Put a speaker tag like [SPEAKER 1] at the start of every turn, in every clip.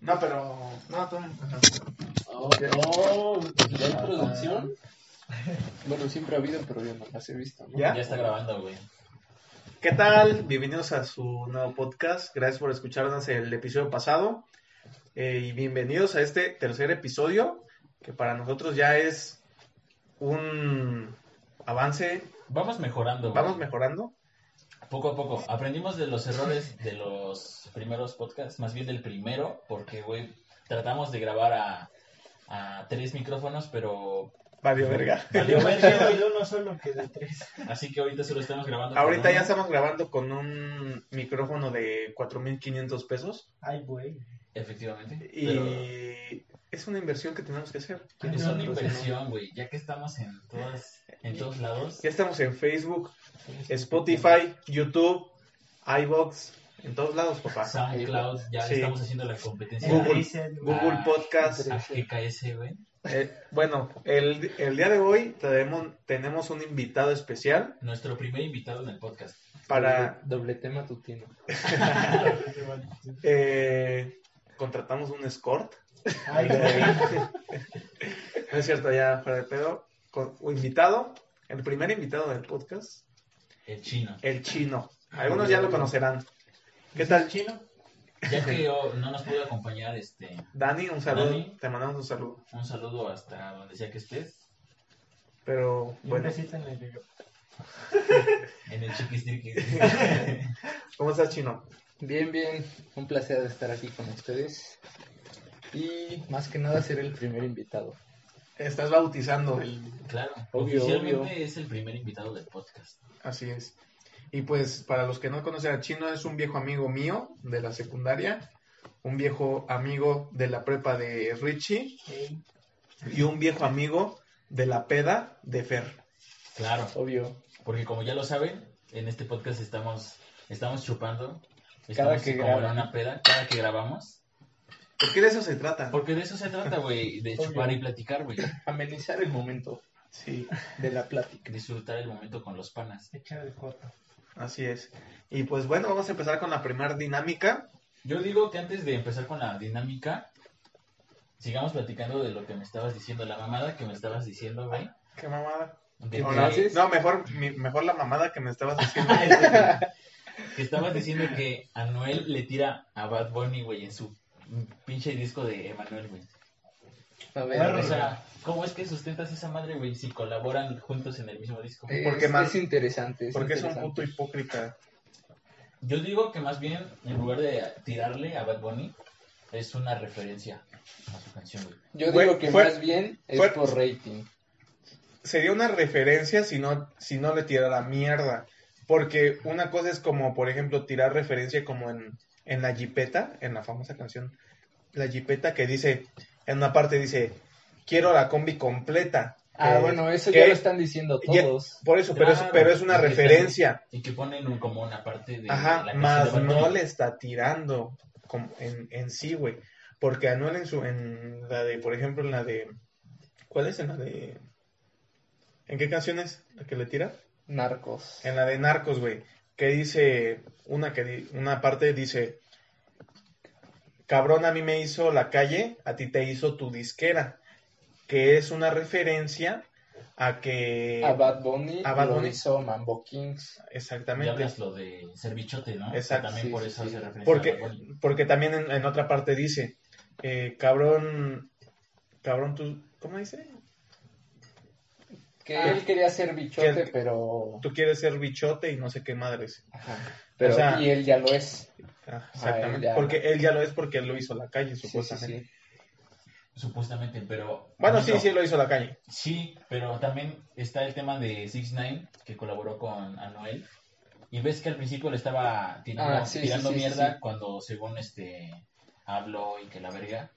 [SPEAKER 1] No, pero. No, tú. no.
[SPEAKER 2] Okay. Oh, ¿ya hay producción? Bueno, siempre ha habido, pero yo no las he visto. ¿no?
[SPEAKER 1] ¿Ya?
[SPEAKER 3] Ya está grabando, güey.
[SPEAKER 1] ¿Qué tal? Bienvenidos a su nuevo podcast. Gracias por escucharnos el episodio pasado. Eh, y bienvenidos a este tercer episodio, que para nosotros ya es un avance.
[SPEAKER 3] Vamos mejorando, güey.
[SPEAKER 1] Vamos mejorando.
[SPEAKER 3] Poco a poco. Aprendimos de los errores de los primeros podcasts, más bien del primero, porque, güey, tratamos de grabar a, a tres micrófonos, pero
[SPEAKER 1] Valió verga.
[SPEAKER 3] valió verga, güey.
[SPEAKER 4] uno solo que de tres.
[SPEAKER 3] Así que ahorita solo estamos grabando. con
[SPEAKER 1] Ahorita
[SPEAKER 3] uno.
[SPEAKER 1] ya estamos grabando con un micrófono de 4.500 pesos.
[SPEAKER 4] Ay, güey.
[SPEAKER 3] Efectivamente.
[SPEAKER 1] Y
[SPEAKER 3] pero
[SPEAKER 1] es una inversión que tenemos que hacer.
[SPEAKER 3] Es una
[SPEAKER 1] Nosotros, ¿no?
[SPEAKER 3] inversión, güey, ya que estamos en, todas, en todos lados.
[SPEAKER 1] Ya estamos en Facebook, Spotify, YouTube, iBox, en todos lados, papá.
[SPEAKER 3] SoundCloud, ya
[SPEAKER 1] Sí.
[SPEAKER 3] le estamos haciendo la competencia.
[SPEAKER 1] Google.
[SPEAKER 4] El Reset, güey.
[SPEAKER 1] Google Podcast.
[SPEAKER 3] A GKS, güey.
[SPEAKER 1] Eh, bueno, el, el día de hoy tenemos, tenemos un invitado especial
[SPEAKER 3] Nuestro primer invitado en el podcast.
[SPEAKER 1] para...
[SPEAKER 2] Doble, doble tema tutino.
[SPEAKER 1] eh, contratamos un escort.
[SPEAKER 4] Ay, güey.
[SPEAKER 1] No es cierto, ya fuera de pedo. Con, un invitado, el primer invitado del podcast,
[SPEAKER 3] El chino.
[SPEAKER 1] el chino. Algunos ya lo conocerán. ¿Qué tal, chino?
[SPEAKER 3] Ya que oh, no nos pudo acompañar, este,
[SPEAKER 1] Dani, un saludo.
[SPEAKER 3] Dani.
[SPEAKER 1] Te mandamos un saludo.
[SPEAKER 3] un saludo hasta donde sea que estés,
[SPEAKER 1] Pero
[SPEAKER 4] Un
[SPEAKER 1] bueno,
[SPEAKER 4] besito en el dedo.
[SPEAKER 3] en el chiquistriqui.
[SPEAKER 1] ¿cómo estás, chino?
[SPEAKER 2] Bien, bien. Un placer estar aquí con ustedes. Y más que nada ser el primer invitado.
[SPEAKER 1] Estás bautizando el
[SPEAKER 3] claro,
[SPEAKER 2] Obvio,
[SPEAKER 3] oficialmente
[SPEAKER 2] obvio.
[SPEAKER 3] es el primer invitado del podcast.
[SPEAKER 1] Así es. Y pues, para los que no conocen a Chino, es un viejo amigo mío de la secundaria, un viejo amigo de la prepa de Richie
[SPEAKER 4] Ey,
[SPEAKER 1] y un viejo amigo de la peda de Fer.
[SPEAKER 3] Claro,
[SPEAKER 2] Obvio.
[SPEAKER 3] porque como ya lo saben, en este podcast estamos, estamos chupando.
[SPEAKER 2] Cada
[SPEAKER 3] estamos
[SPEAKER 2] que
[SPEAKER 3] como en
[SPEAKER 2] graban.
[SPEAKER 3] una peda, cada que grabamos.
[SPEAKER 1] Porque de eso se trata.
[SPEAKER 3] Porque de eso se trata, güey, de
[SPEAKER 2] Obvio.
[SPEAKER 3] chupar y platicar, güey.
[SPEAKER 2] Amenizar el momento
[SPEAKER 1] Sí,
[SPEAKER 2] de la plática.
[SPEAKER 3] Disfrutar el momento con los panas.
[SPEAKER 4] echar el coto.
[SPEAKER 1] así es. Y pues bueno, vamos a empezar con la primera dinámica.
[SPEAKER 3] Yo digo que antes de empezar con la dinámica, sigamos platicando de lo que me estabas diciendo, la mamada que me estabas diciendo, güey.
[SPEAKER 1] ¿Qué mamada?
[SPEAKER 3] de
[SPEAKER 1] No,
[SPEAKER 3] que-
[SPEAKER 1] la-
[SPEAKER 2] haces?
[SPEAKER 1] no, mejor, mi- mejor la mamada que me estabas diciendo.
[SPEAKER 3] que estabas diciendo que Anuel le tira a Bad Bunny, güey, en su pinche disco de Emanuel, güey.
[SPEAKER 2] A
[SPEAKER 3] O
[SPEAKER 2] ver,
[SPEAKER 3] sea, ¿cómo es que sustentas esa madre, güey, si colaboran juntos en el mismo disco?
[SPEAKER 2] es,
[SPEAKER 1] porque más-
[SPEAKER 2] es interesante. es
[SPEAKER 1] Porque es un
[SPEAKER 2] interesante.
[SPEAKER 1] puto hipócrita.
[SPEAKER 3] Yo digo que más bien, en lugar de tirarle a Bad Bunny, es una referencia a su canción, güey.
[SPEAKER 2] Yo
[SPEAKER 1] Fue-
[SPEAKER 2] digo que
[SPEAKER 1] fue-
[SPEAKER 2] más bien es
[SPEAKER 1] fue-
[SPEAKER 2] por rating.
[SPEAKER 1] sería una referencia si no, si no le tirara mierda. Porque una cosa es como, por ejemplo, tirar referencia como en, en la jipeta, en la famosa canción La jipeta que dice, en una parte dice, quiero la combi completa.
[SPEAKER 2] Ah,
[SPEAKER 1] Eh,
[SPEAKER 2] bueno, eso
[SPEAKER 1] que-
[SPEAKER 2] ya lo están diciendo
[SPEAKER 1] ya-
[SPEAKER 2] todos.
[SPEAKER 1] Por eso, pero, es,
[SPEAKER 3] Claro.
[SPEAKER 1] pero es una
[SPEAKER 3] Y que
[SPEAKER 1] referencia.
[SPEAKER 3] Y que ponen un- como una parte de
[SPEAKER 1] Ajá,
[SPEAKER 3] la
[SPEAKER 1] más
[SPEAKER 3] canción de Bad
[SPEAKER 1] no
[SPEAKER 3] Bunny.
[SPEAKER 1] le está tirando como en, en sí, güey. Porque Anuel en su, en la de, por ejemplo, en la de, ¿cuál es? En la de, ¿en qué canción es la que le tira?
[SPEAKER 2] Narcos.
[SPEAKER 1] En la de Narcos, güey, que dice una que di- una parte dice, cabrón a mí me hizo la calle, a ti te hizo tu disquera, que es una referencia a que
[SPEAKER 2] A Bad Bunny,
[SPEAKER 1] a Bad
[SPEAKER 2] lo
[SPEAKER 1] Bunny.
[SPEAKER 2] hizo Mambo Kings.
[SPEAKER 3] Ya
[SPEAKER 1] exactamente,
[SPEAKER 3] hablas lo de Servichote, ¿no?
[SPEAKER 1] Exacto,
[SPEAKER 3] También
[SPEAKER 2] sí,
[SPEAKER 3] por
[SPEAKER 2] sí,
[SPEAKER 3] eso
[SPEAKER 2] sí.
[SPEAKER 3] hace referencia a
[SPEAKER 1] porque
[SPEAKER 3] Bad Bunny.
[SPEAKER 1] porque también en, en otra parte dice, eh, cabrón, cabrón tú, ¿cómo dice?
[SPEAKER 2] Que
[SPEAKER 1] Ah.
[SPEAKER 2] él quería ser bichote,
[SPEAKER 1] Que-
[SPEAKER 2] pero.
[SPEAKER 1] Tú quieres ser bichote y no sé qué madres.
[SPEAKER 2] Ajá. Pero
[SPEAKER 1] O sea-
[SPEAKER 2] y él ya lo es.
[SPEAKER 1] Ah, exactamente,
[SPEAKER 2] él ya-
[SPEAKER 1] porque él ya lo es porque él lo hizo la calle,
[SPEAKER 2] Sí, sí,
[SPEAKER 1] supuestamente.
[SPEAKER 2] sí.
[SPEAKER 3] Supuestamente, pero...
[SPEAKER 1] Bueno, sí,
[SPEAKER 3] amigo,
[SPEAKER 1] sí lo hizo la calle.
[SPEAKER 3] Sí, pero también está el tema de Six Nine que colaboró con Anuel. Y ves que al principio le estaba tirando,
[SPEAKER 2] Ah, sí,
[SPEAKER 3] tirando
[SPEAKER 2] sí, sí,
[SPEAKER 3] mierda
[SPEAKER 2] sí.
[SPEAKER 3] cuando según este habló y que la verga.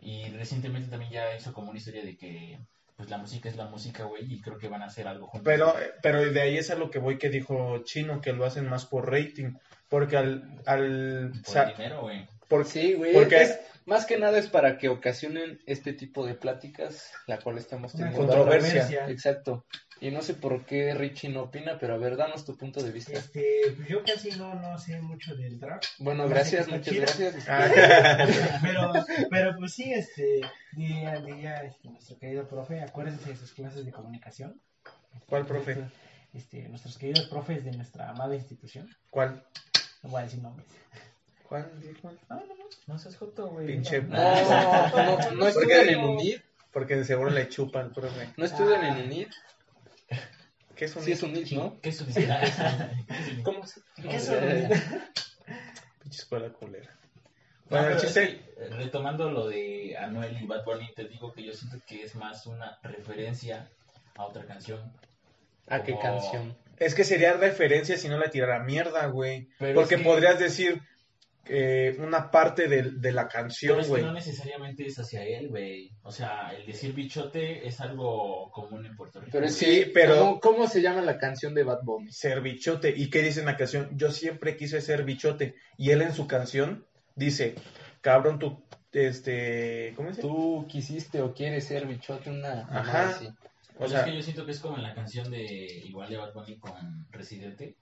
[SPEAKER 3] Y recientemente también ya hizo como una historia de que pues la música es la música, güey, y creo que van a hacer algo juntos.
[SPEAKER 1] Pero, pero de ahí es a lo que voy que dijo Chino, que lo hacen más por rating. Porque al, al
[SPEAKER 3] por
[SPEAKER 1] sa-
[SPEAKER 3] dinero, güey.
[SPEAKER 1] por-
[SPEAKER 2] Sí, güey.
[SPEAKER 1] porque
[SPEAKER 2] es- Más que nada es para que ocasionen este tipo de pláticas, la cual estamos
[SPEAKER 4] Una
[SPEAKER 2] teniendo.
[SPEAKER 1] Controversia.
[SPEAKER 2] Exacto. Y no sé por qué Richie no opina, pero a ver, danos tu punto de vista.
[SPEAKER 4] Este, pues yo casi no, no sé mucho del draft,
[SPEAKER 2] Bueno,
[SPEAKER 4] No sé
[SPEAKER 2] gracias,
[SPEAKER 4] qué está
[SPEAKER 2] muchas
[SPEAKER 4] chida.
[SPEAKER 2] gracias.
[SPEAKER 1] Ah.
[SPEAKER 4] pero, pero pues sí, este, diría, diría este, nuestro querido profe, acuérdense de sus clases de comunicación,
[SPEAKER 1] ¿Cuál, profe?
[SPEAKER 4] este, nuestros queridos profes de nuestra amada institución,
[SPEAKER 1] ¿Cuál?
[SPEAKER 4] no voy a decir nombres.
[SPEAKER 1] ¿Cuál? Di, ¿Cuál?
[SPEAKER 3] Ah, No seas joto, güey. Ah.
[SPEAKER 1] Pinche-
[SPEAKER 2] No, no, no estudian en UNIT,
[SPEAKER 1] Porque de seguro le chupan, profe.
[SPEAKER 2] no estudian
[SPEAKER 1] ah.
[SPEAKER 2] en UNIT,
[SPEAKER 1] ¿Qué es un...
[SPEAKER 2] sí es UNIT, ¿no?
[SPEAKER 3] ¿Qué es su disciplina?
[SPEAKER 2] ¿Cómo se-
[SPEAKER 4] Eso,
[SPEAKER 1] Pinche escuela culera.
[SPEAKER 3] No,
[SPEAKER 1] Bueno, el
[SPEAKER 3] pero
[SPEAKER 1] chiste...
[SPEAKER 3] es que, eh, retomando lo de Anuel y Bad Bunny, te digo que yo siento que es más una referencia a otra canción.
[SPEAKER 2] ¿A Ah, qué
[SPEAKER 3] Como-
[SPEAKER 2] canción?
[SPEAKER 1] Es que sería referencia si no la tirara mierda, güey.
[SPEAKER 3] Pero
[SPEAKER 1] Porque
[SPEAKER 3] es que-
[SPEAKER 1] podrías decir eh, una parte de, de la
[SPEAKER 3] Pero
[SPEAKER 1] canción,
[SPEAKER 3] es que
[SPEAKER 1] güey.
[SPEAKER 3] no necesariamente es hacia él, güey. O sea, el decir bichote es algo común en Puerto Rico.
[SPEAKER 2] Pero es
[SPEAKER 1] Sí,
[SPEAKER 2] que,
[SPEAKER 1] pero-
[SPEAKER 2] ¿cómo, cómo se llama la canción de Bad Bunny?
[SPEAKER 1] Ser bichote. ¿Y qué dice en la canción? Yo siempre quise ser bichote. Y él en su canción dice, cabrón, tú, este, ¿cómo dice?
[SPEAKER 2] Tú quisiste o quieres ser bichote una
[SPEAKER 1] Ajá.
[SPEAKER 2] mamada así.
[SPEAKER 1] O
[SPEAKER 3] Pero
[SPEAKER 1] sea,
[SPEAKER 3] pues es que yo siento que es como en la canción de igual de Bad Bunny con Residente.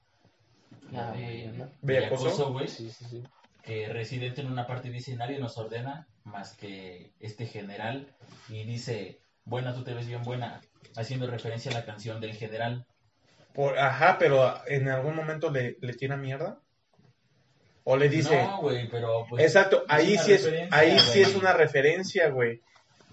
[SPEAKER 2] Ah,
[SPEAKER 3] La
[SPEAKER 2] muy bien,
[SPEAKER 3] de
[SPEAKER 2] ¿no?
[SPEAKER 1] Bellacoso.
[SPEAKER 3] Bellacoso, güey.
[SPEAKER 2] Sí, sí, sí.
[SPEAKER 3] que Residente en una parte dice, nadie nos ordena más que este general, y dice, buena, tú te ves bien buena, haciendo referencia a la canción del general.
[SPEAKER 1] por- ajá, pero en algún momento le, le tira mierda. O le dice,
[SPEAKER 3] no, güey, pero pues...
[SPEAKER 1] exacto, ahí
[SPEAKER 3] una
[SPEAKER 1] sí es,
[SPEAKER 3] referencia,
[SPEAKER 1] ahí sí es
[SPEAKER 3] güey.
[SPEAKER 1] una referencia, güey.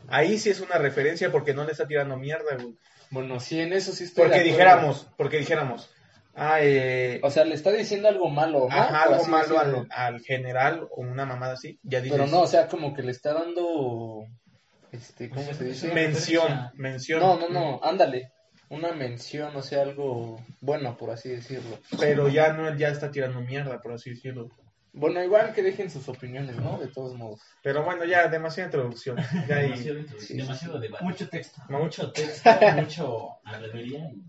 [SPEAKER 1] Ahí sí es una referencia porque no le está tirando mierda, güey.
[SPEAKER 2] Bueno, sí, en eso sí estoy de
[SPEAKER 1] Porque
[SPEAKER 2] acuerdo.
[SPEAKER 1] dijéramos, porque dijéramos, ah, eh,
[SPEAKER 2] O sea, le está diciendo algo malo. ¿no?
[SPEAKER 1] ajá,
[SPEAKER 2] Por
[SPEAKER 1] algo
[SPEAKER 2] así
[SPEAKER 1] malo
[SPEAKER 2] decirlo.
[SPEAKER 1] al, al general o una mamada así, ya dices,
[SPEAKER 2] Pero no, o sea, como que le está dando. Este, ¿Cómo se dice?
[SPEAKER 1] mención, mención.
[SPEAKER 2] No, no, no, ándale. Una mención, o sea, algo bueno, por así decirlo.
[SPEAKER 1] Pero ya no, él ya está tirando mierda, por así decirlo.
[SPEAKER 2] Bueno, igual que dejen sus opiniones, ¿no? De todos modos.
[SPEAKER 1] Pero bueno, ya, demasiada introducción. Ya ahí-
[SPEAKER 3] Demasiado, intro-
[SPEAKER 2] Sí, sí,
[SPEAKER 3] demasiado debate. Mucho,
[SPEAKER 4] Mucho texto.
[SPEAKER 3] mucho texto, mucho habladuría, y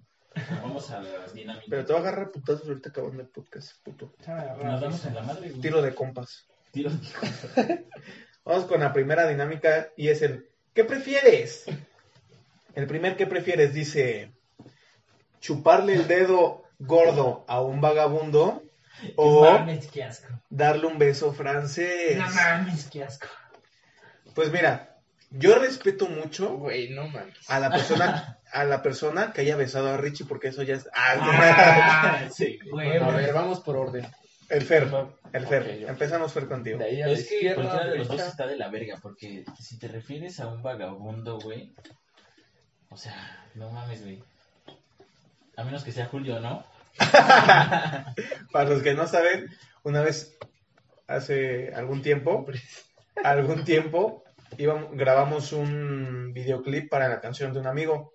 [SPEAKER 3] vamos a las dinámicas.
[SPEAKER 1] Pero te va a agarrar putazos ahorita acabando el podcast, puto.
[SPEAKER 3] Nos damos en la madre, güey.
[SPEAKER 1] Tiro de compas.
[SPEAKER 3] Tiro.
[SPEAKER 1] Vamos con la primera dinámica y es el ¿qué prefieres? El primer ¿qué prefieres? Dice chuparle el dedo gordo a un vagabundo
[SPEAKER 4] No
[SPEAKER 1] o
[SPEAKER 4] mames, qué asco.
[SPEAKER 1] darle un beso francés.
[SPEAKER 4] No mames, qué asco.
[SPEAKER 1] Pues mira, yo respeto mucho
[SPEAKER 2] Güey, no mames.
[SPEAKER 1] a la persona a la persona que haya besado a Richie porque eso ya es Ah,
[SPEAKER 4] Ah,
[SPEAKER 3] sí.
[SPEAKER 4] Güey,
[SPEAKER 2] Bueno, a ver, vamos por orden.
[SPEAKER 1] el Fer, el Fer,
[SPEAKER 2] Ok, ok.
[SPEAKER 1] empezamos Fer contigo.
[SPEAKER 2] De ahí a la
[SPEAKER 3] Es que
[SPEAKER 2] izquierda,
[SPEAKER 3] cualquiera de los dos
[SPEAKER 2] derecha.
[SPEAKER 3] está de la verga, porque si te refieres a un vagabundo, güey, o sea, no mames, güey. A menos que sea Julio, ¿no?
[SPEAKER 1] Para los que no saben, una vez hace algún tiempo, algún tiempo íbamos, grabamos un videoclip para la canción de un amigo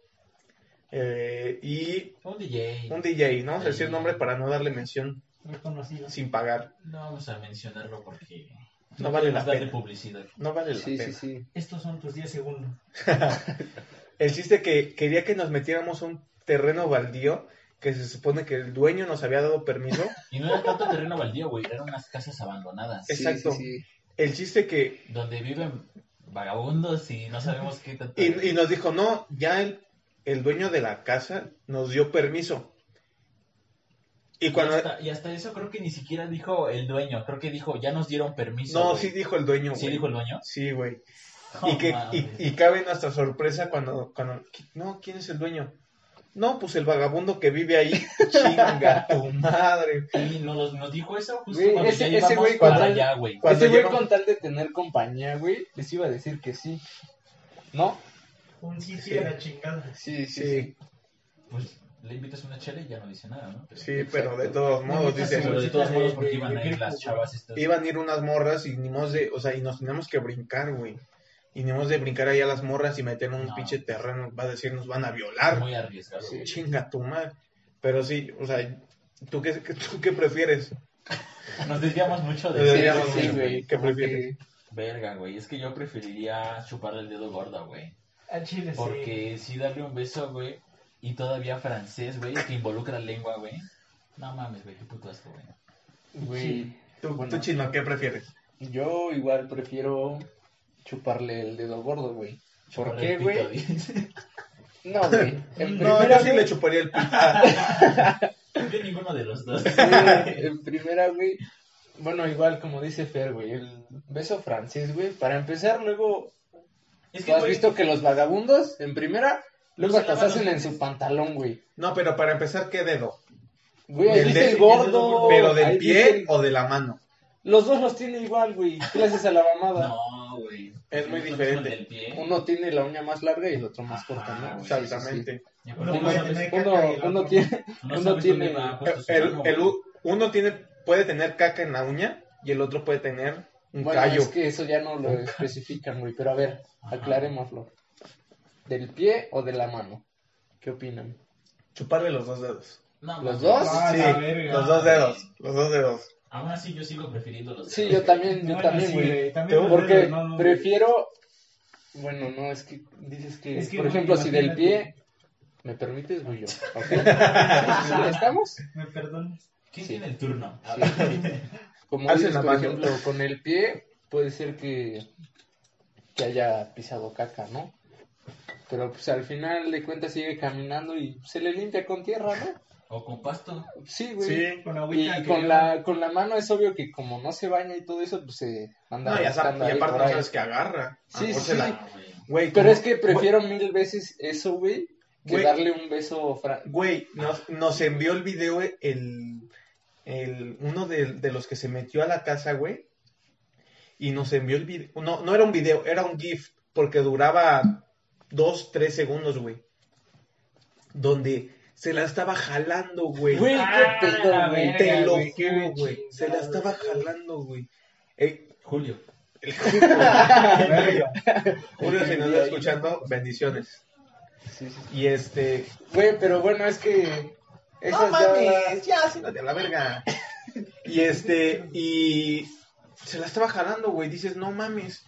[SPEAKER 1] Eh, y
[SPEAKER 3] Un DJ.
[SPEAKER 1] un DJ, no vamos a decir nombre para no darle mención
[SPEAKER 4] Muy conocido.
[SPEAKER 1] sin pagar,
[SPEAKER 3] No vamos a mencionarlo porque
[SPEAKER 1] No vale la
[SPEAKER 3] queremos darle
[SPEAKER 1] pena.
[SPEAKER 3] publicidad.
[SPEAKER 1] no vale la
[SPEAKER 2] Sí,
[SPEAKER 1] pena.
[SPEAKER 2] sí, sí.
[SPEAKER 4] Estos son tus 10 segundos.
[SPEAKER 1] El chiste que quería que nos metiéramos a un terreno baldío que se supone que el dueño nos había dado permiso.
[SPEAKER 3] Y no era tanto terreno baldío, güey, eran unas casas abandonadas
[SPEAKER 2] Sí,
[SPEAKER 1] Exacto.
[SPEAKER 2] sí, sí.
[SPEAKER 1] El chiste que
[SPEAKER 3] donde viven vagabundos y no sabemos qué tanto.
[SPEAKER 1] y, y nos dijo no, ya el, el dueño de la casa nos dio permiso. Y cuando
[SPEAKER 3] y, hasta, y hasta eso creo que ni siquiera dijo el dueño, creo que dijo, ya nos dieron permiso.
[SPEAKER 1] No,
[SPEAKER 3] güey.
[SPEAKER 1] sí dijo el dueño,
[SPEAKER 3] ¿Sí
[SPEAKER 1] güey.
[SPEAKER 3] dijo el dueño.
[SPEAKER 1] Sí, güey.
[SPEAKER 3] Oh,
[SPEAKER 1] y, que, y,
[SPEAKER 3] mames.
[SPEAKER 1] y cabe nuestra sorpresa cuando, cuando... No, ¿quién es el dueño? No, pues el vagabundo que vive ahí. Chinga tu madre.
[SPEAKER 3] Y nos, nos dijo eso justo
[SPEAKER 2] Güey,
[SPEAKER 3] cuando
[SPEAKER 2] ese- ese
[SPEAKER 3] ya íbamos
[SPEAKER 2] güey
[SPEAKER 3] para
[SPEAKER 2] cuando-
[SPEAKER 3] allá, güey.
[SPEAKER 1] Cuando
[SPEAKER 2] Ese güey,
[SPEAKER 1] llego-
[SPEAKER 2] con tal de tener compañía, güey, les iba a decir que sí. ¿No?
[SPEAKER 4] Un
[SPEAKER 1] Sí.
[SPEAKER 4] sitio de la chingada.
[SPEAKER 2] Sí,
[SPEAKER 1] Sí,
[SPEAKER 3] Pues le invitas una chela y ya no dice nada, ¿no? Pero-
[SPEAKER 1] sí, pero de todos modos,
[SPEAKER 4] Pero
[SPEAKER 1] dice...
[SPEAKER 3] Pero de todos
[SPEAKER 4] Sí,
[SPEAKER 3] modos,
[SPEAKER 4] de-
[SPEAKER 3] porque
[SPEAKER 4] de-
[SPEAKER 3] iban a
[SPEAKER 4] de
[SPEAKER 3] ir las
[SPEAKER 4] grupo, güey.
[SPEAKER 3] chavas estas.
[SPEAKER 1] Iban a ir unas morras y ni modo de... O sea, y nos teníamos que brincar, güey. Y ni modo de brincar ahí a las morras y meter en un
[SPEAKER 3] No.
[SPEAKER 1] pinche terreno. Va a decir, nos van a violar.
[SPEAKER 3] Muy arriesgado.
[SPEAKER 2] Sí.
[SPEAKER 1] Chinga tu madre. Pero sí, o sea... ¿Tú qué, tú qué prefieres?
[SPEAKER 3] Nos desviamos mucho
[SPEAKER 1] Nos
[SPEAKER 3] de
[SPEAKER 2] Sí,
[SPEAKER 1] desviamos
[SPEAKER 2] sí,
[SPEAKER 1] mucho.
[SPEAKER 2] güey.
[SPEAKER 1] ¿Qué
[SPEAKER 2] como que-
[SPEAKER 1] prefieres?
[SPEAKER 3] Verga, güey. Es que yo preferiría chuparle el dedo gordo, güey.
[SPEAKER 4] Al chile, sí.
[SPEAKER 3] Porque si darle un beso, güey. Y todavía francés, güey, que involucra lengua, güey. No mames, güey, qué puto asco, güey.
[SPEAKER 2] Güey.
[SPEAKER 1] ¿Tú,
[SPEAKER 2] Bueno.
[SPEAKER 1] tú, Chino, qué prefieres?
[SPEAKER 2] Yo igual prefiero chuparle el dedo gordo, güey. ¿Por
[SPEAKER 3] Por
[SPEAKER 2] qué,
[SPEAKER 3] el pito,
[SPEAKER 2] güey?
[SPEAKER 3] dice.
[SPEAKER 2] No, güey. En
[SPEAKER 1] No,
[SPEAKER 2] primera,
[SPEAKER 1] yo sí
[SPEAKER 2] güey,
[SPEAKER 1] le chuparía el Ah, pito.
[SPEAKER 3] Yo ninguno de los dos.
[SPEAKER 2] Sí, en primera, güey. Bueno, igual como dice Fer, güey, el beso francés, güey. Para empezar, luego,
[SPEAKER 3] Es
[SPEAKER 2] ¿tú
[SPEAKER 3] que,
[SPEAKER 2] has
[SPEAKER 3] güey,
[SPEAKER 2] visto que los vagabundos, en primera, luego
[SPEAKER 3] se
[SPEAKER 2] hasta se
[SPEAKER 3] lavan
[SPEAKER 2] hacen
[SPEAKER 3] los-
[SPEAKER 2] en su pantalón, güey.
[SPEAKER 1] No, pero para empezar, ¿qué dedo?
[SPEAKER 2] Güey, ahí
[SPEAKER 1] Del
[SPEAKER 2] dice el
[SPEAKER 3] dedo,
[SPEAKER 2] gordo.
[SPEAKER 1] ¿Pero del
[SPEAKER 2] ahí
[SPEAKER 1] pie
[SPEAKER 2] dice el-
[SPEAKER 1] o de la mano?
[SPEAKER 2] Los dos los tiene igual, güey. Gracias a la mamada.
[SPEAKER 3] No, güey.
[SPEAKER 1] Es muy
[SPEAKER 3] Uno
[SPEAKER 1] diferente.
[SPEAKER 3] el pie.
[SPEAKER 2] Uno tiene la uña más larga y el otro más corta,
[SPEAKER 3] Ajá,
[SPEAKER 2] ¿no?
[SPEAKER 3] güey,
[SPEAKER 1] Exactamente.
[SPEAKER 3] Y aparte
[SPEAKER 4] Uno
[SPEAKER 3] no
[SPEAKER 4] puede
[SPEAKER 3] sabes-
[SPEAKER 4] tener caca
[SPEAKER 2] Uno,
[SPEAKER 4] y el
[SPEAKER 2] uno
[SPEAKER 4] otro
[SPEAKER 2] tiene...
[SPEAKER 3] no
[SPEAKER 2] uno
[SPEAKER 3] sabes
[SPEAKER 2] tiene-
[SPEAKER 3] dónde va puesto
[SPEAKER 1] El,
[SPEAKER 3] su mano, güey.
[SPEAKER 1] el u- uno tiene, puede tener caca en la uña y el otro puede tener un
[SPEAKER 2] Bueno,
[SPEAKER 1] callo.
[SPEAKER 2] es que eso ya no lo especifican, güey. Pero a ver,
[SPEAKER 3] Ajá.
[SPEAKER 2] aclarémoslo. ¿Del pie o de la mano? ¿Qué opinan?
[SPEAKER 1] Chuparle los dos dedos.
[SPEAKER 3] No,
[SPEAKER 2] ¿Los
[SPEAKER 3] mames.
[SPEAKER 2] dos?
[SPEAKER 4] Ah,
[SPEAKER 1] sí,
[SPEAKER 4] la verga.
[SPEAKER 1] los dos dedos. Los dos dedos.
[SPEAKER 3] Aún así, yo sigo prefiriendo los
[SPEAKER 2] Sí,
[SPEAKER 3] dos.
[SPEAKER 2] yo también, yo
[SPEAKER 4] Bueno,
[SPEAKER 2] también,
[SPEAKER 4] sí,
[SPEAKER 2] güey.
[SPEAKER 4] también los
[SPEAKER 2] Porque
[SPEAKER 4] dedos, no, no, güey.
[SPEAKER 2] prefiero... Bueno, no, es que dices que...
[SPEAKER 4] Es que,
[SPEAKER 2] por
[SPEAKER 4] güey,
[SPEAKER 2] ejemplo, si del
[SPEAKER 4] imagínate.
[SPEAKER 2] pie... ¿Me permites, güey? Yo, ¿ok? ¿Estamos?
[SPEAKER 4] Me perdonas.
[SPEAKER 3] ¿Quién
[SPEAKER 2] Sí.
[SPEAKER 3] tiene el turno?
[SPEAKER 2] Sí. Como
[SPEAKER 1] Alcen
[SPEAKER 2] dices,
[SPEAKER 1] la
[SPEAKER 2] por
[SPEAKER 1] mano.
[SPEAKER 2] ejemplo, con el pie puede ser que, que haya pisado caca, ¿no? Pero pues al final de cuentas sigue caminando y se le limpia con tierra, ¿no?
[SPEAKER 3] O con pasto.
[SPEAKER 2] Sí, güey.
[SPEAKER 1] Sí.
[SPEAKER 4] Con la
[SPEAKER 2] Y
[SPEAKER 4] agüita que
[SPEAKER 2] con
[SPEAKER 4] yo-
[SPEAKER 2] la, con la mano es obvio que como no se baña y todo eso, pues se anda
[SPEAKER 1] No, ya sabes,
[SPEAKER 2] rascando
[SPEAKER 1] y
[SPEAKER 2] ahí
[SPEAKER 1] aparte
[SPEAKER 2] por
[SPEAKER 1] no
[SPEAKER 2] ahí.
[SPEAKER 1] sabes que agarra. A
[SPEAKER 2] Sí,
[SPEAKER 1] lo mejor
[SPEAKER 2] sí.
[SPEAKER 1] se la-
[SPEAKER 3] Ah, güey.
[SPEAKER 1] Güey,
[SPEAKER 2] Pero
[SPEAKER 1] como-
[SPEAKER 2] es que prefiero mil veces eso, güey, que
[SPEAKER 1] Güey.
[SPEAKER 2] darle un beso fra-
[SPEAKER 1] Güey, nos, nos envió el video el, el uno de, de los que se metió a la casa, güey. Y nos envió el video. No, no era un video, era un GIF, porque duraba dos, tres segundos, güey. Donde se la estaba jalando, güey.
[SPEAKER 2] Güey,
[SPEAKER 4] Ah,
[SPEAKER 2] qué pedo,
[SPEAKER 4] la
[SPEAKER 2] güey.
[SPEAKER 4] verga,
[SPEAKER 1] Te lo
[SPEAKER 4] güey, qué
[SPEAKER 1] juro, güey. Se la
[SPEAKER 4] chingada,
[SPEAKER 1] estaba
[SPEAKER 4] güey.
[SPEAKER 1] jalando, güey. Eh,
[SPEAKER 3] Julio.
[SPEAKER 1] el
[SPEAKER 4] Verga.
[SPEAKER 1] Julio, si nos está escuchando, bendiciones.
[SPEAKER 2] Sí, sí.
[SPEAKER 1] Y este.
[SPEAKER 2] Güey, pero bueno, es que... esas ya-
[SPEAKER 1] ya, siéntate a la verga. Y este, y se la estaba jalando, güey. Dices, no mames.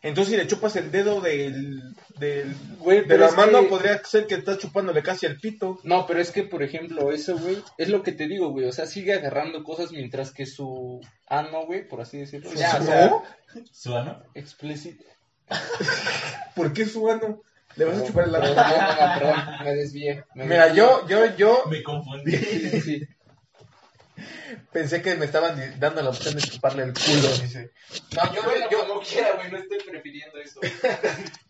[SPEAKER 1] Entonces, si le chupas el dedo del. del
[SPEAKER 2] Güey,
[SPEAKER 1] de
[SPEAKER 2] pero
[SPEAKER 1] la
[SPEAKER 2] es
[SPEAKER 1] mano,
[SPEAKER 2] que-
[SPEAKER 1] podría ser que estás chupándole casi el pito.
[SPEAKER 2] No, pero es que, por ejemplo, eso, güey, es lo que te digo, güey. O sea, sigue agarrando cosas mientras que su ano, güey, por así decirlo.
[SPEAKER 1] ¿Su
[SPEAKER 2] Ya, o
[SPEAKER 1] ano?
[SPEAKER 2] sea,
[SPEAKER 3] ¿Su ano?
[SPEAKER 2] explícito.
[SPEAKER 1] ¿Por qué su ano? Le vas a chupar el
[SPEAKER 2] Perdón,
[SPEAKER 1] ano.
[SPEAKER 2] perdón, perdón, me desvié. me
[SPEAKER 1] Mira,
[SPEAKER 2] desvié.
[SPEAKER 1] yo, yo, yo
[SPEAKER 3] Me confundí.
[SPEAKER 2] Sí, sí, sí.
[SPEAKER 1] pensé que me estaban di- dando la opción de chuparle el culo. Dice. No, yo, le- yo,
[SPEAKER 2] no quiera, güey, no estoy prefiriendo eso.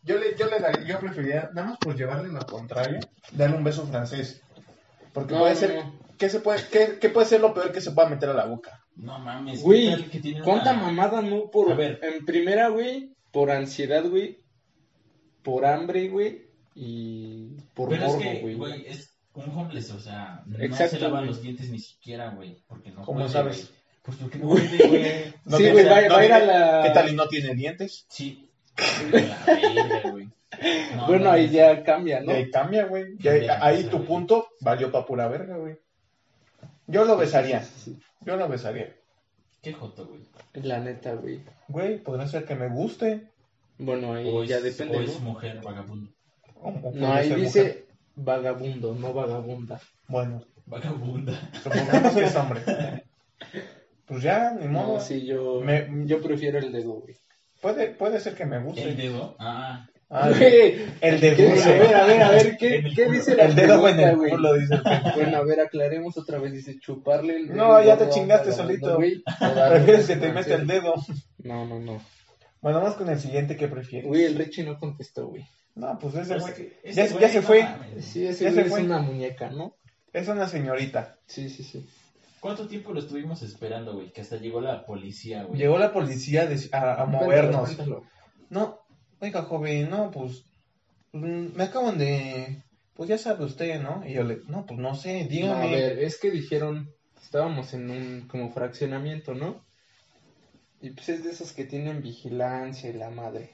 [SPEAKER 1] yo, le, yo le daría, yo preferiría, nada más por llevarle la contraria, darle un beso francés. Porque
[SPEAKER 2] No,
[SPEAKER 1] puede
[SPEAKER 2] no,
[SPEAKER 1] ser,
[SPEAKER 2] no.
[SPEAKER 1] ¿qué, se puede, qué, qué puede ser lo peor que se pueda meter a la boca?
[SPEAKER 3] No mames.
[SPEAKER 2] Güey,
[SPEAKER 3] ¿qué tal que tiene
[SPEAKER 2] ¿Cuánta
[SPEAKER 3] una-
[SPEAKER 2] mamada no por...
[SPEAKER 3] A ver.
[SPEAKER 2] En primera, güey, por ansiedad, güey, por hambre, güey, y por
[SPEAKER 3] Pero
[SPEAKER 2] morbo,
[SPEAKER 3] es que,
[SPEAKER 2] güey.
[SPEAKER 3] güey, es un homeless, o sea, no
[SPEAKER 2] Exacto,
[SPEAKER 3] se lava
[SPEAKER 2] güey.
[SPEAKER 3] los dientes ni siquiera, güey, porque no
[SPEAKER 1] ¿Cómo
[SPEAKER 3] puede,
[SPEAKER 1] sabes?
[SPEAKER 3] güey. Pues porque no puede, güey.
[SPEAKER 1] No
[SPEAKER 2] sí,
[SPEAKER 1] tiene-
[SPEAKER 2] güey, va,
[SPEAKER 1] no
[SPEAKER 2] va a ir a
[SPEAKER 1] tiene-
[SPEAKER 2] la...
[SPEAKER 1] ¿Qué tal y no tiene dientes?
[SPEAKER 3] Sí. La verga, güey. No,
[SPEAKER 2] Bueno,
[SPEAKER 3] no,
[SPEAKER 2] ahí ya cambia,
[SPEAKER 1] Y
[SPEAKER 2] ¿no?
[SPEAKER 1] ahí cambia, güey. Y ahí,
[SPEAKER 3] Ya,
[SPEAKER 1] ahí
[SPEAKER 3] ya,
[SPEAKER 1] tu
[SPEAKER 3] güey.
[SPEAKER 1] punto valió pa' pura verga, güey. Yo lo besaría.
[SPEAKER 2] Sí,
[SPEAKER 1] Yo lo besaría.
[SPEAKER 3] Qué joto, güey.
[SPEAKER 2] La neta, güey.
[SPEAKER 1] Güey, podría ser que me guste.
[SPEAKER 2] Bueno, ahí
[SPEAKER 3] O es-
[SPEAKER 2] ya
[SPEAKER 3] o
[SPEAKER 2] depende,
[SPEAKER 3] es
[SPEAKER 2] ¿no?
[SPEAKER 3] mujer vagabundo.
[SPEAKER 1] O- o
[SPEAKER 2] No,
[SPEAKER 1] podría
[SPEAKER 2] ahí
[SPEAKER 1] ser
[SPEAKER 2] dice
[SPEAKER 1] mujer.
[SPEAKER 2] vagabundo, no vagabunda.
[SPEAKER 1] Bueno,
[SPEAKER 3] Vagabunda.
[SPEAKER 1] supongamos que es hombre. Pues ya, ni modo.
[SPEAKER 2] No, sí, yo,
[SPEAKER 1] Me-
[SPEAKER 2] yo prefiero el dedo, güey.
[SPEAKER 1] puede, puede ser que me
[SPEAKER 3] El
[SPEAKER 1] guste.
[SPEAKER 3] dedo. Ah,
[SPEAKER 1] Ah,
[SPEAKER 2] Güey,
[SPEAKER 1] el de
[SPEAKER 2] ¿qué dice? A ver,
[SPEAKER 1] dulce.
[SPEAKER 2] a ver, a ver,
[SPEAKER 3] En
[SPEAKER 2] ¿qué,
[SPEAKER 3] el
[SPEAKER 2] qué
[SPEAKER 3] culo.
[SPEAKER 2] dice la
[SPEAKER 1] El dedo en
[SPEAKER 2] pregunta,
[SPEAKER 1] el
[SPEAKER 2] güey?
[SPEAKER 1] culo, dice el pendejo.
[SPEAKER 2] Bueno, a ver, aclaremos otra vez. Dice chuparle el
[SPEAKER 1] No, ya te chingaste solito. Prefieres que te meta el dedo.
[SPEAKER 2] dedo. No, no, no.
[SPEAKER 1] Bueno, vamos con el siguiente que prefieres.
[SPEAKER 2] Güey, el Richie no contestó, güey.
[SPEAKER 1] No, pues ese
[SPEAKER 3] Pues
[SPEAKER 1] güey.
[SPEAKER 3] que-
[SPEAKER 1] ya-
[SPEAKER 3] ese
[SPEAKER 1] ya
[SPEAKER 3] güey,
[SPEAKER 1] se
[SPEAKER 3] no
[SPEAKER 1] fue.
[SPEAKER 3] mames.
[SPEAKER 2] Sí, ese
[SPEAKER 1] Ya se
[SPEAKER 2] güey es
[SPEAKER 1] fue.
[SPEAKER 2] una muñeca, ¿no?
[SPEAKER 1] Es una señorita.
[SPEAKER 2] Sí, sí, sí.
[SPEAKER 3] ¿Cuánto tiempo lo estuvimos esperando, güey? Que hasta llegó la policía, güey.
[SPEAKER 1] Llegó la policía de- a, a
[SPEAKER 2] Cuéntalo,
[SPEAKER 1] movernos.
[SPEAKER 2] cuéntalo.
[SPEAKER 1] No, oiga, joven, no, pues, mm, me acaban de, pues ya sabe usted, ¿no? Y yo le, no, pues no sé,
[SPEAKER 2] No, a
[SPEAKER 1] dígame.
[SPEAKER 2] ver, es que dijeron, estábamos en un como fraccionamiento, ¿no? Y pues es de esos que tienen vigilancia y la madre.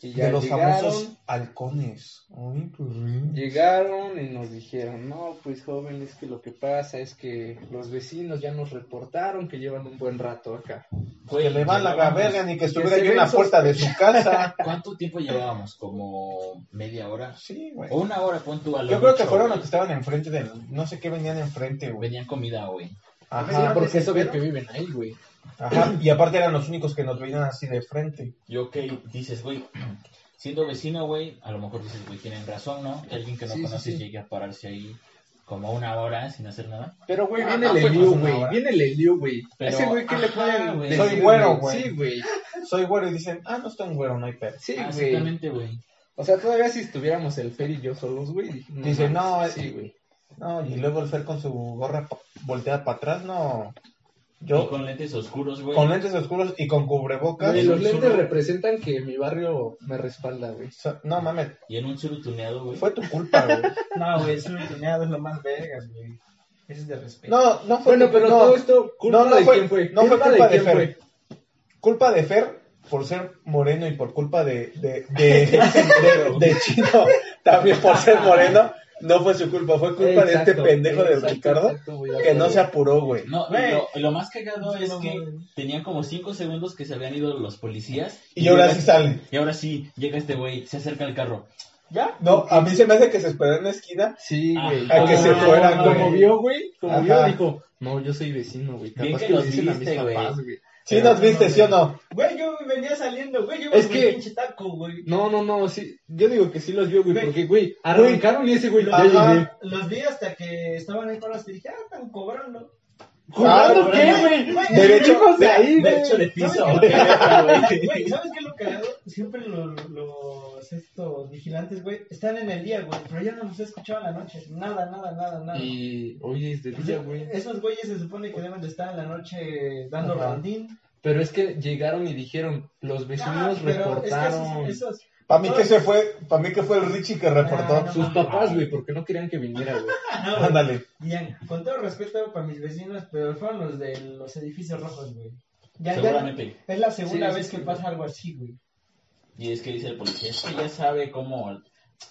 [SPEAKER 2] Y ya
[SPEAKER 1] de los
[SPEAKER 2] llegaron,
[SPEAKER 1] famosos halcones. Ay, qué rico.
[SPEAKER 2] llegaron y nos dijeron, no, pues joven, es que lo que pasa es que los vecinos ya nos reportaron que llevan un buen rato acá.
[SPEAKER 3] Güey,
[SPEAKER 1] que le va la
[SPEAKER 3] llevábamos-
[SPEAKER 1] verga ni que estuviera
[SPEAKER 2] se
[SPEAKER 1] yo en la
[SPEAKER 2] ven
[SPEAKER 1] puerta de su casa.
[SPEAKER 3] ¿Cuánto tiempo llevábamos? ¿Como media hora?
[SPEAKER 1] Sí, güey.
[SPEAKER 3] O una hora, pon tú a lo
[SPEAKER 1] Pues, Yo creo que
[SPEAKER 3] mucho,
[SPEAKER 1] fueron los
[SPEAKER 3] güey.
[SPEAKER 1] que estaban enfrente del, no sé qué venían enfrente, güey.
[SPEAKER 3] Venían comida, güey.
[SPEAKER 1] Ajá,
[SPEAKER 2] Ah, porque
[SPEAKER 1] porque
[SPEAKER 2] es obvio
[SPEAKER 1] eso
[SPEAKER 2] que viven ahí, güey.
[SPEAKER 1] Ajá, y aparte eran los únicos que nos veían así de frente.
[SPEAKER 3] Y ok, dices, güey, siendo vecino, güey, a lo mejor dices, güey, tienen razón, ¿no? Que alguien que no
[SPEAKER 2] Sí, sí,
[SPEAKER 3] conoces
[SPEAKER 2] sí.
[SPEAKER 3] llegue a pararse ahí como una hora sin hacer nada.
[SPEAKER 2] Pero, güey,
[SPEAKER 1] Ah,
[SPEAKER 2] viene
[SPEAKER 1] no,
[SPEAKER 2] el
[SPEAKER 1] pues,
[SPEAKER 2] Eliu,
[SPEAKER 1] no,
[SPEAKER 2] güey.
[SPEAKER 1] ahora.
[SPEAKER 2] Viene el Eliu, güey. A
[SPEAKER 3] Pero,
[SPEAKER 2] Ese güey, ¿qué le
[SPEAKER 3] ajá,
[SPEAKER 2] pueden
[SPEAKER 3] güey.
[SPEAKER 2] decir?
[SPEAKER 1] Soy güero, güey.
[SPEAKER 2] Sí, güey.
[SPEAKER 1] Soy güero y dicen, ah, no estoy güero, no hay pedo.
[SPEAKER 2] Sí,
[SPEAKER 3] Ah,
[SPEAKER 2] güey.
[SPEAKER 3] Exactamente, güey.
[SPEAKER 2] O sea, todavía si estuviéramos el Fer y yo solos, güey.
[SPEAKER 1] Dice, no,
[SPEAKER 2] mames,
[SPEAKER 1] es-
[SPEAKER 2] Sí, güey.
[SPEAKER 1] No, y luego el Fer con su gorra pa- volteada para atrás, no.
[SPEAKER 3] Y
[SPEAKER 1] Yo
[SPEAKER 3] con lentes oscuros, güey.
[SPEAKER 1] con lentes oscuros y con cubrebocas.
[SPEAKER 2] Güey,
[SPEAKER 3] es
[SPEAKER 2] los
[SPEAKER 3] un
[SPEAKER 2] lentes
[SPEAKER 3] solo-
[SPEAKER 2] representan que mi barrio me respalda, güey.
[SPEAKER 1] so- No mames,
[SPEAKER 3] Y en un surutuneado, güey.
[SPEAKER 1] fue tu culpa, güey.
[SPEAKER 4] No, güey, eso tuneado es lo más vergas, güey. Eso es de respeto.
[SPEAKER 1] No, no fue
[SPEAKER 2] Bueno,
[SPEAKER 1] tu-
[SPEAKER 2] pero
[SPEAKER 1] no,
[SPEAKER 2] todo esto, culpa
[SPEAKER 1] no, no
[SPEAKER 2] de
[SPEAKER 1] fue,
[SPEAKER 2] quién fue.
[SPEAKER 1] No fue
[SPEAKER 2] ¿Culpa
[SPEAKER 1] culpa
[SPEAKER 2] de
[SPEAKER 1] de,
[SPEAKER 2] quién
[SPEAKER 1] Fer.
[SPEAKER 2] fue?
[SPEAKER 1] Culpa de Fer por ser moreno y por culpa de, de, de, de- de Chino también por ser moreno. No fue su culpa, fue culpa de este
[SPEAKER 2] Exacto,
[SPEAKER 1] pendejo de
[SPEAKER 2] exacto,
[SPEAKER 1] Ricardo
[SPEAKER 2] exacto, güey,
[SPEAKER 1] que no se
[SPEAKER 2] acuerdo.
[SPEAKER 1] apuró, güey.
[SPEAKER 3] No, y
[SPEAKER 4] Güey.
[SPEAKER 3] lo, y lo más cagado es
[SPEAKER 4] no
[SPEAKER 3] que
[SPEAKER 4] mames.
[SPEAKER 3] tenían como 5 segundos que se habían ido los policías.
[SPEAKER 1] Y ahora
[SPEAKER 3] llega-
[SPEAKER 1] sí sale.
[SPEAKER 3] Y ahora sí, llega este güey, se acerca al carro.
[SPEAKER 2] ¿Ya?
[SPEAKER 1] No, a mí se me hace que se esperó en la esquina
[SPEAKER 2] Sí, güey.
[SPEAKER 3] Ajá. A que se fueran,
[SPEAKER 2] Ah, Como
[SPEAKER 1] güey.
[SPEAKER 2] vio, güey. Como vio,
[SPEAKER 1] Ajá.
[SPEAKER 2] dijo, no, yo soy vecino, güey.
[SPEAKER 3] Bien
[SPEAKER 2] Capaz
[SPEAKER 3] que
[SPEAKER 2] que
[SPEAKER 3] los
[SPEAKER 2] nos dicen a
[SPEAKER 3] viste,
[SPEAKER 2] mis
[SPEAKER 3] güey.
[SPEAKER 2] papás, güey.
[SPEAKER 1] ¿Sí
[SPEAKER 4] Pero
[SPEAKER 1] nos
[SPEAKER 4] no,
[SPEAKER 1] viste,
[SPEAKER 4] güey.
[SPEAKER 1] sí o no?
[SPEAKER 4] Güey, yo venía saliendo, güey. Yo
[SPEAKER 2] Es
[SPEAKER 4] con mi
[SPEAKER 2] que-
[SPEAKER 4] pinche taco, güey.
[SPEAKER 2] No, no, no, sí. Yo digo que sí los vio, güey,
[SPEAKER 4] Güey.
[SPEAKER 2] porque, güey, arrancaron y ese güey
[SPEAKER 4] Los,
[SPEAKER 2] ya llegué.
[SPEAKER 4] ajá, los vi hasta que estaban ahí con las que dije, ah, están cobrando.
[SPEAKER 2] ¿Jugando
[SPEAKER 1] Ah,
[SPEAKER 2] qué,
[SPEAKER 4] güey,
[SPEAKER 2] güey?
[SPEAKER 4] güey,
[SPEAKER 2] Derecho de ahí, güey.
[SPEAKER 3] Derecho de piso,
[SPEAKER 4] ¿Sabes
[SPEAKER 3] güey.
[SPEAKER 4] qué? Güey, ¿sabes qué es lo cagado? Siempre lo- los estos vigilantes, güey, están en el día, güey, pero yo no los he escuchado en la noche. Nada, nada, nada, nada.
[SPEAKER 2] Y, oye, es de
[SPEAKER 4] Pues,
[SPEAKER 2] día, güey.
[SPEAKER 4] Esos güeyes se supone que deben de estar en la noche dando
[SPEAKER 1] Ajá.
[SPEAKER 4] rondín.
[SPEAKER 2] Pero es que llegaron y dijeron, los
[SPEAKER 4] Ah,
[SPEAKER 2] vecinos
[SPEAKER 4] pero
[SPEAKER 2] reportaron.
[SPEAKER 4] Es que esos, esos-
[SPEAKER 1] Para mí que se fue, para mí que fue el Richie que reportó.
[SPEAKER 4] Ah, no.
[SPEAKER 2] Sus papás, güey, porque no querían que viniera, güey.
[SPEAKER 4] Ah, güey.
[SPEAKER 1] Ándale.
[SPEAKER 4] Bien, con todo respeto para mis vecinos, pero fueron los de los edificios rojos, güey. Ya, ya-
[SPEAKER 3] Seguramente.
[SPEAKER 4] es la segunda
[SPEAKER 2] Sí, sí,
[SPEAKER 4] vez
[SPEAKER 2] sí,
[SPEAKER 4] que
[SPEAKER 2] güey.
[SPEAKER 4] pasa algo así, güey.
[SPEAKER 3] Y es que dice el policía, es que ya sabe cómo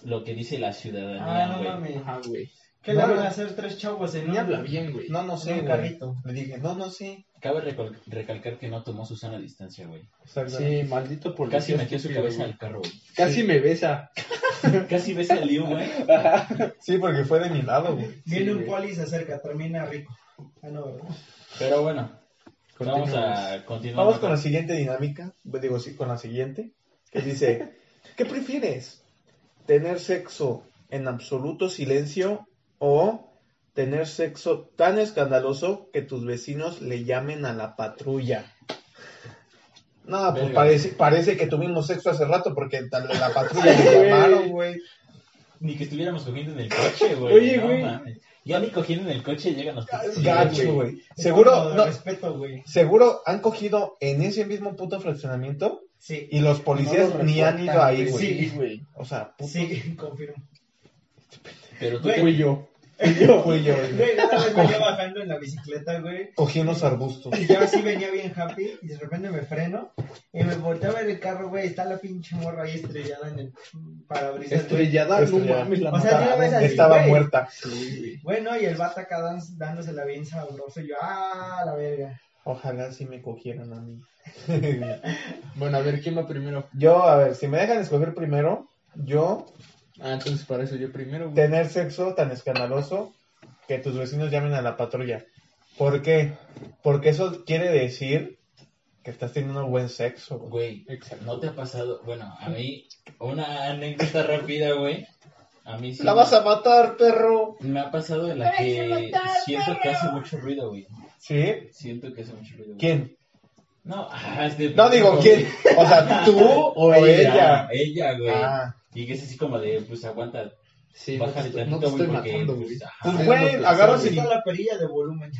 [SPEAKER 3] lo que dice la
[SPEAKER 4] Ah,
[SPEAKER 3] ciudadanía,
[SPEAKER 4] no
[SPEAKER 3] güey.
[SPEAKER 4] mames.
[SPEAKER 2] Ajá, güey.
[SPEAKER 4] ¿Qué
[SPEAKER 1] No,
[SPEAKER 4] le van
[SPEAKER 1] güey.
[SPEAKER 4] a hacer tres chavos en
[SPEAKER 2] Ni habla
[SPEAKER 4] un
[SPEAKER 2] bien, güey.
[SPEAKER 1] No, no sé,
[SPEAKER 4] en un
[SPEAKER 1] güey.
[SPEAKER 4] carrito?
[SPEAKER 1] Le dije, no, no sé.
[SPEAKER 3] Cabe recol- recalcar que no tomó su sana distancia, güey.
[SPEAKER 2] Sí, maldito por
[SPEAKER 3] Casi metió su cabeza al carro, güey.
[SPEAKER 2] Casi me besa.
[SPEAKER 3] Casi ves al lío, güey.
[SPEAKER 1] Sí, porque fue de mi lado, güey.
[SPEAKER 4] Viene
[SPEAKER 2] Sí,
[SPEAKER 4] un
[SPEAKER 2] güey.
[SPEAKER 4] poli y se acerca, termina rico. Ah, no, ¿verdad?
[SPEAKER 3] Pero bueno, vamos
[SPEAKER 2] Continuamos.
[SPEAKER 3] a continuar.
[SPEAKER 1] Vamos con la siguiente dinámica. pues, Digo, sí, con la siguiente. Que dice, ¿qué prefieres? ¿Tener sexo en absoluto silencio o tener sexo tan escandaloso que tus vecinos le llamen a la patrulla? No, pues
[SPEAKER 3] Verga.
[SPEAKER 1] parece, parece que tuvimos sexo hace rato porque tal- la patrulla
[SPEAKER 2] Sí,
[SPEAKER 1] le
[SPEAKER 2] güey.
[SPEAKER 1] llamaron, güey.
[SPEAKER 3] Ni que estuviéramos cogiendo en el coche, güey.
[SPEAKER 2] Oye,
[SPEAKER 3] no
[SPEAKER 2] güey.
[SPEAKER 3] mames. Ya ni cogiendo en el coche llegan los
[SPEAKER 1] Es
[SPEAKER 3] policías,
[SPEAKER 1] Gacho,
[SPEAKER 3] güey.
[SPEAKER 1] güey.
[SPEAKER 4] Es como
[SPEAKER 1] Seguro,
[SPEAKER 4] de
[SPEAKER 1] no,
[SPEAKER 4] respeto, güey.
[SPEAKER 1] seguro han cogido en ese mismo puto fraccionamiento
[SPEAKER 4] Sí,
[SPEAKER 1] y los policías
[SPEAKER 2] No lo
[SPEAKER 1] ni han ido
[SPEAKER 2] reportan,
[SPEAKER 1] ahí, güey.
[SPEAKER 2] Sí, güey.
[SPEAKER 1] O sea, puto
[SPEAKER 4] sí, confirmo.
[SPEAKER 3] Pero tú
[SPEAKER 4] Güey.
[SPEAKER 2] Fui yo.
[SPEAKER 1] fui yo, güey.
[SPEAKER 4] Güey, una vez venía bajando en la bicicleta, güey,
[SPEAKER 1] Cogí unos arbustos.
[SPEAKER 4] y yo así venía bien happy, y de repente me freno, y me volteaba en el carro, güey, está la pinche morra ahí estrellada en el parabrisas, güey.
[SPEAKER 2] Estrellada, no
[SPEAKER 1] Estrellada.
[SPEAKER 2] mames, la
[SPEAKER 4] O sea,
[SPEAKER 2] mataron,
[SPEAKER 4] yo ves así,
[SPEAKER 2] güey.
[SPEAKER 1] Estaba
[SPEAKER 4] güey.
[SPEAKER 1] muerta.
[SPEAKER 2] Sí, güey.
[SPEAKER 4] Bueno, y el vato acá dan- dándosela bien sabroso, y yo, ah, la verga.
[SPEAKER 1] Ojalá si me cogieran a mí.
[SPEAKER 2] Bueno, a ver, ¿quién va primero?
[SPEAKER 1] yo, a ver, si me dejan escoger primero, yo
[SPEAKER 2] Ah, entonces para eso yo primero, güey.
[SPEAKER 1] tener sexo tan escandaloso que tus vecinos llamen a la patrulla. ¿Por qué? Porque eso quiere decir que estás teniendo buen sexo. güey.
[SPEAKER 3] Güey,
[SPEAKER 2] Exacto.
[SPEAKER 3] ¿no te ha pasado? Bueno, a mí, una anécdota rápida, güey. A mí sí.
[SPEAKER 1] La vas a matar, perro.
[SPEAKER 3] Me ha pasado en la que siento que hace mucho ruido, güey.
[SPEAKER 1] ¿Sí?
[SPEAKER 3] Siento que hace mucho ruido. güey.
[SPEAKER 1] ¿Quién?
[SPEAKER 3] No, ah, este-
[SPEAKER 1] No digo quién. O sea, tú o ella.
[SPEAKER 3] Ella, güey.
[SPEAKER 1] Ah.
[SPEAKER 3] Y que es así como de, pues aguanta,
[SPEAKER 2] Sí, no te
[SPEAKER 3] bájale
[SPEAKER 2] estoy, no te
[SPEAKER 3] tantito,
[SPEAKER 2] estoy
[SPEAKER 3] güey, porque.
[SPEAKER 2] matando, güey.
[SPEAKER 3] pues, ajá.
[SPEAKER 1] Pues,
[SPEAKER 2] Ah,
[SPEAKER 1] güey,
[SPEAKER 2] es lo que
[SPEAKER 1] agarras
[SPEAKER 2] sabe.
[SPEAKER 1] y-
[SPEAKER 4] Está la perilla de volumen.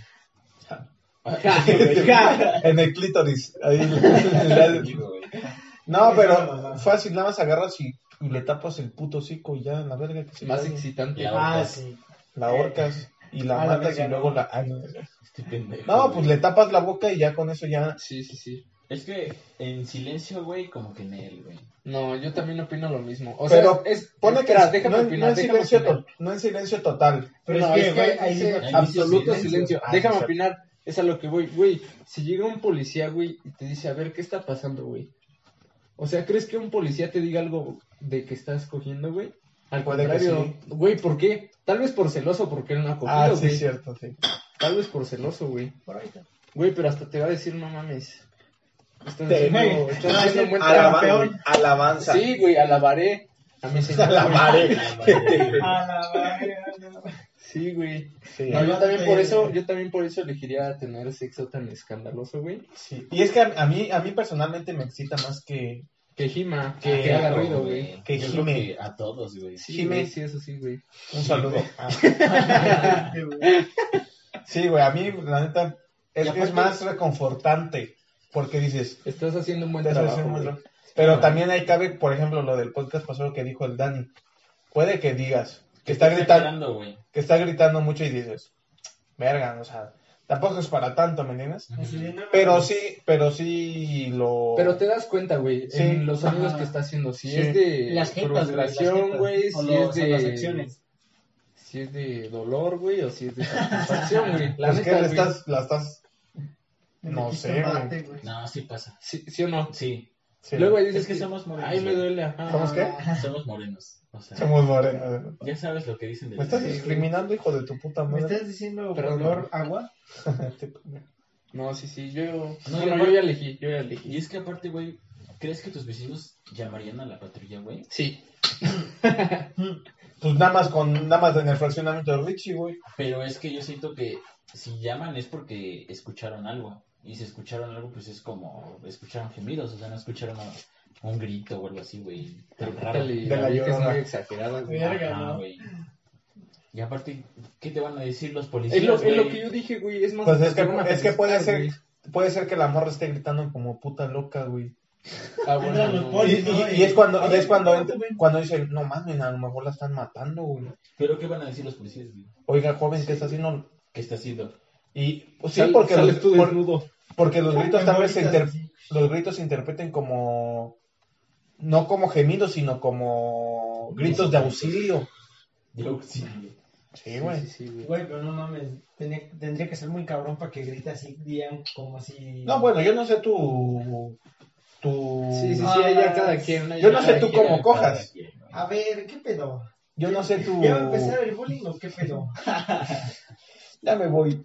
[SPEAKER 1] En el clítoris. Ahí le- le-
[SPEAKER 3] Digo, güey.
[SPEAKER 1] No, pero fácil, nada más agarras y, y le tapas el puto hocico y ya, la verga. que se
[SPEAKER 2] Más
[SPEAKER 1] calle.
[SPEAKER 2] excitante.
[SPEAKER 3] Ya.
[SPEAKER 4] Ah,
[SPEAKER 5] pues.
[SPEAKER 4] sí.
[SPEAKER 1] La horcas y la
[SPEAKER 4] Ah, la
[SPEAKER 1] matas
[SPEAKER 4] verga,
[SPEAKER 1] y luego
[SPEAKER 4] no.
[SPEAKER 1] la... ah, no.
[SPEAKER 3] Este pendejo,
[SPEAKER 1] No,
[SPEAKER 3] güey.
[SPEAKER 1] pues le tapas la boca y ya con eso ya...
[SPEAKER 2] Sí, sí, sí.
[SPEAKER 3] Es que en silencio, güey, como que en él, güey.
[SPEAKER 2] No, yo también opino lo mismo. O
[SPEAKER 1] Pero
[SPEAKER 2] sea, es,
[SPEAKER 1] Pone que
[SPEAKER 2] espera, déjame
[SPEAKER 1] no,
[SPEAKER 2] opinar,
[SPEAKER 1] no en
[SPEAKER 2] déjame
[SPEAKER 1] silencio
[SPEAKER 2] opinar.
[SPEAKER 1] to- no en silencio total.
[SPEAKER 4] Pero
[SPEAKER 2] no,
[SPEAKER 4] es que, güey,
[SPEAKER 2] ahí
[SPEAKER 4] ahí
[SPEAKER 2] dice
[SPEAKER 4] dice
[SPEAKER 2] absoluto
[SPEAKER 1] silencio.
[SPEAKER 2] silencio.
[SPEAKER 1] Ah,
[SPEAKER 2] Déjame
[SPEAKER 1] sí, sí.
[SPEAKER 2] opinar, es a lo que voy. Güey, si llega un policía, güey, y te dice, a ver, ¿qué está pasando, güey? O sea, ¿crees que un policía te diga algo de que estás cogiendo, güey? Al
[SPEAKER 1] Puede que
[SPEAKER 2] contrario, güey, ¿por qué? Tal vez por celoso, porque él no ha cogido,
[SPEAKER 1] Ah, sí,
[SPEAKER 2] güey.
[SPEAKER 1] cierto, sí.
[SPEAKER 2] Tal vez por celoso, güey.
[SPEAKER 4] Por ahí está.
[SPEAKER 2] Güey, pero hasta te va a decir, no mames. Estás
[SPEAKER 4] Te-
[SPEAKER 2] haciendo,
[SPEAKER 4] güey,
[SPEAKER 2] estás
[SPEAKER 4] te va a
[SPEAKER 2] haciendo
[SPEAKER 4] decir,
[SPEAKER 2] Ah, un buen
[SPEAKER 4] "Alaba-
[SPEAKER 2] trabajo.
[SPEAKER 4] campeón.
[SPEAKER 5] Alaban- alabanza.
[SPEAKER 2] Sí, güey, alabaré a mi señor. güey.
[SPEAKER 5] Alabaré.
[SPEAKER 4] A la verga, no.
[SPEAKER 2] Sí, güey.
[SPEAKER 5] Sí.
[SPEAKER 2] No, yo también por eso, yo también por eso elegiría tener sexo tan escandaloso, güey.
[SPEAKER 1] Sí. Y es que a, a mí, a mí personalmente me excita más que.
[SPEAKER 2] Que gima,
[SPEAKER 1] Que-
[SPEAKER 2] que, haga ruido, güey.
[SPEAKER 1] Que
[SPEAKER 3] Yo creo
[SPEAKER 1] gime.
[SPEAKER 3] que A todos, güey.
[SPEAKER 2] Sí,
[SPEAKER 1] Gime.
[SPEAKER 2] güey, sí, eso sí, güey.
[SPEAKER 1] Un saludo. Ah.
[SPEAKER 4] Sí, güey.
[SPEAKER 1] Sí, güey, a mí, la neta, es,
[SPEAKER 2] Y
[SPEAKER 1] que es
[SPEAKER 2] aparte-
[SPEAKER 1] más reconfortante. Porque dices,
[SPEAKER 2] Estás haciendo un buen
[SPEAKER 1] "Te haces
[SPEAKER 2] trabajo,
[SPEAKER 1] un-
[SPEAKER 2] güey.
[SPEAKER 1] Pero también ahí cabe, por ejemplo, lo del podcast pasado que dijo el Dani. Puede que digas que está gritando,
[SPEAKER 3] gritando, güey.
[SPEAKER 1] que está gritando mucho y dices, verga, o sea, tampoco es para tanto, ¿me entiendes?
[SPEAKER 4] Así de, no,
[SPEAKER 1] Pero
[SPEAKER 4] no.
[SPEAKER 1] sí, pero sí lo.
[SPEAKER 2] Pero te das cuenta, güey,
[SPEAKER 1] Sí.
[SPEAKER 2] en los sonidos
[SPEAKER 4] Ajá.
[SPEAKER 2] que está haciendo. Si
[SPEAKER 1] Sí.
[SPEAKER 2] es de
[SPEAKER 5] Las jetas, güey, las
[SPEAKER 2] frustración,
[SPEAKER 5] jetas.
[SPEAKER 2] güey,
[SPEAKER 5] O
[SPEAKER 2] si
[SPEAKER 5] los-
[SPEAKER 2] es
[SPEAKER 5] o
[SPEAKER 2] de...
[SPEAKER 5] las acciones.
[SPEAKER 2] Si es de dolor, güey, o si es de satisfacción, güey. La
[SPEAKER 1] Pues, ¿qué
[SPEAKER 2] neta,
[SPEAKER 1] le
[SPEAKER 2] güey.
[SPEAKER 1] estás, la estás.
[SPEAKER 4] Me
[SPEAKER 1] No
[SPEAKER 4] metiste
[SPEAKER 1] sé,
[SPEAKER 4] un bate, güey.
[SPEAKER 3] No, sí pasa.
[SPEAKER 2] Sí, sí o no.
[SPEAKER 3] Sí.
[SPEAKER 1] sí.
[SPEAKER 2] Luego ahí dices
[SPEAKER 3] Es que somos morenos.
[SPEAKER 2] Ay, me
[SPEAKER 3] güey.
[SPEAKER 2] duele. ajá.
[SPEAKER 1] ¿Somos qué?
[SPEAKER 3] Somos morenos. O sea,
[SPEAKER 1] Somos morenos.
[SPEAKER 3] ya sabes lo que dicen de
[SPEAKER 1] Me estás discriminando, hijo de tu puta
[SPEAKER 4] ¿Me
[SPEAKER 1] madre. Este,
[SPEAKER 4] estás diciendo
[SPEAKER 2] Pero
[SPEAKER 4] color agua?
[SPEAKER 2] No, sí, sí, yo...
[SPEAKER 3] No,
[SPEAKER 2] bueno,
[SPEAKER 3] yo-
[SPEAKER 2] yo ya elegí, yo ya
[SPEAKER 3] Y
[SPEAKER 2] elegí.
[SPEAKER 3] es que aparte, güey, ¿crees que tus vecinos llamarían a la patrulla, güey?
[SPEAKER 2] Sí.
[SPEAKER 1] Pues nada más con, nada más en el fraccionamiento de Richie, güey.
[SPEAKER 3] Pero es que yo siento que si llaman es porque escucharon algo. Y si escucharon algo, pues es como escucharon gemidos, o sea, no escucharon a- un grito o algo así, güey. Tan raro.
[SPEAKER 2] Dale,
[SPEAKER 1] De la
[SPEAKER 2] la vieja es
[SPEAKER 1] llorona.
[SPEAKER 2] muy exagerada, güey.
[SPEAKER 4] Verga.
[SPEAKER 3] Ajá,
[SPEAKER 4] ¿no?
[SPEAKER 3] güey. Y aparte, ¿qué te van a decir los policías?
[SPEAKER 2] Es lo, es lo
[SPEAKER 3] güey?
[SPEAKER 2] que yo dije, güey, es más...
[SPEAKER 1] Pues es
[SPEAKER 2] te
[SPEAKER 1] que,
[SPEAKER 2] van a
[SPEAKER 1] es que puede
[SPEAKER 2] felicitar,
[SPEAKER 1] ser, puede ser que la morra esté gritando como puta loca, güey.
[SPEAKER 2] güey. Ah, bueno,
[SPEAKER 4] Entran los
[SPEAKER 2] no.
[SPEAKER 1] Y,
[SPEAKER 4] polis.
[SPEAKER 1] y- y es cuando, y es cuando,
[SPEAKER 4] A ver,
[SPEAKER 1] ent- cuando dicen, no mames, a lo mejor la están matando, güey.
[SPEAKER 3] Pero ¿qué van a decir los policías, güey?
[SPEAKER 1] Oiga, joven, ¿qué está haciendo?
[SPEAKER 3] ¿Qué está haciendo?
[SPEAKER 1] Y pues, sí,
[SPEAKER 2] Sal-
[SPEAKER 1] porque
[SPEAKER 2] sales
[SPEAKER 1] los,
[SPEAKER 2] tú
[SPEAKER 1] por-
[SPEAKER 2] desnudo.
[SPEAKER 1] porque los gritos
[SPEAKER 4] Me
[SPEAKER 1] tal vez se
[SPEAKER 4] bolitas,
[SPEAKER 1] inter-
[SPEAKER 4] sí.
[SPEAKER 1] los gritos se interpreten como no como gemidos, sino como gritos de auxilio.
[SPEAKER 3] Yo sí, güey.
[SPEAKER 1] Sí, güey.
[SPEAKER 2] Sí, sí, sí, güey.
[SPEAKER 4] Güey, pero no mames. tenía- tendría que ser muy cabrón para que grite así, digan como si.
[SPEAKER 1] No, bueno, yo no sé tu tu
[SPEAKER 2] Sí, sí, sí,
[SPEAKER 4] Ah,
[SPEAKER 2] allá cada quien.
[SPEAKER 1] yo no sé
[SPEAKER 2] cada
[SPEAKER 1] tú
[SPEAKER 2] quien.
[SPEAKER 1] cómo cojas.
[SPEAKER 4] A ver, ¿qué pedo?
[SPEAKER 1] Yo no sé tu
[SPEAKER 4] ¿Ya va a empezar el bullying o qué pedo?
[SPEAKER 1] Ya me voy.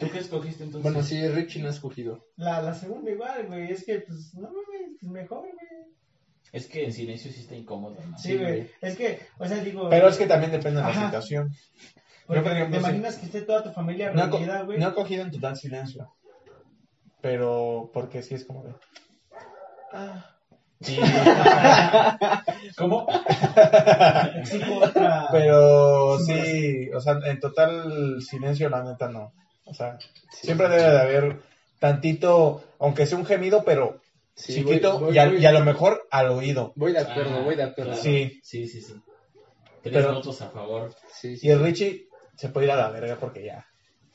[SPEAKER 3] ¿Tú qué escogiste entonces?
[SPEAKER 2] Bueno, sí, Richie no ha escogido.
[SPEAKER 4] La, la segunda igual, güey. Es que, pues, no mames, pues mejor, güey.
[SPEAKER 3] Es que en silencio sí está incómodo, ¿no?
[SPEAKER 4] Sí, güey. Es que, o sea, digo.
[SPEAKER 1] Pero es que también depende de la
[SPEAKER 4] Ajá.
[SPEAKER 1] situación.
[SPEAKER 4] porque
[SPEAKER 1] yo, por ejemplo, sí.
[SPEAKER 4] ¿Te imaginas que esté toda tu familia
[SPEAKER 1] No, he co-
[SPEAKER 4] reunida, güey?
[SPEAKER 1] no he cogido en total silencio. Pero porque sí es como de.
[SPEAKER 4] Ah,
[SPEAKER 1] Sí,
[SPEAKER 3] ¿Cómo?
[SPEAKER 4] sí, otra.
[SPEAKER 1] pero
[SPEAKER 4] Sí,
[SPEAKER 1] sí, o sea, en total silencio, la neta no. O sea, siempre debe de haber tantito, aunque sea un gemido, pero
[SPEAKER 2] Sí,
[SPEAKER 1] chiquito
[SPEAKER 2] voy- voy-
[SPEAKER 1] y, a,
[SPEAKER 2] voy-
[SPEAKER 1] y a lo mejor al oído.
[SPEAKER 2] Voy de acuerdo,
[SPEAKER 3] Ah,
[SPEAKER 2] voy de acuerdo.
[SPEAKER 3] claro.
[SPEAKER 1] Sí.
[SPEAKER 3] Sí, sí, sí. Tres
[SPEAKER 1] Pero-
[SPEAKER 3] votos a favor.
[SPEAKER 2] Sí, sí,
[SPEAKER 1] Y el Richie se puede ir a la verga porque ya.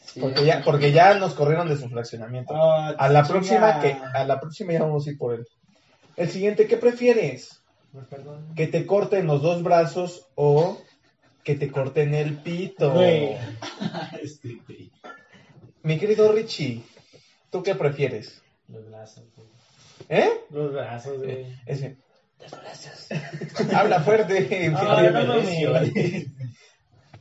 [SPEAKER 2] sí.
[SPEAKER 1] Porque ya, porque ya nos corrieron de su fraccionamiento.
[SPEAKER 4] Ah,
[SPEAKER 1] A la
[SPEAKER 4] chinga.
[SPEAKER 1] próxima que, a la próxima ya vamos a ir por él. El siguiente, ¿qué prefieres?
[SPEAKER 4] Pues, perdón.
[SPEAKER 1] Que te corten los dos brazos o que te corten el pito.
[SPEAKER 4] Güey.
[SPEAKER 3] Este, güey.
[SPEAKER 1] Mi querido Richie, ¿tú qué prefieres?
[SPEAKER 4] Los brazos, güey.
[SPEAKER 1] ¿Eh?
[SPEAKER 4] Los brazos, güey.
[SPEAKER 1] Ese. Habla fuerte.
[SPEAKER 4] Ah, no, no,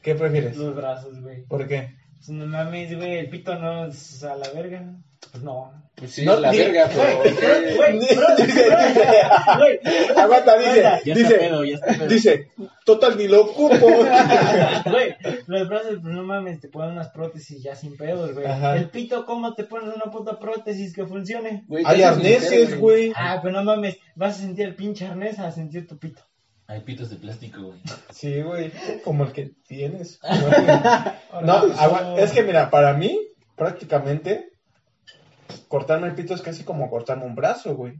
[SPEAKER 1] ¿Qué prefieres?
[SPEAKER 4] Los brazos, güey.
[SPEAKER 1] ¿Por qué?
[SPEAKER 4] Pues, No mames, güey. El pito no es a la verga. Pues no.
[SPEAKER 2] Pues sí,
[SPEAKER 1] No,
[SPEAKER 2] la
[SPEAKER 1] ni-
[SPEAKER 2] verga, pero...
[SPEAKER 4] Güey, güey, güey.
[SPEAKER 1] Aguanta, dice.
[SPEAKER 3] Ya está
[SPEAKER 1] Dice,
[SPEAKER 3] pedo, ya está pedo.
[SPEAKER 1] dice, total ni lo ocupo.
[SPEAKER 4] Güey, los brazos, pues no mames, te ponen unas prótesis ya sin pedos, güey.
[SPEAKER 1] Ajá.
[SPEAKER 4] El pito, ¿cómo te pones una puta prótesis que funcione?
[SPEAKER 2] Güey,
[SPEAKER 1] Hay
[SPEAKER 2] te haces
[SPEAKER 1] arneses,
[SPEAKER 2] mujer,
[SPEAKER 1] güey.
[SPEAKER 4] Ah, pero no mames, vas a sentir el pinche arnés a sentir tu pito.
[SPEAKER 3] Hay pitos de plástico, güey.
[SPEAKER 1] Sí, güey, como el que tienes.
[SPEAKER 4] Ahora,
[SPEAKER 1] No,
[SPEAKER 4] pues,
[SPEAKER 1] agua-
[SPEAKER 4] no.
[SPEAKER 1] es que mira, para mí, prácticamente, cortarme el pito es casi como cortarme un brazo, güey.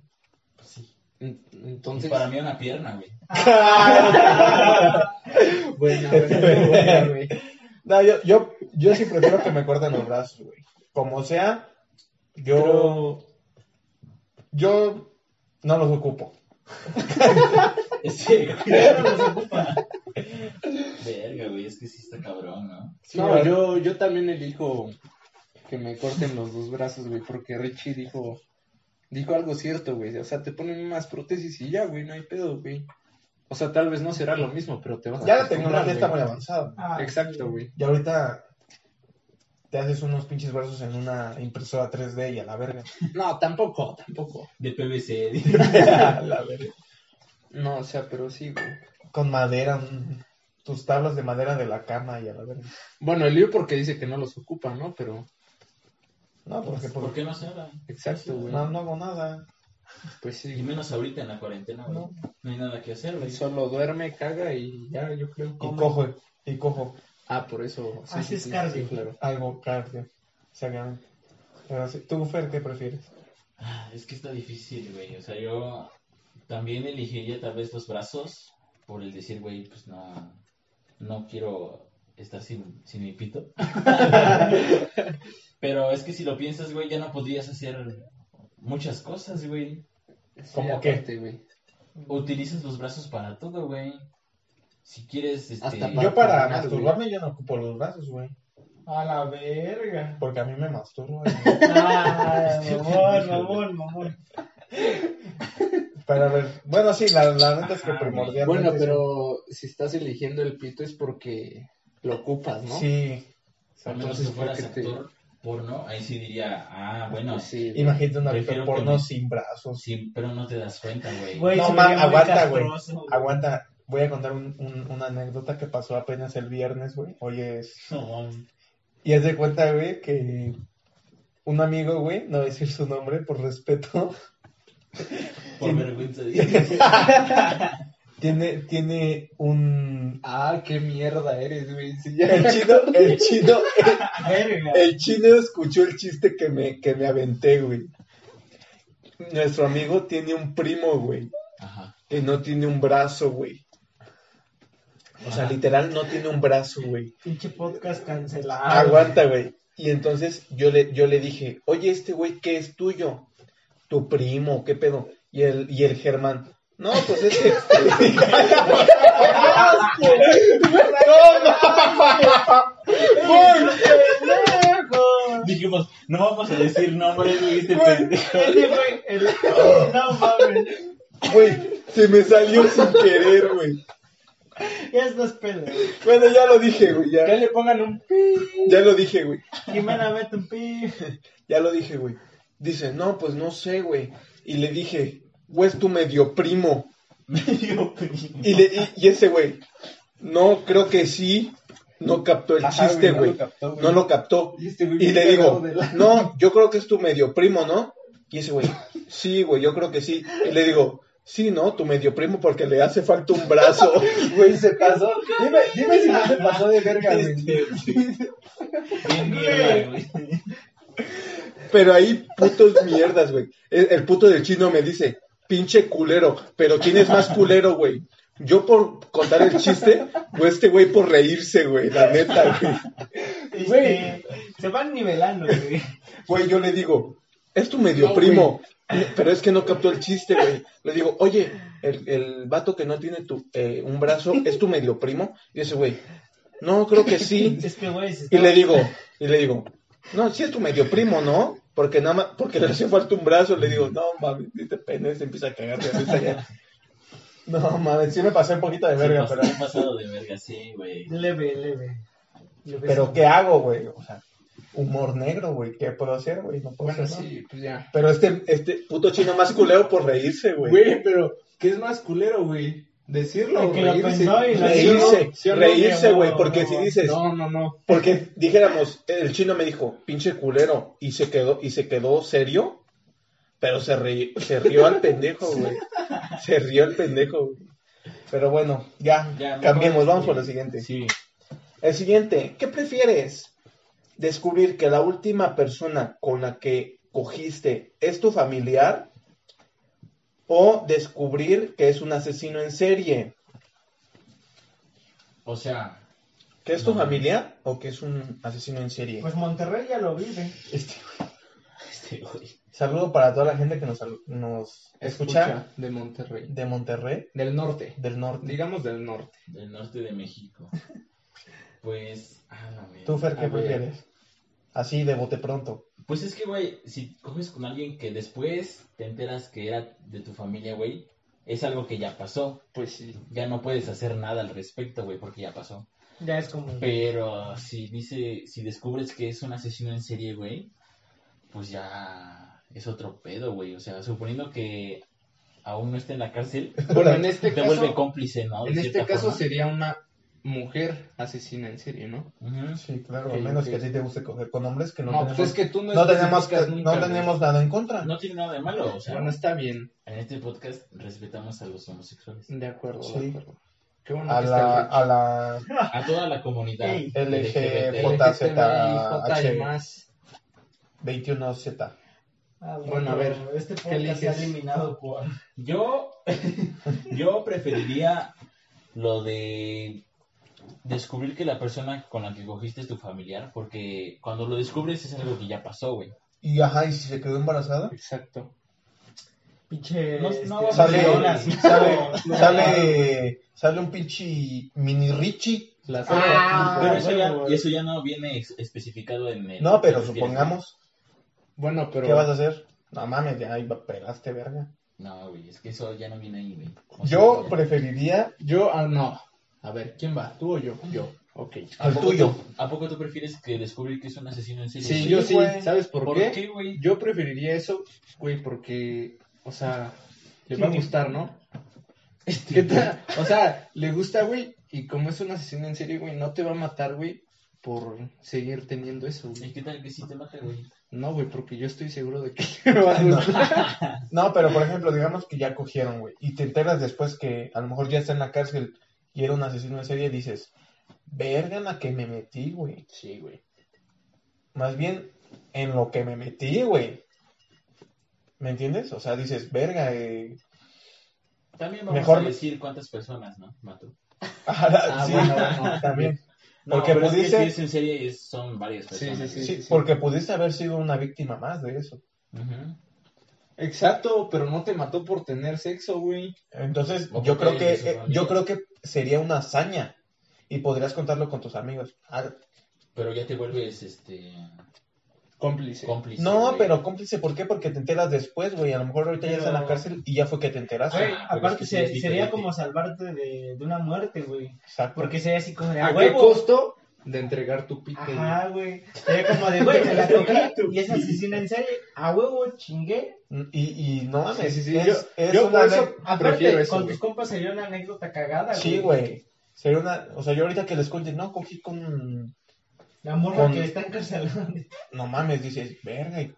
[SPEAKER 3] Pues sí.
[SPEAKER 2] En-
[SPEAKER 3] Y
[SPEAKER 2] Entonces,
[SPEAKER 3] para mí una pierna, güey.
[SPEAKER 2] buena, buena, buena, güey.
[SPEAKER 1] No, yo, yo, yo sí prefiero que me corten los brazos, güey. Como sea, yo. Yo no los ocupo.
[SPEAKER 3] Este, güey.
[SPEAKER 4] Pero los ocupa.
[SPEAKER 3] Verga, güey, es que sí está cabrón, ¿no?
[SPEAKER 2] No, yo, yo también elijo que me corten los dos brazos, güey, porque Richie dijo... Dijo algo cierto, güey. O sea, te ponen unas prótesis y ya, güey, no hay pedo, güey. O sea, tal vez no será lo mismo, pero te vas a
[SPEAKER 1] Ya la
[SPEAKER 2] acostumbrar,
[SPEAKER 1] tecnología está muy
[SPEAKER 2] güey.
[SPEAKER 1] avanzada.
[SPEAKER 4] Ah,
[SPEAKER 2] Exacto, güey.
[SPEAKER 1] Y ahorita te haces unos pinches versos en una impresora 3D y a la verga.
[SPEAKER 2] No, tampoco, tampoco.
[SPEAKER 3] De PVC.
[SPEAKER 1] A la verga.
[SPEAKER 2] No, o sea, pero sí, güey.
[SPEAKER 1] Con madera, un- tus tablas de madera de la cama y a la verga.
[SPEAKER 2] Bueno, el lío porque dice que no los ocupa, ¿no? Pero,
[SPEAKER 1] No, porque pues,
[SPEAKER 3] ¿Por qué no se hablan?
[SPEAKER 2] exacto, güey.
[SPEAKER 1] no, no hago nada.
[SPEAKER 2] Pues sí,
[SPEAKER 3] Y menos ahorita en la cuarentena, güey.
[SPEAKER 1] No.
[SPEAKER 3] No, hay nada que hacer, güey.
[SPEAKER 2] güey. Solo duerme, caga y ya, yo creo.
[SPEAKER 1] Y cojo, y cojo
[SPEAKER 2] Ah, por eso.
[SPEAKER 4] Haces cardio.
[SPEAKER 2] claro.
[SPEAKER 1] algo cardio. Exactamente. Pero sí, tú, Fer, ¿qué prefieres?
[SPEAKER 3] Ah, Es que está difícil, güey. O sea, yo también elegiría tal vez los brazos por el decir, güey, pues no, no quiero estar sin, sin mi pito. Pero es que si lo piensas, güey, ya no podrías hacer muchas cosas, güey.
[SPEAKER 1] ¿Cómo
[SPEAKER 2] Sí,
[SPEAKER 1] qué?
[SPEAKER 2] aparte, güey.
[SPEAKER 3] Utilizas los brazos para todo, güey. Si quieres, este...
[SPEAKER 2] Hasta
[SPEAKER 1] Yo para
[SPEAKER 2] terminar, güey.
[SPEAKER 1] masturbarme yo no ocupo los brazos, güey.
[SPEAKER 4] A la verga.
[SPEAKER 1] Porque a mí me masturbo.
[SPEAKER 4] Ay, mamón, mamón, mamón.
[SPEAKER 1] Para ver. Bueno, sí, la, la neta es que
[SPEAKER 3] Ajá, güey.
[SPEAKER 1] primordialmente.
[SPEAKER 2] Bueno,
[SPEAKER 1] sí.
[SPEAKER 2] pero si estás eligiendo el pito es porque lo ocupas, ¿no?
[SPEAKER 1] Sí.
[SPEAKER 3] A menos que
[SPEAKER 2] Entonces, ¿por
[SPEAKER 3] fueras
[SPEAKER 2] qué te-
[SPEAKER 3] actor porno, ahí sí diría, ah, bueno,
[SPEAKER 2] Pues sí, güey.
[SPEAKER 1] Imagínate una actor
[SPEAKER 3] Prefiero
[SPEAKER 1] porno
[SPEAKER 3] que me-
[SPEAKER 1] sin brazos.
[SPEAKER 3] sí, pero no te das cuenta, güey.
[SPEAKER 4] Güey,
[SPEAKER 1] No,
[SPEAKER 4] se
[SPEAKER 1] man,
[SPEAKER 4] veía muy
[SPEAKER 1] aguanta, güey.
[SPEAKER 4] castroso, güey.
[SPEAKER 1] Aguanta, voy a contar un- un- una anécdota que pasó apenas el viernes, güey. Hoy es.
[SPEAKER 3] No, mames.
[SPEAKER 1] Y haz de cuenta, güey, que un amigo, güey, no voy a decir su nombre por respeto,
[SPEAKER 3] por
[SPEAKER 1] Sí.
[SPEAKER 3] vergüenza. dice.
[SPEAKER 1] tiene, tiene un.
[SPEAKER 2] Ah, qué mierda eres, güey. Sí, ya.
[SPEAKER 1] El chino, el chino,
[SPEAKER 4] Verga.
[SPEAKER 1] el chino escuchó el chiste que me, que me aventé, güey. Nuestro amigo tiene un primo, güey.
[SPEAKER 3] Ajá.
[SPEAKER 1] que no tiene un brazo, güey. O sea,
[SPEAKER 3] Ajá.
[SPEAKER 1] literal no tiene un brazo, güey.
[SPEAKER 4] Pinche podcast cancelado.
[SPEAKER 1] Aguanta, güey. Y entonces yo le, yo le dije, oye, este güey, ¿qué es tuyo? Tu primo, ¿qué pedo? Y el, y el Germán, no, pues es que...
[SPEAKER 3] Dijimos, no vamos a decir nombres, güey, este
[SPEAKER 1] Güey.
[SPEAKER 3] pendejo.
[SPEAKER 4] Ese güey, el...
[SPEAKER 1] Oh.
[SPEAKER 4] No mames.
[SPEAKER 1] Güey, se me salió sin querer, güey.
[SPEAKER 4] Ya estás pedo.
[SPEAKER 1] Bueno, ya lo dije, güey,
[SPEAKER 2] Que
[SPEAKER 1] ya,
[SPEAKER 2] le pongan un pi.
[SPEAKER 1] ya lo dije, güey.
[SPEAKER 4] Jimena, vete un pi.
[SPEAKER 1] Ya lo dije, güey. Dice, no, pues no sé, güey. Y le dije, güey, es tu medio primo.
[SPEAKER 3] Medio primo.
[SPEAKER 1] Y, le, y, y ese güey, no, creo que sí, no captó el
[SPEAKER 2] Ajá,
[SPEAKER 1] chiste,
[SPEAKER 2] güey, no
[SPEAKER 1] güey.
[SPEAKER 2] lo captó, güey.
[SPEAKER 1] No lo captó.
[SPEAKER 2] Y este güey
[SPEAKER 1] Y
[SPEAKER 2] bien
[SPEAKER 1] le
[SPEAKER 2] cagado
[SPEAKER 1] digo,
[SPEAKER 2] de la-
[SPEAKER 1] no, yo creo que es tu medio primo, ¿no? Y ese güey, sí, güey, yo creo que sí. Y le digo, sí, ¿no? Tu medio primo porque le hace falta un brazo.
[SPEAKER 2] Güey, se pasó. Dime, dime si no se pasó de verga, güey.
[SPEAKER 3] Bien mierda, güey.
[SPEAKER 1] Pero ahí, putos mierdas, güey. El, el puto del chino me dice, pinche culero. Pero ¿quién es más culero, güey? Yo por contar el chiste, o este güey por reírse, güey, la neta, güey.
[SPEAKER 4] Este,
[SPEAKER 2] Güey.
[SPEAKER 4] Se van nivelando, güey.
[SPEAKER 1] Güey, yo le digo, es tu medio
[SPEAKER 2] No,
[SPEAKER 1] primo. Pero es que no captó el chiste, güey. Le digo, oye, el, el vato que no tiene tu, eh, un brazo, ¿es tu medio primo? Y ese güey, no, creo que sí.
[SPEAKER 4] Es que, güey, se
[SPEAKER 1] Y
[SPEAKER 4] está...
[SPEAKER 1] le digo, y le digo, no, sí es tu medio primo, ¿no? Porque nada más, porque le hace falta un brazo. Le digo, no, mames, ni te penes, se empieza a cagar de risa ya. No, mames, sí me pasé un poquito de verga,
[SPEAKER 3] Se
[SPEAKER 1] pero...
[SPEAKER 3] pasó- se ha pasado de verga, sí, güey.
[SPEAKER 4] Leve, leve. Leve.
[SPEAKER 1] Pero, ¿qué hago, güey? O sea, humor negro, güey, ¿qué puedo hacer, güey? No puedo
[SPEAKER 2] Bueno,
[SPEAKER 1] hacer nada.
[SPEAKER 2] sí, pues ya.
[SPEAKER 1] Pero este, este puto chino más culero por reírse, güey.
[SPEAKER 2] Güey, pero ¿qué es más culero, güey? Decirlo,
[SPEAKER 4] El que lo
[SPEAKER 2] reírse.
[SPEAKER 4] pensó y lo
[SPEAKER 1] Reírse,
[SPEAKER 4] Sí, no,
[SPEAKER 1] reírse,
[SPEAKER 4] no,
[SPEAKER 1] güey,
[SPEAKER 4] no,
[SPEAKER 1] porque
[SPEAKER 4] no,
[SPEAKER 1] si
[SPEAKER 4] no.
[SPEAKER 1] dices,
[SPEAKER 2] No, no, no.
[SPEAKER 1] porque dijéramos, el chino me dijo, pinche culero, y se quedó, y se quedó serio, pero se, ri- se rió al pendejo, güey. Se rió al pendejo, güey. Pero bueno, ya,
[SPEAKER 3] Ya, mejor,
[SPEAKER 1] cambiemos, vamos
[SPEAKER 3] sí.
[SPEAKER 1] por lo siguiente.
[SPEAKER 3] Sí.
[SPEAKER 1] El siguiente, ¿qué prefieres? ¿Descubrir que la última persona con la que cogiste es tu familiar? ¿O descubrir que es un asesino en serie?
[SPEAKER 3] O sea,
[SPEAKER 1] ¿Que es tu
[SPEAKER 3] No.
[SPEAKER 1] familiar o que es un asesino en serie?
[SPEAKER 4] Pues Monterrey ya lo vive.
[SPEAKER 1] Este,
[SPEAKER 3] este güey.
[SPEAKER 1] saludo para toda la gente que nos, sal- nos escucha,
[SPEAKER 2] Escucha, de Monterrey.
[SPEAKER 1] de Monterrey,
[SPEAKER 2] Del norte.
[SPEAKER 1] del norte.
[SPEAKER 2] Digamos del norte.
[SPEAKER 3] Del norte de México. Pues, ah, la verga.
[SPEAKER 1] ¿Tú, Fer, qué
[SPEAKER 2] A ver.
[SPEAKER 1] prefieres? Así, de bote pronto.
[SPEAKER 3] Pues es que, güey, si coges con alguien que después te enteras que era de tu familia, güey, es algo que ya pasó.
[SPEAKER 2] Pues sí.
[SPEAKER 3] Ya no puedes hacer nada al respecto, güey, porque ya pasó.
[SPEAKER 4] Ya es como.
[SPEAKER 3] Pero si dice, si descubres que es un asesino en serie, güey, pues ya es otro pedo, güey. O sea, suponiendo que aún no esté en la cárcel,
[SPEAKER 2] Bueno, en este
[SPEAKER 3] te vuelve
[SPEAKER 2] caso,
[SPEAKER 3] cómplice, ¿no? De
[SPEAKER 2] en este
[SPEAKER 3] cierta
[SPEAKER 2] caso
[SPEAKER 3] forma.
[SPEAKER 2] sería una mujer asesina en serie, ¿no?
[SPEAKER 3] Ujú.
[SPEAKER 1] Sí, claro, a
[SPEAKER 2] Ok,
[SPEAKER 1] menos
[SPEAKER 2] ok.
[SPEAKER 1] que a ti te guste coger con hombres que no,
[SPEAKER 2] No,
[SPEAKER 1] tenemos,
[SPEAKER 2] pues es que tú no,
[SPEAKER 1] no tenemos,
[SPEAKER 2] especificas nunca,
[SPEAKER 1] no
[SPEAKER 2] güey.
[SPEAKER 1] tenemos nada en contra.
[SPEAKER 3] No tiene nada de malo, o sea,
[SPEAKER 2] Bueno, está bien,
[SPEAKER 3] en este podcast respetamos a los homosexuales.
[SPEAKER 2] de acuerdo,
[SPEAKER 1] Sí.
[SPEAKER 2] de acuerdo. Qué bueno
[SPEAKER 1] a
[SPEAKER 2] que
[SPEAKER 1] la,
[SPEAKER 2] está
[SPEAKER 1] a la
[SPEAKER 3] A toda la comunidad
[SPEAKER 4] Ey.
[SPEAKER 2] el
[SPEAKER 1] LGBTQ.
[SPEAKER 3] LGBT.
[SPEAKER 1] JZH.
[SPEAKER 2] LGTBIJ y más.
[SPEAKER 1] 21Z.
[SPEAKER 4] Ah,
[SPEAKER 2] Bueno, a ver,
[SPEAKER 4] Este
[SPEAKER 2] ¿qué
[SPEAKER 4] podcast
[SPEAKER 2] eliges?
[SPEAKER 4] está eliminado por.
[SPEAKER 3] Yo, yo preferiría lo de descubrir que la persona con la que cogiste es tu familiar, porque cuando lo descubres es algo que ya pasó, güey.
[SPEAKER 1] Y ajá, ¿y si se quedó embarazada?
[SPEAKER 2] Exacto.
[SPEAKER 4] Pinche.
[SPEAKER 3] No-
[SPEAKER 4] este,
[SPEAKER 3] no vas a
[SPEAKER 1] Sale,
[SPEAKER 3] Sale-
[SPEAKER 4] Leona,
[SPEAKER 1] sale,
[SPEAKER 4] sí.
[SPEAKER 1] sale, sale, un pinche mini Richie.
[SPEAKER 2] Las
[SPEAKER 4] Ah,
[SPEAKER 3] Pero eso ya,
[SPEAKER 4] bueno,
[SPEAKER 3] eso ya no viene ex- especificado en el...
[SPEAKER 1] No, pero
[SPEAKER 3] en el-
[SPEAKER 1] supongamos,
[SPEAKER 2] Bueno, pero
[SPEAKER 1] ¿qué vas a hacer? No mames, ya ahí va- pegaste, verga.
[SPEAKER 3] No, güey, es que eso ya no viene ahí, güey. O sea,
[SPEAKER 1] Yo
[SPEAKER 3] ya-
[SPEAKER 1] preferiría
[SPEAKER 2] yo ah, no. A ver, ¿quién va? ¿Tú o yo? Yo. Ok.
[SPEAKER 3] ¿A
[SPEAKER 1] el
[SPEAKER 3] poco
[SPEAKER 1] tuyo.
[SPEAKER 3] tú- ¿A poco tú prefieres que descubrir que es un asesino en serie?
[SPEAKER 2] Sí,
[SPEAKER 3] güey?
[SPEAKER 2] yo sí.
[SPEAKER 1] güey.
[SPEAKER 2] ¿Sabes por,
[SPEAKER 3] ¿Por
[SPEAKER 2] qué?
[SPEAKER 3] qué, güey?
[SPEAKER 2] Yo preferiría eso, güey, porque, o sea, le va a
[SPEAKER 4] Sí.
[SPEAKER 2] gustar, ¿no? Este, ¿Qué tal? O sea, le gusta, güey, y como es un asesino en serie, güey, no te va a matar, güey, por seguir teniendo eso,
[SPEAKER 3] ¿Y
[SPEAKER 2] güey.
[SPEAKER 3] qué tal que sí te mate, güey?
[SPEAKER 2] No, güey, porque yo estoy seguro de que le va a gustar.
[SPEAKER 1] No, pero por ejemplo, digamos que ya cogieron, güey, y te enteras después que a lo mejor ya está en la cárcel y era un asesino en serie, dices, verga en la que me metí, güey.
[SPEAKER 2] Sí, güey.
[SPEAKER 1] Más bien, en lo que me metí, güey. ¿Me entiendes? O sea, dices, verga, eh.
[SPEAKER 3] También vamos
[SPEAKER 1] Mejor-
[SPEAKER 3] a decir cuántas personas, ¿no? Mató.
[SPEAKER 2] Ah,
[SPEAKER 1] sí,
[SPEAKER 2] bueno, bueno.
[SPEAKER 1] también.
[SPEAKER 3] No,
[SPEAKER 1] Porque
[SPEAKER 3] pero es que
[SPEAKER 1] pudiese-
[SPEAKER 3] si es en serie es- son varias
[SPEAKER 2] Sí,
[SPEAKER 3] personas.
[SPEAKER 2] sí,
[SPEAKER 1] Sí,
[SPEAKER 2] sí.
[SPEAKER 1] porque pudiste haber sido una víctima más de eso.
[SPEAKER 3] güey. Ujú.
[SPEAKER 2] Exacto, pero no te mató por tener sexo, güey.
[SPEAKER 1] Entonces,
[SPEAKER 3] O
[SPEAKER 1] yo creo
[SPEAKER 3] porque
[SPEAKER 1] que
[SPEAKER 3] eres de su
[SPEAKER 1] eh, yo creo
[SPEAKER 3] familia.
[SPEAKER 1] que sería una hazaña y podrías contarlo con tus amigos. Ah,
[SPEAKER 3] Pero ya te vuelves este
[SPEAKER 2] Cómplice.
[SPEAKER 3] cómplice.
[SPEAKER 1] no,
[SPEAKER 3] güey.
[SPEAKER 1] pero cómplice, ¿por qué? Porque te enteras después, güey. A lo mejor ahorita ya
[SPEAKER 4] Pero-
[SPEAKER 1] está en la cárcel y ya fue que te enteraste.
[SPEAKER 4] Güey,
[SPEAKER 3] Ah, pero es
[SPEAKER 4] aparte
[SPEAKER 3] que sí
[SPEAKER 4] se-
[SPEAKER 3] es diferente.
[SPEAKER 4] sería como salvarte de, de una muerte, güey.
[SPEAKER 1] Exacto.
[SPEAKER 4] Porque sería así como de a
[SPEAKER 2] ¿A qué
[SPEAKER 4] huevo.
[SPEAKER 2] costo de entregar tu pique?
[SPEAKER 4] Ajá, güey. Sería como de, güey, me la cogí y es asesina en serie. A huevo, chingué.
[SPEAKER 1] Y, y no mames,
[SPEAKER 2] Sí, sí, sí,
[SPEAKER 1] es,
[SPEAKER 2] yo-
[SPEAKER 1] es
[SPEAKER 2] yo
[SPEAKER 1] una
[SPEAKER 2] por eso-
[SPEAKER 1] de-
[SPEAKER 4] Aparte,
[SPEAKER 2] Prefiero eso,
[SPEAKER 4] con
[SPEAKER 2] güey.
[SPEAKER 4] tus compas sería una anécdota cagada, güey.
[SPEAKER 1] Sí, güey. Sería una, o sea, yo ahorita que les cuente, no, cogí con,
[SPEAKER 4] La morra
[SPEAKER 1] Con-
[SPEAKER 4] que está encarcelada.
[SPEAKER 1] no mames, dices, verga, ¿y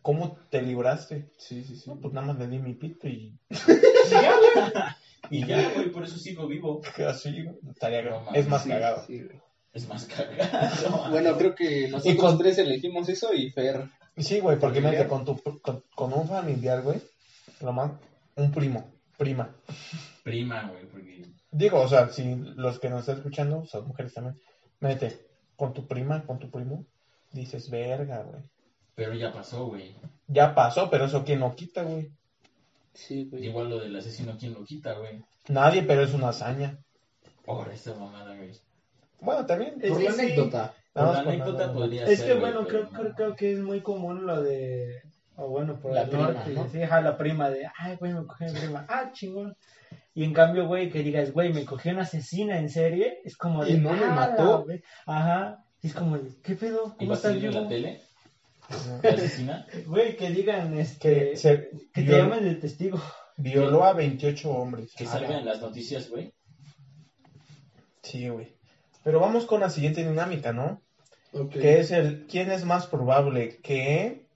[SPEAKER 1] ¿cómo te libraste?
[SPEAKER 2] Sí, sí, sí.
[SPEAKER 1] No, pues nada más le di mi pito y
[SPEAKER 3] Y ya, güey, por eso sigo vivo.
[SPEAKER 1] así, güey, estaría,
[SPEAKER 3] No mames,
[SPEAKER 1] es más
[SPEAKER 2] Sí,
[SPEAKER 1] cagado.
[SPEAKER 2] sí, güey.
[SPEAKER 3] Es más cagado.
[SPEAKER 2] Bueno, creo que nosotros
[SPEAKER 1] Y con-
[SPEAKER 2] tres elegimos eso y Fer.
[SPEAKER 1] Sí, güey, porque
[SPEAKER 2] Familiar.
[SPEAKER 1] imagínate, con, tu, con, con un familiar, güey, lo más, un primo, prima.
[SPEAKER 3] Prima, güey, porque...
[SPEAKER 1] Digo, o sea, si los que nos están escuchando son mujeres también, mete con tu prima, con tu primo, dices, verga, güey.
[SPEAKER 3] Pero ya pasó, güey.
[SPEAKER 1] Ya pasó, pero eso quién lo quita, güey.
[SPEAKER 2] Sí, güey.
[SPEAKER 3] Igual lo del asesino, ¿quién lo quita, güey?
[SPEAKER 1] Nadie, pero es una hazaña.
[SPEAKER 3] Por esa mamada, güey.
[SPEAKER 1] Bueno, también.
[SPEAKER 4] Es
[SPEAKER 2] Por
[SPEAKER 4] que
[SPEAKER 2] la
[SPEAKER 4] sí.
[SPEAKER 2] anécdota.
[SPEAKER 1] nada
[SPEAKER 3] Por
[SPEAKER 1] más
[SPEAKER 3] la
[SPEAKER 1] por
[SPEAKER 3] anécdota
[SPEAKER 1] nada, güey.
[SPEAKER 3] podría
[SPEAKER 4] Es
[SPEAKER 3] ser,
[SPEAKER 4] que
[SPEAKER 3] güey,
[SPEAKER 4] bueno,
[SPEAKER 3] pero
[SPEAKER 4] creo,
[SPEAKER 3] no.
[SPEAKER 4] creo, creo que es muy común lo de. O bueno, por
[SPEAKER 2] La
[SPEAKER 4] el
[SPEAKER 2] prima,
[SPEAKER 4] norte,
[SPEAKER 2] ¿no?
[SPEAKER 4] Sí, ajá, la prima de. Ay, güey, me cogí a mi prima. Ah, chingón. Y en cambio, güey, que digas, güey, me cogí una asesina en serie. Es como de.
[SPEAKER 2] Y no me
[SPEAKER 4] "Ah, la
[SPEAKER 2] mató".
[SPEAKER 4] ve- Ajá. Y es como de, ¿qué pedo?
[SPEAKER 3] ¿Y
[SPEAKER 4] ¿Cómo
[SPEAKER 3] va a
[SPEAKER 4] estás
[SPEAKER 3] salir en la
[SPEAKER 4] vivo?
[SPEAKER 3] tele?
[SPEAKER 1] Ajá.
[SPEAKER 3] ¿La asesina?
[SPEAKER 4] Güey, que digan, este.
[SPEAKER 1] Que se
[SPEAKER 4] Que te
[SPEAKER 1] viol-
[SPEAKER 4] llamen de testigo.
[SPEAKER 1] violó a 28 hombres.
[SPEAKER 3] Que
[SPEAKER 1] Ah,
[SPEAKER 3] salga en las noticias, güey.
[SPEAKER 1] Sí, güey. Pero vamos con la siguiente dinámica, ¿no?
[SPEAKER 2] Ok.
[SPEAKER 1] que es el quién es más probable que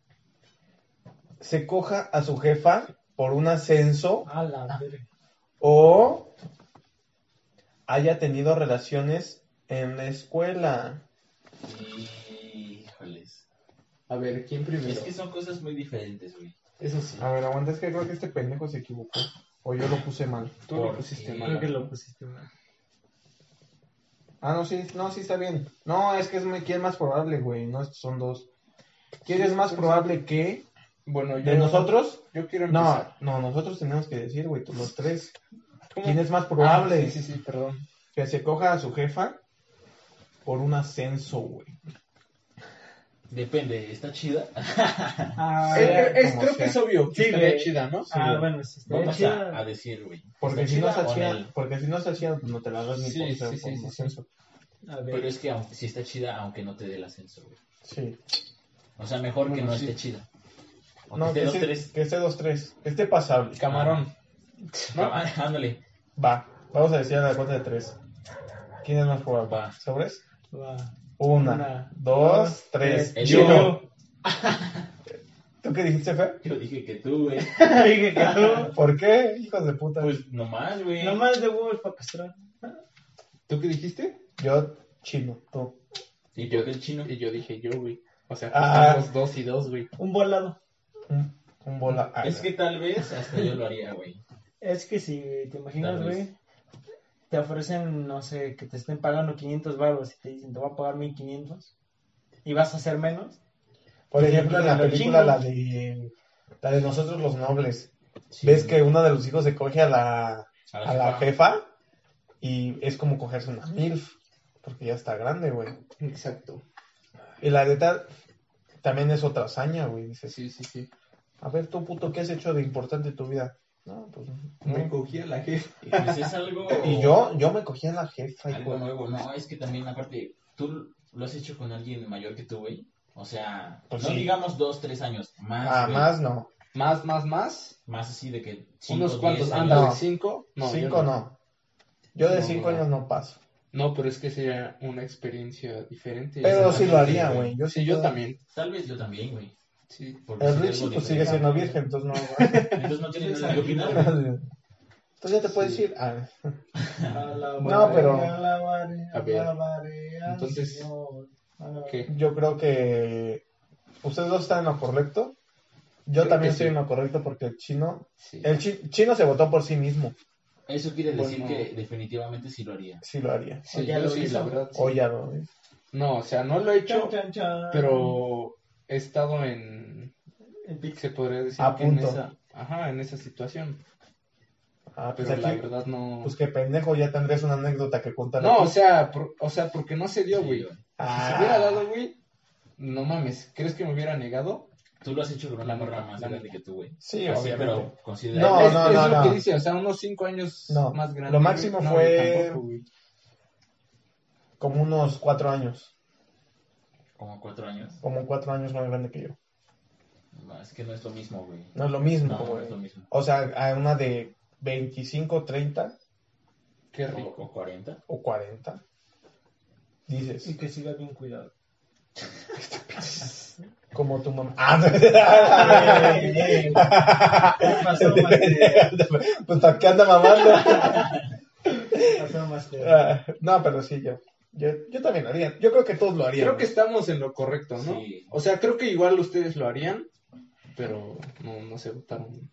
[SPEAKER 1] se coja a su jefa por un ascenso
[SPEAKER 4] A la verga.
[SPEAKER 1] o haya tenido relaciones en la escuela.
[SPEAKER 3] Híjoles.
[SPEAKER 2] A ver, ¿quién primero?
[SPEAKER 3] Es que son cosas muy diferentes, güey.
[SPEAKER 2] Eso sí.
[SPEAKER 1] A ver, aguanta, es que creo que este pendejo se equivocó. O yo lo puse mal.
[SPEAKER 2] Tú lo
[SPEAKER 3] ¿por
[SPEAKER 2] pusiste
[SPEAKER 3] qué?
[SPEAKER 4] Creo
[SPEAKER 2] mal.
[SPEAKER 4] que lo pusiste mal.
[SPEAKER 1] Ah, no, sí, no, sí está bien. No, es que es muy, ¿quién es más probable, güey? No, estos son dos. ¿Quién es más probable que
[SPEAKER 2] Bueno, yo.
[SPEAKER 1] de nosotros?
[SPEAKER 2] Yo quiero
[SPEAKER 1] No,
[SPEAKER 2] empezar.
[SPEAKER 1] no, nosotros tenemos que decir, güey, tú los tres. ¿Quién es más probable?
[SPEAKER 2] Ah, sí, sí, sí, perdón.
[SPEAKER 1] que se coja a su jefa por un ascenso, güey.
[SPEAKER 3] Depende, ¿está chida?
[SPEAKER 4] Ah,
[SPEAKER 1] Sí,
[SPEAKER 2] Eh,
[SPEAKER 1] eh,
[SPEAKER 2] es-
[SPEAKER 1] como
[SPEAKER 2] creo que
[SPEAKER 1] sea.
[SPEAKER 2] es obvio.
[SPEAKER 4] Sí,
[SPEAKER 2] Estaría
[SPEAKER 4] güey.
[SPEAKER 2] chida, ¿no?
[SPEAKER 4] ah,
[SPEAKER 1] güey.
[SPEAKER 4] bueno, sí, está
[SPEAKER 3] Vamos
[SPEAKER 4] chida.
[SPEAKER 3] a, a decir, güey.
[SPEAKER 1] Porque
[SPEAKER 3] ¿Está
[SPEAKER 1] si no
[SPEAKER 3] chida
[SPEAKER 1] se
[SPEAKER 3] o
[SPEAKER 1] hacía,
[SPEAKER 3] en el-
[SPEAKER 1] porque si no se hacía, no te la das ni
[SPEAKER 2] Sí,
[SPEAKER 1] por ser
[SPEAKER 2] sí, sí,
[SPEAKER 1] por
[SPEAKER 2] sí,
[SPEAKER 1] ascenso.
[SPEAKER 4] A ver.
[SPEAKER 3] Pero es que aunque- si está chida, aunque no te dé el ascenso, güey.
[SPEAKER 1] Sí.
[SPEAKER 3] O sea, mejor que
[SPEAKER 2] Bueno,
[SPEAKER 3] no
[SPEAKER 2] sí.
[SPEAKER 3] esté chida. O
[SPEAKER 1] No,
[SPEAKER 3] que
[SPEAKER 1] que
[SPEAKER 3] esté
[SPEAKER 1] esté,
[SPEAKER 3] los tres.
[SPEAKER 1] que esté 2-3. Que esté pasable.
[SPEAKER 2] Camarón. ¿no?
[SPEAKER 3] Ah, Ándale.
[SPEAKER 1] Va. Vamos a decir a la cuenta de 3. ¿Quién es más probable?
[SPEAKER 3] Va.
[SPEAKER 1] ¿Sobres?
[SPEAKER 4] Va.
[SPEAKER 1] Una,
[SPEAKER 4] Una,
[SPEAKER 1] dos,
[SPEAKER 4] dos,
[SPEAKER 1] tres.
[SPEAKER 3] tres.
[SPEAKER 1] Yo.
[SPEAKER 3] Yo.
[SPEAKER 1] ¿Tú qué dijiste, Fer?
[SPEAKER 3] Yo dije que tú, güey.
[SPEAKER 4] Dije que tú.
[SPEAKER 1] ¿Por qué, hijos de puta?
[SPEAKER 3] Pues nomás, güey.
[SPEAKER 4] Nomás de huevos para castrar.
[SPEAKER 2] ¿Tú qué dijiste?
[SPEAKER 1] Yo, chino, tú.
[SPEAKER 3] Y yo del chino.
[SPEAKER 2] Y yo dije yo, güey. O sea,
[SPEAKER 1] Ah.
[SPEAKER 2] estamos dos y dos, güey.
[SPEAKER 4] Un volado.
[SPEAKER 1] Un, un bola. Ah,
[SPEAKER 3] Es que tal vez hasta yo lo haría, güey.
[SPEAKER 4] Es que si güey, te imaginas,
[SPEAKER 3] Tal vez.
[SPEAKER 4] güey, te ofrecen, no sé, que te estén pagando 500 baros y te dicen, te voy a pagar 1500 y vas a hacer menos.
[SPEAKER 1] Por ejemplo, en la
[SPEAKER 4] Lo
[SPEAKER 1] película,
[SPEAKER 4] chingo.
[SPEAKER 1] la de, la de Nosotros los Nobles,
[SPEAKER 3] Sí.
[SPEAKER 1] ves que uno de los hijos se coge a la,
[SPEAKER 3] A la
[SPEAKER 1] a la
[SPEAKER 3] jefa.
[SPEAKER 1] jefa y es como cogerse una MILF, porque ya está grande, güey.
[SPEAKER 2] Exacto.
[SPEAKER 1] Y la neta también es otra hazaña, güey. Dices,
[SPEAKER 2] Sí, sí, sí.
[SPEAKER 1] a ver, tú puto, ¿qué has hecho de importante en tu vida? No, pues.
[SPEAKER 2] Me
[SPEAKER 1] no.
[SPEAKER 2] cogí a la jefa.
[SPEAKER 3] Pues es algo.
[SPEAKER 1] Y yo, yo me cogí a la jefa,
[SPEAKER 3] Algo
[SPEAKER 1] güey.
[SPEAKER 3] nuevo, no, es que también, aparte, tú lo has hecho con alguien mayor que tú, güey. O sea,
[SPEAKER 1] Pues
[SPEAKER 3] no
[SPEAKER 1] sí.
[SPEAKER 3] digamos dos, tres años, más.
[SPEAKER 1] Ah,
[SPEAKER 3] güey.
[SPEAKER 1] más no.
[SPEAKER 2] Más, más, más.
[SPEAKER 3] Más así de que. cinco,
[SPEAKER 2] Unos cuantos.
[SPEAKER 3] diez
[SPEAKER 2] Anda,
[SPEAKER 3] años.
[SPEAKER 1] No.
[SPEAKER 2] cinco. No, yo
[SPEAKER 1] cinco no. Yo de
[SPEAKER 2] No,
[SPEAKER 1] cinco
[SPEAKER 2] no.
[SPEAKER 1] años no paso.
[SPEAKER 2] No, pero es que sería una experiencia diferente.
[SPEAKER 1] Pero sí
[SPEAKER 3] sí
[SPEAKER 1] lo haría,
[SPEAKER 3] sí,
[SPEAKER 1] güey.
[SPEAKER 2] Yo
[SPEAKER 1] Yo
[SPEAKER 2] sí,
[SPEAKER 1] sí
[SPEAKER 2] yo
[SPEAKER 1] puedo.
[SPEAKER 2] también.
[SPEAKER 3] Tal vez yo también, güey.
[SPEAKER 2] Sí.
[SPEAKER 3] porque
[SPEAKER 1] El
[SPEAKER 3] sería
[SPEAKER 1] Richie
[SPEAKER 3] algo
[SPEAKER 1] pues sigue
[SPEAKER 3] diferente.
[SPEAKER 1] siendo virgen, entonces no.
[SPEAKER 3] Entonces no tiene nada que opinar. güey.
[SPEAKER 1] Entonces ya te puedes
[SPEAKER 2] Sí.
[SPEAKER 1] ir. Ah,
[SPEAKER 4] A la
[SPEAKER 1] No,
[SPEAKER 4] bare-
[SPEAKER 1] pero-
[SPEAKER 4] a la bare-
[SPEAKER 2] A ver.
[SPEAKER 4] la bare- al
[SPEAKER 2] Entonces,
[SPEAKER 4] Señor. A la-
[SPEAKER 2] ¿Qué?
[SPEAKER 1] yo creo que ustedes dos están en lo correcto. Yo
[SPEAKER 2] Creo
[SPEAKER 1] también
[SPEAKER 2] que
[SPEAKER 1] estoy
[SPEAKER 2] sí.
[SPEAKER 1] en lo correcto porque el chino.
[SPEAKER 2] Sí.
[SPEAKER 1] El chi- chino se votó por sí mismo.
[SPEAKER 3] Eso quiere decir
[SPEAKER 2] Bueno.
[SPEAKER 3] que definitivamente sí lo haría.
[SPEAKER 1] Sí lo haría.
[SPEAKER 2] Sí,
[SPEAKER 4] O ya
[SPEAKER 2] yo
[SPEAKER 4] lo
[SPEAKER 2] sí,
[SPEAKER 4] hizo.
[SPEAKER 2] la verdad. sí.
[SPEAKER 1] O ya ¿eh? lo es.
[SPEAKER 2] No, o sea, no lo he hecho,
[SPEAKER 4] Chan, chan, chan.
[SPEAKER 2] pero he estado en.
[SPEAKER 4] En pizza.
[SPEAKER 2] Se podría decir
[SPEAKER 1] A
[SPEAKER 2] que en
[SPEAKER 1] punto.
[SPEAKER 2] esa. Ajá, en esa situación.
[SPEAKER 1] Ah, pues
[SPEAKER 2] Pero la
[SPEAKER 1] aquí,
[SPEAKER 2] verdad no.
[SPEAKER 1] pues que pendejo, ya tendrías una anécdota que contar.
[SPEAKER 2] No,
[SPEAKER 1] aquí.
[SPEAKER 2] o sea, por- o sea, porque no se dio,
[SPEAKER 3] Sí,
[SPEAKER 2] güey.
[SPEAKER 3] güey.
[SPEAKER 2] Si se
[SPEAKER 1] Ah,
[SPEAKER 2] hubiera dado, güey, no mames, ¿crees que me hubiera negado?
[SPEAKER 3] Tú lo has hecho con una
[SPEAKER 2] La
[SPEAKER 3] morra
[SPEAKER 2] neta,
[SPEAKER 3] más
[SPEAKER 2] la
[SPEAKER 3] grande
[SPEAKER 2] neta.
[SPEAKER 3] que tú, güey.
[SPEAKER 1] sí,
[SPEAKER 3] Así,
[SPEAKER 1] obviamente.
[SPEAKER 3] pero considera.
[SPEAKER 1] No,
[SPEAKER 2] es,
[SPEAKER 1] no,
[SPEAKER 2] es
[SPEAKER 1] no,
[SPEAKER 2] lo
[SPEAKER 1] no.
[SPEAKER 2] que dice, o sea, unos cinco años
[SPEAKER 1] No,
[SPEAKER 2] más grande.
[SPEAKER 1] lo máximo
[SPEAKER 2] güey.
[SPEAKER 1] fue-
[SPEAKER 2] tampoco, güey.
[SPEAKER 1] Como unos cuatro años.
[SPEAKER 3] Como cuatro años.
[SPEAKER 1] Como cuatro años más grande que yo.
[SPEAKER 3] No, es que no es lo mismo, güey.
[SPEAKER 1] No es lo mismo,
[SPEAKER 3] No, no
[SPEAKER 1] güey.
[SPEAKER 3] es lo mismo.
[SPEAKER 1] O sea, a una de 25, 30
[SPEAKER 2] Qué
[SPEAKER 3] O,
[SPEAKER 2] rico.
[SPEAKER 3] o 40.
[SPEAKER 1] o 40.
[SPEAKER 4] Y
[SPEAKER 1] Dices,
[SPEAKER 4] que siga bien cuidado.
[SPEAKER 1] como tu mamá. Ah, no.
[SPEAKER 4] ¿Qué pasó, Master?
[SPEAKER 1] pues para qué anda mamando.
[SPEAKER 4] ¿Qué pasó, Master?
[SPEAKER 1] Ah, no, pero sí, yo. Yo, yo también lo haría. Yo creo que todos lo harían.
[SPEAKER 2] Creo que
[SPEAKER 1] güey.
[SPEAKER 2] estamos en lo correcto, ¿no?
[SPEAKER 3] Sí.
[SPEAKER 2] O sea, creo que igual ustedes lo harían, pero no, no se votaron.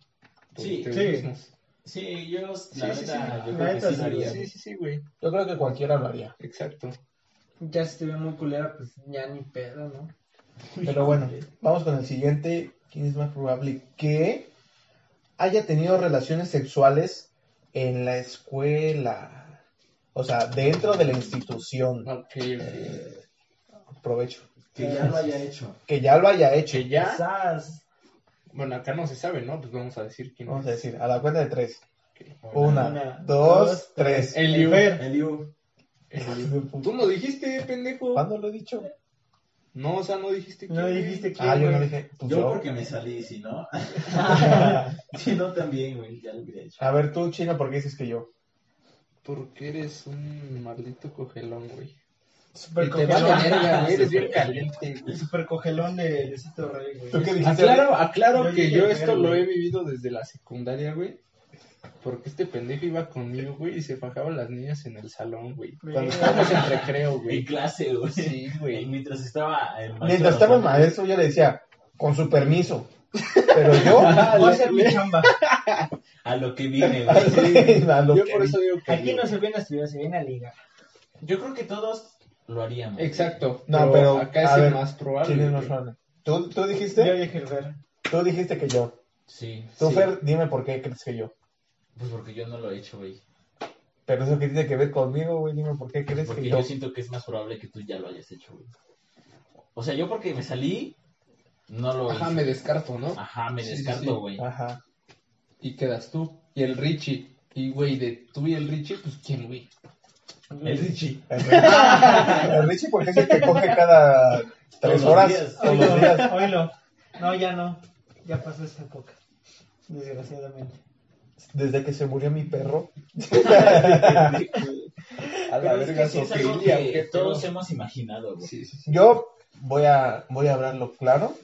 [SPEAKER 2] por
[SPEAKER 3] Sí,
[SPEAKER 2] ustedes
[SPEAKER 4] sí.
[SPEAKER 2] mismos.
[SPEAKER 3] Sí, yo, la
[SPEAKER 2] Sí,
[SPEAKER 3] neta,
[SPEAKER 2] sí, sí.
[SPEAKER 3] yo
[SPEAKER 4] La
[SPEAKER 3] creo que
[SPEAKER 4] neta,
[SPEAKER 3] sí
[SPEAKER 4] sí,
[SPEAKER 3] lo haría.
[SPEAKER 2] Sí, sí, sí, güey.
[SPEAKER 1] Yo creo que cualquiera lo haría.
[SPEAKER 2] Exacto.
[SPEAKER 4] Ya si estuviera muy culera, pues ya ni pedo, ¿no?
[SPEAKER 1] Pero bueno, vamos con el siguiente. ¿Quién es más probable que haya tenido relaciones sexuales en la escuela? O sea, dentro de la institución.
[SPEAKER 2] Ok, ok.
[SPEAKER 1] Aprovecho.
[SPEAKER 3] Que ya lo haya hecho.
[SPEAKER 1] Que ya lo haya hecho.
[SPEAKER 2] Que ya.
[SPEAKER 4] Quizás.
[SPEAKER 2] Bueno, acá no se sabe, ¿no? Pues vamos a decir quién
[SPEAKER 1] Vamos a
[SPEAKER 2] es.
[SPEAKER 1] decir, a la cuenta de tres. Una,
[SPEAKER 3] Una.
[SPEAKER 4] Una,
[SPEAKER 1] dos,
[SPEAKER 4] dos,
[SPEAKER 1] tres.
[SPEAKER 2] Eliu.
[SPEAKER 4] Fer.
[SPEAKER 3] Eliu.
[SPEAKER 2] El- Tú lo dijiste, pendejo.
[SPEAKER 1] ¿Cuándo lo he dicho?
[SPEAKER 2] No, o sea, no dijiste quién.
[SPEAKER 4] No
[SPEAKER 2] güey.
[SPEAKER 4] dijiste quién.
[SPEAKER 1] Ah, yo no
[SPEAKER 4] güey.
[SPEAKER 1] dije. pues
[SPEAKER 3] Yo
[SPEAKER 1] yo.
[SPEAKER 3] porque me salí, si no. si no, también, güey. Ya lo hubiera hecho.
[SPEAKER 1] A ver, tú, Chino, ¿por qué dices que yo?
[SPEAKER 2] Porque eres un maldito cogelón, güey.
[SPEAKER 4] Super
[SPEAKER 2] Y te vale
[SPEAKER 4] cogelón.
[SPEAKER 2] verga, güey. Eres bien caliente, güey.
[SPEAKER 4] El super cogelón de Luisito Rey, güey.
[SPEAKER 1] ¿Tú qué dijiste?
[SPEAKER 2] Aclaro, aclaro
[SPEAKER 4] Yo
[SPEAKER 2] que
[SPEAKER 4] dije
[SPEAKER 2] yo
[SPEAKER 4] ver,
[SPEAKER 2] esto lo
[SPEAKER 4] güey.
[SPEAKER 2] he vivido desde la secundaria, güey. Porque este pendejo iba conmigo, güey, y se fajaba las niñas en el salón, güey.
[SPEAKER 4] Güey.
[SPEAKER 2] Cuando estábamos en recreo,
[SPEAKER 3] En
[SPEAKER 2] güey.
[SPEAKER 3] clase, güey.
[SPEAKER 2] Sí, güey.
[SPEAKER 3] Mientras estaba el maestro.
[SPEAKER 1] Mientras estaba el maestro, yo le decía, con su permiso. Pero yo.
[SPEAKER 2] Ah,
[SPEAKER 4] Voy a hacer mi chamba.
[SPEAKER 3] A lo que vine, güey.
[SPEAKER 1] a lo
[SPEAKER 2] Yo
[SPEAKER 1] que
[SPEAKER 2] por eso digo que.
[SPEAKER 4] Aquí no se viene a estudiar, se viene a ligar.
[SPEAKER 3] Yo creo que todos lo haríamos.
[SPEAKER 2] Exacto.
[SPEAKER 1] No, pero,
[SPEAKER 2] acá
[SPEAKER 1] a
[SPEAKER 2] es el
[SPEAKER 1] ver,
[SPEAKER 2] más probable.
[SPEAKER 1] ¿Quién es más
[SPEAKER 2] güey.
[SPEAKER 1] probable? ¿Tú, tú
[SPEAKER 4] Yo
[SPEAKER 1] dijiste?
[SPEAKER 4] dije el Fer.
[SPEAKER 1] Tú dijiste que yo.
[SPEAKER 3] Sí.
[SPEAKER 1] Tú,
[SPEAKER 2] Sí.
[SPEAKER 1] Fer, dime por qué crees que yo.
[SPEAKER 3] Pues porque yo no lo he hecho, güey.
[SPEAKER 1] Pero eso que tiene que ver conmigo, güey, dime por qué crees
[SPEAKER 3] Porque
[SPEAKER 1] que
[SPEAKER 3] yo
[SPEAKER 1] yo.
[SPEAKER 3] siento que es más probable que tú ya lo hayas hecho, güey. O sea, yo porque me salí, no lo
[SPEAKER 2] Ajá,
[SPEAKER 3] hice.
[SPEAKER 2] me descarto, ¿no?
[SPEAKER 1] Ah.
[SPEAKER 3] Ajá, me
[SPEAKER 2] Sí, sí, sí.
[SPEAKER 3] descarto, güey.
[SPEAKER 1] Ajá.
[SPEAKER 2] Y quedas tú y el Richie. Y, güey, de tú y el Richie, pues quién, güey.
[SPEAKER 3] El
[SPEAKER 1] Richie. El Richie, El Richie, porque es el que coge cada
[SPEAKER 3] Todos
[SPEAKER 1] tres
[SPEAKER 3] los
[SPEAKER 1] horas.
[SPEAKER 3] días.
[SPEAKER 1] todos los días.
[SPEAKER 4] Oílo, oílo. No, ya no. Ya pasó esa época. Desgraciadamente.
[SPEAKER 1] Desde que se murió mi perro.
[SPEAKER 2] A la
[SPEAKER 3] Pero es
[SPEAKER 2] verga,
[SPEAKER 3] que sí es algo
[SPEAKER 2] Sofía,
[SPEAKER 3] que
[SPEAKER 2] qué
[SPEAKER 3] todos
[SPEAKER 2] pedo.
[SPEAKER 3] hemos imaginado, güey.
[SPEAKER 2] Sí, sí, sí.
[SPEAKER 1] Yo voy a, voy a hablarlo claro.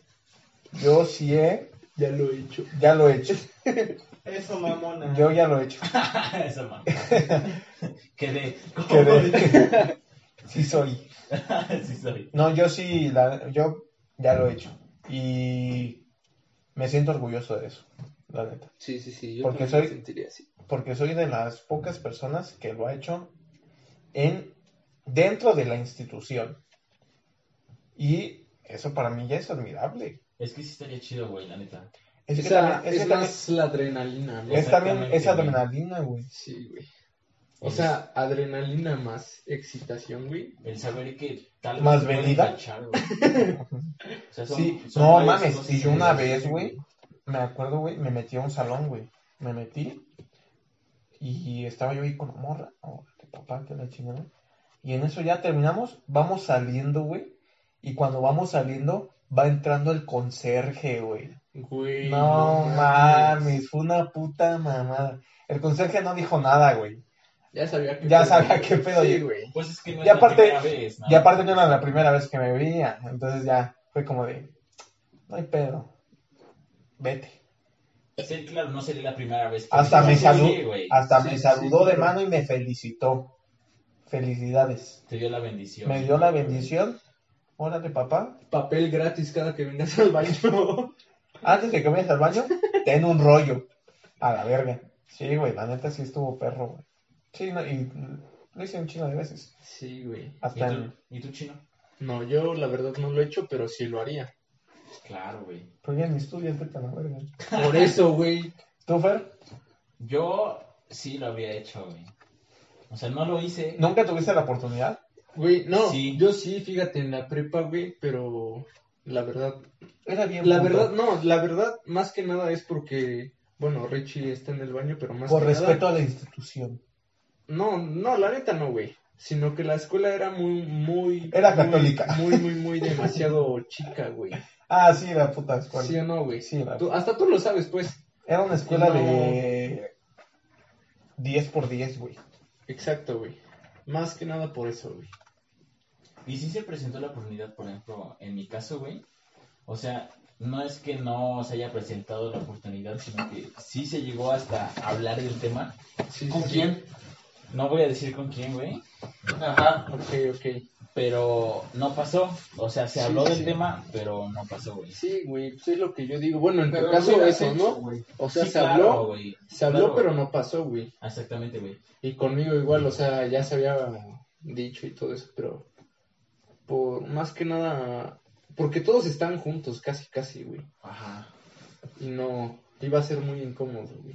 [SPEAKER 1] Yo sí he,
[SPEAKER 2] Ya lo he hecho.
[SPEAKER 1] ya lo he hecho.
[SPEAKER 4] Eso, mamona.
[SPEAKER 1] Yo ya lo he hecho.
[SPEAKER 3] Esa mamá. Quedé. ¿Cómo?
[SPEAKER 1] Quedé. Sí soy.
[SPEAKER 3] sí, soy.
[SPEAKER 1] No, yo sí, la- yo ya lo he hecho. Y me siento orgulloso de eso, la neta.
[SPEAKER 2] Sí, sí, sí. Yo
[SPEAKER 1] Porque
[SPEAKER 2] también me
[SPEAKER 1] soy-
[SPEAKER 2] sentiría así.
[SPEAKER 1] Porque soy de las pocas personas que lo ha hecho en, dentro de la institución. Y eso para mí ya es admirable.
[SPEAKER 3] Es que sí estaría chido, güey, la neta.
[SPEAKER 1] Es que
[SPEAKER 2] Esa-
[SPEAKER 1] también- es
[SPEAKER 2] es
[SPEAKER 1] que también-
[SPEAKER 2] más la adrenalina, ¿no?
[SPEAKER 1] es también
[SPEAKER 3] Exactamente,
[SPEAKER 1] es
[SPEAKER 3] güey.
[SPEAKER 1] adrenalina, güey.
[SPEAKER 2] Sí, güey. O sea, adrenalina más excitación, güey.
[SPEAKER 3] El saber que tal vez
[SPEAKER 1] Más
[SPEAKER 3] te pueden
[SPEAKER 1] venida.
[SPEAKER 3] cachar, güey. O sea, son-
[SPEAKER 1] Sí,
[SPEAKER 3] son
[SPEAKER 1] no
[SPEAKER 3] varias
[SPEAKER 1] mames,
[SPEAKER 3] cosas
[SPEAKER 1] y yo
[SPEAKER 3] que
[SPEAKER 1] una
[SPEAKER 3] se
[SPEAKER 1] vez,
[SPEAKER 3] hacen,
[SPEAKER 1] güey, me acuerdo, güey, me metí a un salón, güey. Me metí y estaba yo ahí con la morra, oh, que papá, que la chingada. Y en eso ya terminamos, vamos saliendo, güey. Y cuando vamos saliendo, va entrando el conserje, güey.
[SPEAKER 2] Güey.
[SPEAKER 1] No mames, fue una puta mamada. El conserje no dijo nada, güey.
[SPEAKER 2] Ya sabía que
[SPEAKER 1] Ya sabía qué pedo,
[SPEAKER 2] Sí,
[SPEAKER 1] yo-
[SPEAKER 2] güey.
[SPEAKER 3] Pues es que no
[SPEAKER 1] Y
[SPEAKER 3] es
[SPEAKER 1] aparte-
[SPEAKER 3] la primera vez, ¿no?
[SPEAKER 1] Y aparte no era la primera vez que me veía, entonces ya fue como de, no hay pedo, vete.
[SPEAKER 3] Sí, claro, no sería la primera vez que
[SPEAKER 1] Hasta me,
[SPEAKER 3] Sí,
[SPEAKER 1] salu-
[SPEAKER 3] güey.
[SPEAKER 1] hasta
[SPEAKER 2] Sí,
[SPEAKER 1] me
[SPEAKER 2] sí,
[SPEAKER 1] saludó
[SPEAKER 2] sí,
[SPEAKER 1] de
[SPEAKER 2] claro.
[SPEAKER 1] mano y me felicitó. Felicidades.
[SPEAKER 3] Te dio la bendición.
[SPEAKER 1] Me dio la bendición. Órale, papá.
[SPEAKER 2] Papel gratis cada que vengas al baño.
[SPEAKER 1] Antes de que vayas al baño, ten un rollo. A la verga. Sí, güey, la neta sí estuvo perro, güey. Sí, no, y lo hice un chino de veces.
[SPEAKER 2] Sí, güey.
[SPEAKER 3] ¿Y
[SPEAKER 1] Hasta en-
[SPEAKER 3] tú, ¿Y tú, chino?
[SPEAKER 2] No, yo la verdad no lo he hecho, pero sí lo haría.
[SPEAKER 3] Claro, güey.
[SPEAKER 1] Pero ya ni estudias, vete a la verga.
[SPEAKER 2] Por eso, güey.
[SPEAKER 1] ¿Tú, Fer?
[SPEAKER 3] Yo sí lo había hecho, güey. O sea, no lo hice.
[SPEAKER 1] ¿Nunca tuviste la oportunidad?
[SPEAKER 2] Güey, no.
[SPEAKER 3] Sí.
[SPEAKER 2] Yo sí, fíjate, en la prepa, güey, pero la verdad
[SPEAKER 1] Era bien.
[SPEAKER 2] La
[SPEAKER 1] puto.
[SPEAKER 2] verdad, no, la verdad, más que nada es porque, bueno, Richie está en el baño, pero más
[SPEAKER 1] Por
[SPEAKER 2] que
[SPEAKER 1] respeto
[SPEAKER 2] nada-
[SPEAKER 1] a la institución.
[SPEAKER 2] No, no, la neta no, güey. Sino que la escuela era muy, muy.
[SPEAKER 1] Era
[SPEAKER 2] muy-
[SPEAKER 1] católica.
[SPEAKER 2] Muy, muy, muy demasiado chica, güey.
[SPEAKER 1] Ah, sí, la puta escuela.
[SPEAKER 2] ¿Sí o no, güey?
[SPEAKER 1] Sí, la-
[SPEAKER 2] Tú- hasta tú lo sabes, pues.
[SPEAKER 1] Era una escuela
[SPEAKER 2] No.
[SPEAKER 1] de 10 por 10, güey.
[SPEAKER 2] Exacto, güey. Más que nada por eso, güey.
[SPEAKER 3] Y sí se presentó la oportunidad, por ejemplo, en mi caso, güey. O sea, no es que no se haya presentado la oportunidad, sino que sí se llegó hasta hablar del tema.
[SPEAKER 2] Sí,
[SPEAKER 3] ¿Con
[SPEAKER 2] sí, sí.
[SPEAKER 3] quién? No voy a decir con quién, güey.
[SPEAKER 2] Ajá, Ah, ok, ok.
[SPEAKER 3] Pero no pasó. O sea, se
[SPEAKER 2] Sí,
[SPEAKER 3] habló
[SPEAKER 2] sí,
[SPEAKER 3] del
[SPEAKER 2] sí.
[SPEAKER 3] tema, pero no pasó, güey.
[SPEAKER 2] Sí, güey, pues es lo que yo digo. Bueno, en
[SPEAKER 4] Pero
[SPEAKER 2] tu caso
[SPEAKER 4] hubiera
[SPEAKER 2] eso,
[SPEAKER 4] hecho,
[SPEAKER 2] ¿no? O sea,
[SPEAKER 3] Sí,
[SPEAKER 2] se
[SPEAKER 3] claro,
[SPEAKER 2] habló,
[SPEAKER 3] güey.
[SPEAKER 2] se habló,
[SPEAKER 3] Claro.
[SPEAKER 2] pero no pasó, güey.
[SPEAKER 3] Exactamente, güey.
[SPEAKER 2] Y conmigo igual, o sea, ya se había dicho y todo eso, pero por más que nada, porque todos están juntos, casi, casi, güey.
[SPEAKER 3] Ajá.
[SPEAKER 2] Y no, iba a ser muy incómodo, güey.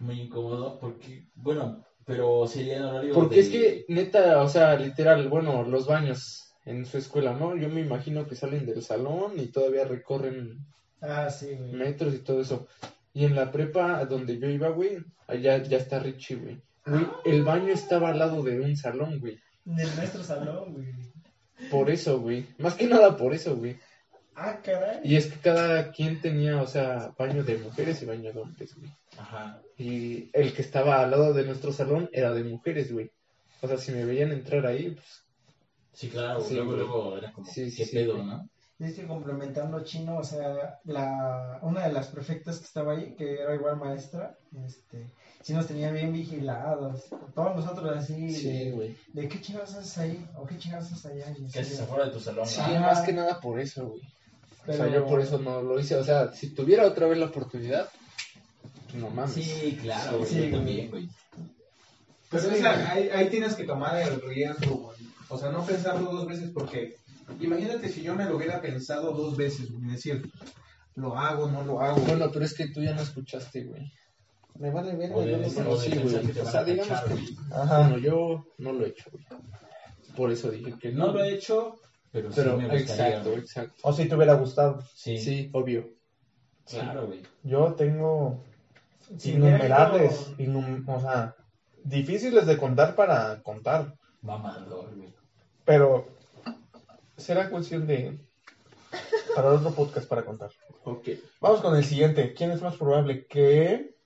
[SPEAKER 3] Muy incómodo porque, bueno, pero sería el horario
[SPEAKER 2] Porque
[SPEAKER 3] de-
[SPEAKER 2] es que, neta, o sea, literal, bueno, los baños en su escuela, ¿no? Yo me imagino que salen del salón y todavía recorren
[SPEAKER 4] Ah, sí, güey.
[SPEAKER 2] metros y todo eso. Y en la prepa donde yo iba, güey, allá ya está Richie, güey. Güey, el baño estaba al lado de un salón, güey.
[SPEAKER 4] Del nuestro salón, güey.
[SPEAKER 2] Por eso, güey. Más que nada por eso, güey.
[SPEAKER 4] Ah, caray.
[SPEAKER 2] Y es que cada quien tenía, o sea, baño de mujeres y baño de hombres, güey.
[SPEAKER 3] Ajá.
[SPEAKER 2] Y el que estaba al lado de nuestro salón era de mujeres, güey. O sea, si me veían entrar ahí, pues
[SPEAKER 3] Sí, claro,
[SPEAKER 2] Sí,
[SPEAKER 3] luego,
[SPEAKER 2] güey.
[SPEAKER 3] luego era como,
[SPEAKER 2] Sí, sí,
[SPEAKER 3] qué
[SPEAKER 2] sí,
[SPEAKER 3] pedo,
[SPEAKER 2] güey.
[SPEAKER 3] ¿no?
[SPEAKER 4] Es que complementando chino, o sea, la, una de las prefectas que estaba ahí, que era igual maestra, este, sí nos tenía bien vigilados. Todos nosotros así,
[SPEAKER 2] sí,
[SPEAKER 4] de,
[SPEAKER 2] güey.
[SPEAKER 4] de qué chingados haces ahí, o qué chingados haces allá. Y
[SPEAKER 3] ¿Qué
[SPEAKER 4] así,
[SPEAKER 3] haces afuera de tu salón?
[SPEAKER 2] Sí,
[SPEAKER 3] no?
[SPEAKER 4] Ajá.
[SPEAKER 2] más que nada por eso, güey. O sea,
[SPEAKER 4] pero-
[SPEAKER 2] yo por eso no lo hice. O sea, si tuviera otra vez la oportunidad, no mames.
[SPEAKER 3] Sí, claro, güey,
[SPEAKER 4] Sí,
[SPEAKER 3] yo
[SPEAKER 4] güey.
[SPEAKER 3] también, güey.
[SPEAKER 6] Pues o sea, ahí, ahí tienes que tomar el riesgo, güey. O sea, no pensarlo dos veces porque imagínate si yo me lo hubiera pensado dos veces, güey, decir, lo hago, no lo hago.
[SPEAKER 2] Bueno, pero es que tú ya no escuchaste, güey.
[SPEAKER 1] Me vale ver,
[SPEAKER 3] O de-
[SPEAKER 1] güey.
[SPEAKER 2] no sé,
[SPEAKER 3] o de
[SPEAKER 2] sí,
[SPEAKER 3] pensar
[SPEAKER 2] güey.
[SPEAKER 3] que te
[SPEAKER 2] O
[SPEAKER 3] van
[SPEAKER 2] sea,
[SPEAKER 3] a
[SPEAKER 2] digamos
[SPEAKER 3] cachar,
[SPEAKER 2] que-
[SPEAKER 3] güey.
[SPEAKER 1] Ajá.
[SPEAKER 2] Bueno, yo no lo he hecho, güey. Por eso dije que
[SPEAKER 3] No
[SPEAKER 2] no.
[SPEAKER 3] lo he hecho, pero,
[SPEAKER 2] Pero,
[SPEAKER 3] sí me gustaría.
[SPEAKER 2] exacto,
[SPEAKER 3] güey.
[SPEAKER 2] exacto.
[SPEAKER 1] O si te hubiera gustado.
[SPEAKER 3] Sí,
[SPEAKER 2] Sí, obvio.
[SPEAKER 3] claro, güey.
[SPEAKER 1] Yo tengo
[SPEAKER 4] Si hubiera
[SPEAKER 1] innumerables,
[SPEAKER 4] ido-
[SPEAKER 1] innum- o sea, difíciles de contar para contar.
[SPEAKER 3] Mamador, güey.
[SPEAKER 1] Pero será cuestión de. Para otro podcast para contar.
[SPEAKER 2] Ok.
[SPEAKER 1] Vamos con el siguiente. ¿Quién es más probable que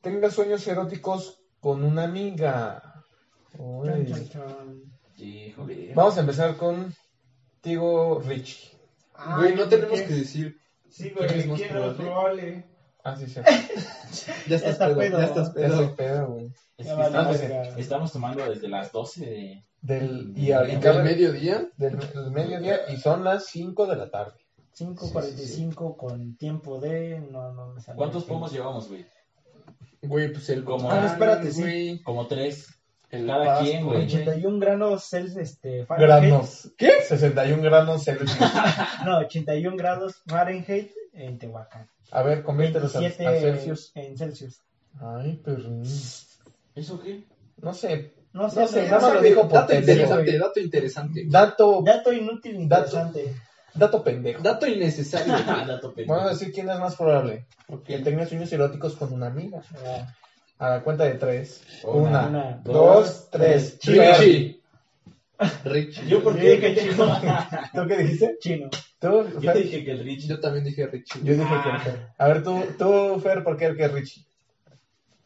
[SPEAKER 1] tenga sueños eróticos con una amiga? Uy.
[SPEAKER 4] Chan, chan, chan.
[SPEAKER 3] Híjole.
[SPEAKER 1] Vamos a empezar contigo, Richie.
[SPEAKER 2] güey, no
[SPEAKER 4] Ay,
[SPEAKER 2] tenemos
[SPEAKER 4] ¿qué?
[SPEAKER 2] que decir.
[SPEAKER 4] Sí, güey,
[SPEAKER 2] ¿Quién es más
[SPEAKER 4] ¿quién es más probable?
[SPEAKER 1] Ah, sí, sí.
[SPEAKER 2] Ya estás
[SPEAKER 4] está
[SPEAKER 2] pedo,
[SPEAKER 4] pedo.
[SPEAKER 2] ya estás
[SPEAKER 1] Ya soy
[SPEAKER 2] pedo.
[SPEAKER 1] pedo, güey.
[SPEAKER 3] Es
[SPEAKER 4] Ya
[SPEAKER 3] que
[SPEAKER 4] vale,
[SPEAKER 3] estamos,
[SPEAKER 4] verga.
[SPEAKER 3] estamos tomando desde las 12 de...
[SPEAKER 1] Del, y,
[SPEAKER 3] Y
[SPEAKER 1] ahorita
[SPEAKER 2] ¿Y
[SPEAKER 3] cabe-
[SPEAKER 2] al mediodía?
[SPEAKER 1] del, del mediodía y son las 5 de la tarde.
[SPEAKER 4] 5.45 con tiempo de... No, no me sale.
[SPEAKER 3] ¿Cuántos pomos llevamos, güey?
[SPEAKER 2] Güey, pues el
[SPEAKER 3] Como-
[SPEAKER 2] pan,
[SPEAKER 4] Ah, espérate, sí.
[SPEAKER 2] güey.
[SPEAKER 3] Como tres.
[SPEAKER 2] El
[SPEAKER 3] Cada
[SPEAKER 2] pasto,
[SPEAKER 3] quien, güey.
[SPEAKER 4] 81 granos Celsius, este... Fahrenheit.
[SPEAKER 1] Granos. ¿Qué? 61 granos Celsius.
[SPEAKER 4] No, 81 grados Fahrenheit en Tehuacán.
[SPEAKER 1] A ver, conviértelos a, a
[SPEAKER 4] 27
[SPEAKER 1] Celsius.
[SPEAKER 4] en Celsius.
[SPEAKER 1] Ay, pero
[SPEAKER 3] ¿Eso qué?
[SPEAKER 1] no sé.
[SPEAKER 4] No sé,
[SPEAKER 1] No sé,
[SPEAKER 4] güey,
[SPEAKER 1] nada más
[SPEAKER 4] no
[SPEAKER 1] lo
[SPEAKER 4] sé.
[SPEAKER 1] dijo por
[SPEAKER 2] Dato
[SPEAKER 1] pendejo.
[SPEAKER 2] interesante, dato interesante.
[SPEAKER 1] Dato,
[SPEAKER 4] Dato inútil, interesante.
[SPEAKER 1] dato pendejo.
[SPEAKER 2] Dato innecesario.
[SPEAKER 1] Ah,
[SPEAKER 2] güey.
[SPEAKER 3] Ah, Dato pendejo.
[SPEAKER 1] Vamos a decir quién es más probable.
[SPEAKER 2] Ok.
[SPEAKER 1] Que tenga sueños eróticos con una amiga.
[SPEAKER 4] Ah,
[SPEAKER 1] A la cuenta de tres.
[SPEAKER 3] Una,
[SPEAKER 1] Una,
[SPEAKER 4] una,
[SPEAKER 1] dos, tres. Chile.
[SPEAKER 2] Richie. Richie.
[SPEAKER 3] ¿Yo por
[SPEAKER 4] Sí,
[SPEAKER 3] qué
[SPEAKER 4] qué
[SPEAKER 3] dije chino?
[SPEAKER 1] ¿Tú qué dijiste?
[SPEAKER 4] Chino.
[SPEAKER 1] Tú,
[SPEAKER 3] Yo
[SPEAKER 1] Fer.
[SPEAKER 3] te dije que el Rich...
[SPEAKER 2] Yo también dije Richie.
[SPEAKER 1] Yo dije que el Fer. A ver, tú, tú, Fer, ¿por qué el que Richie?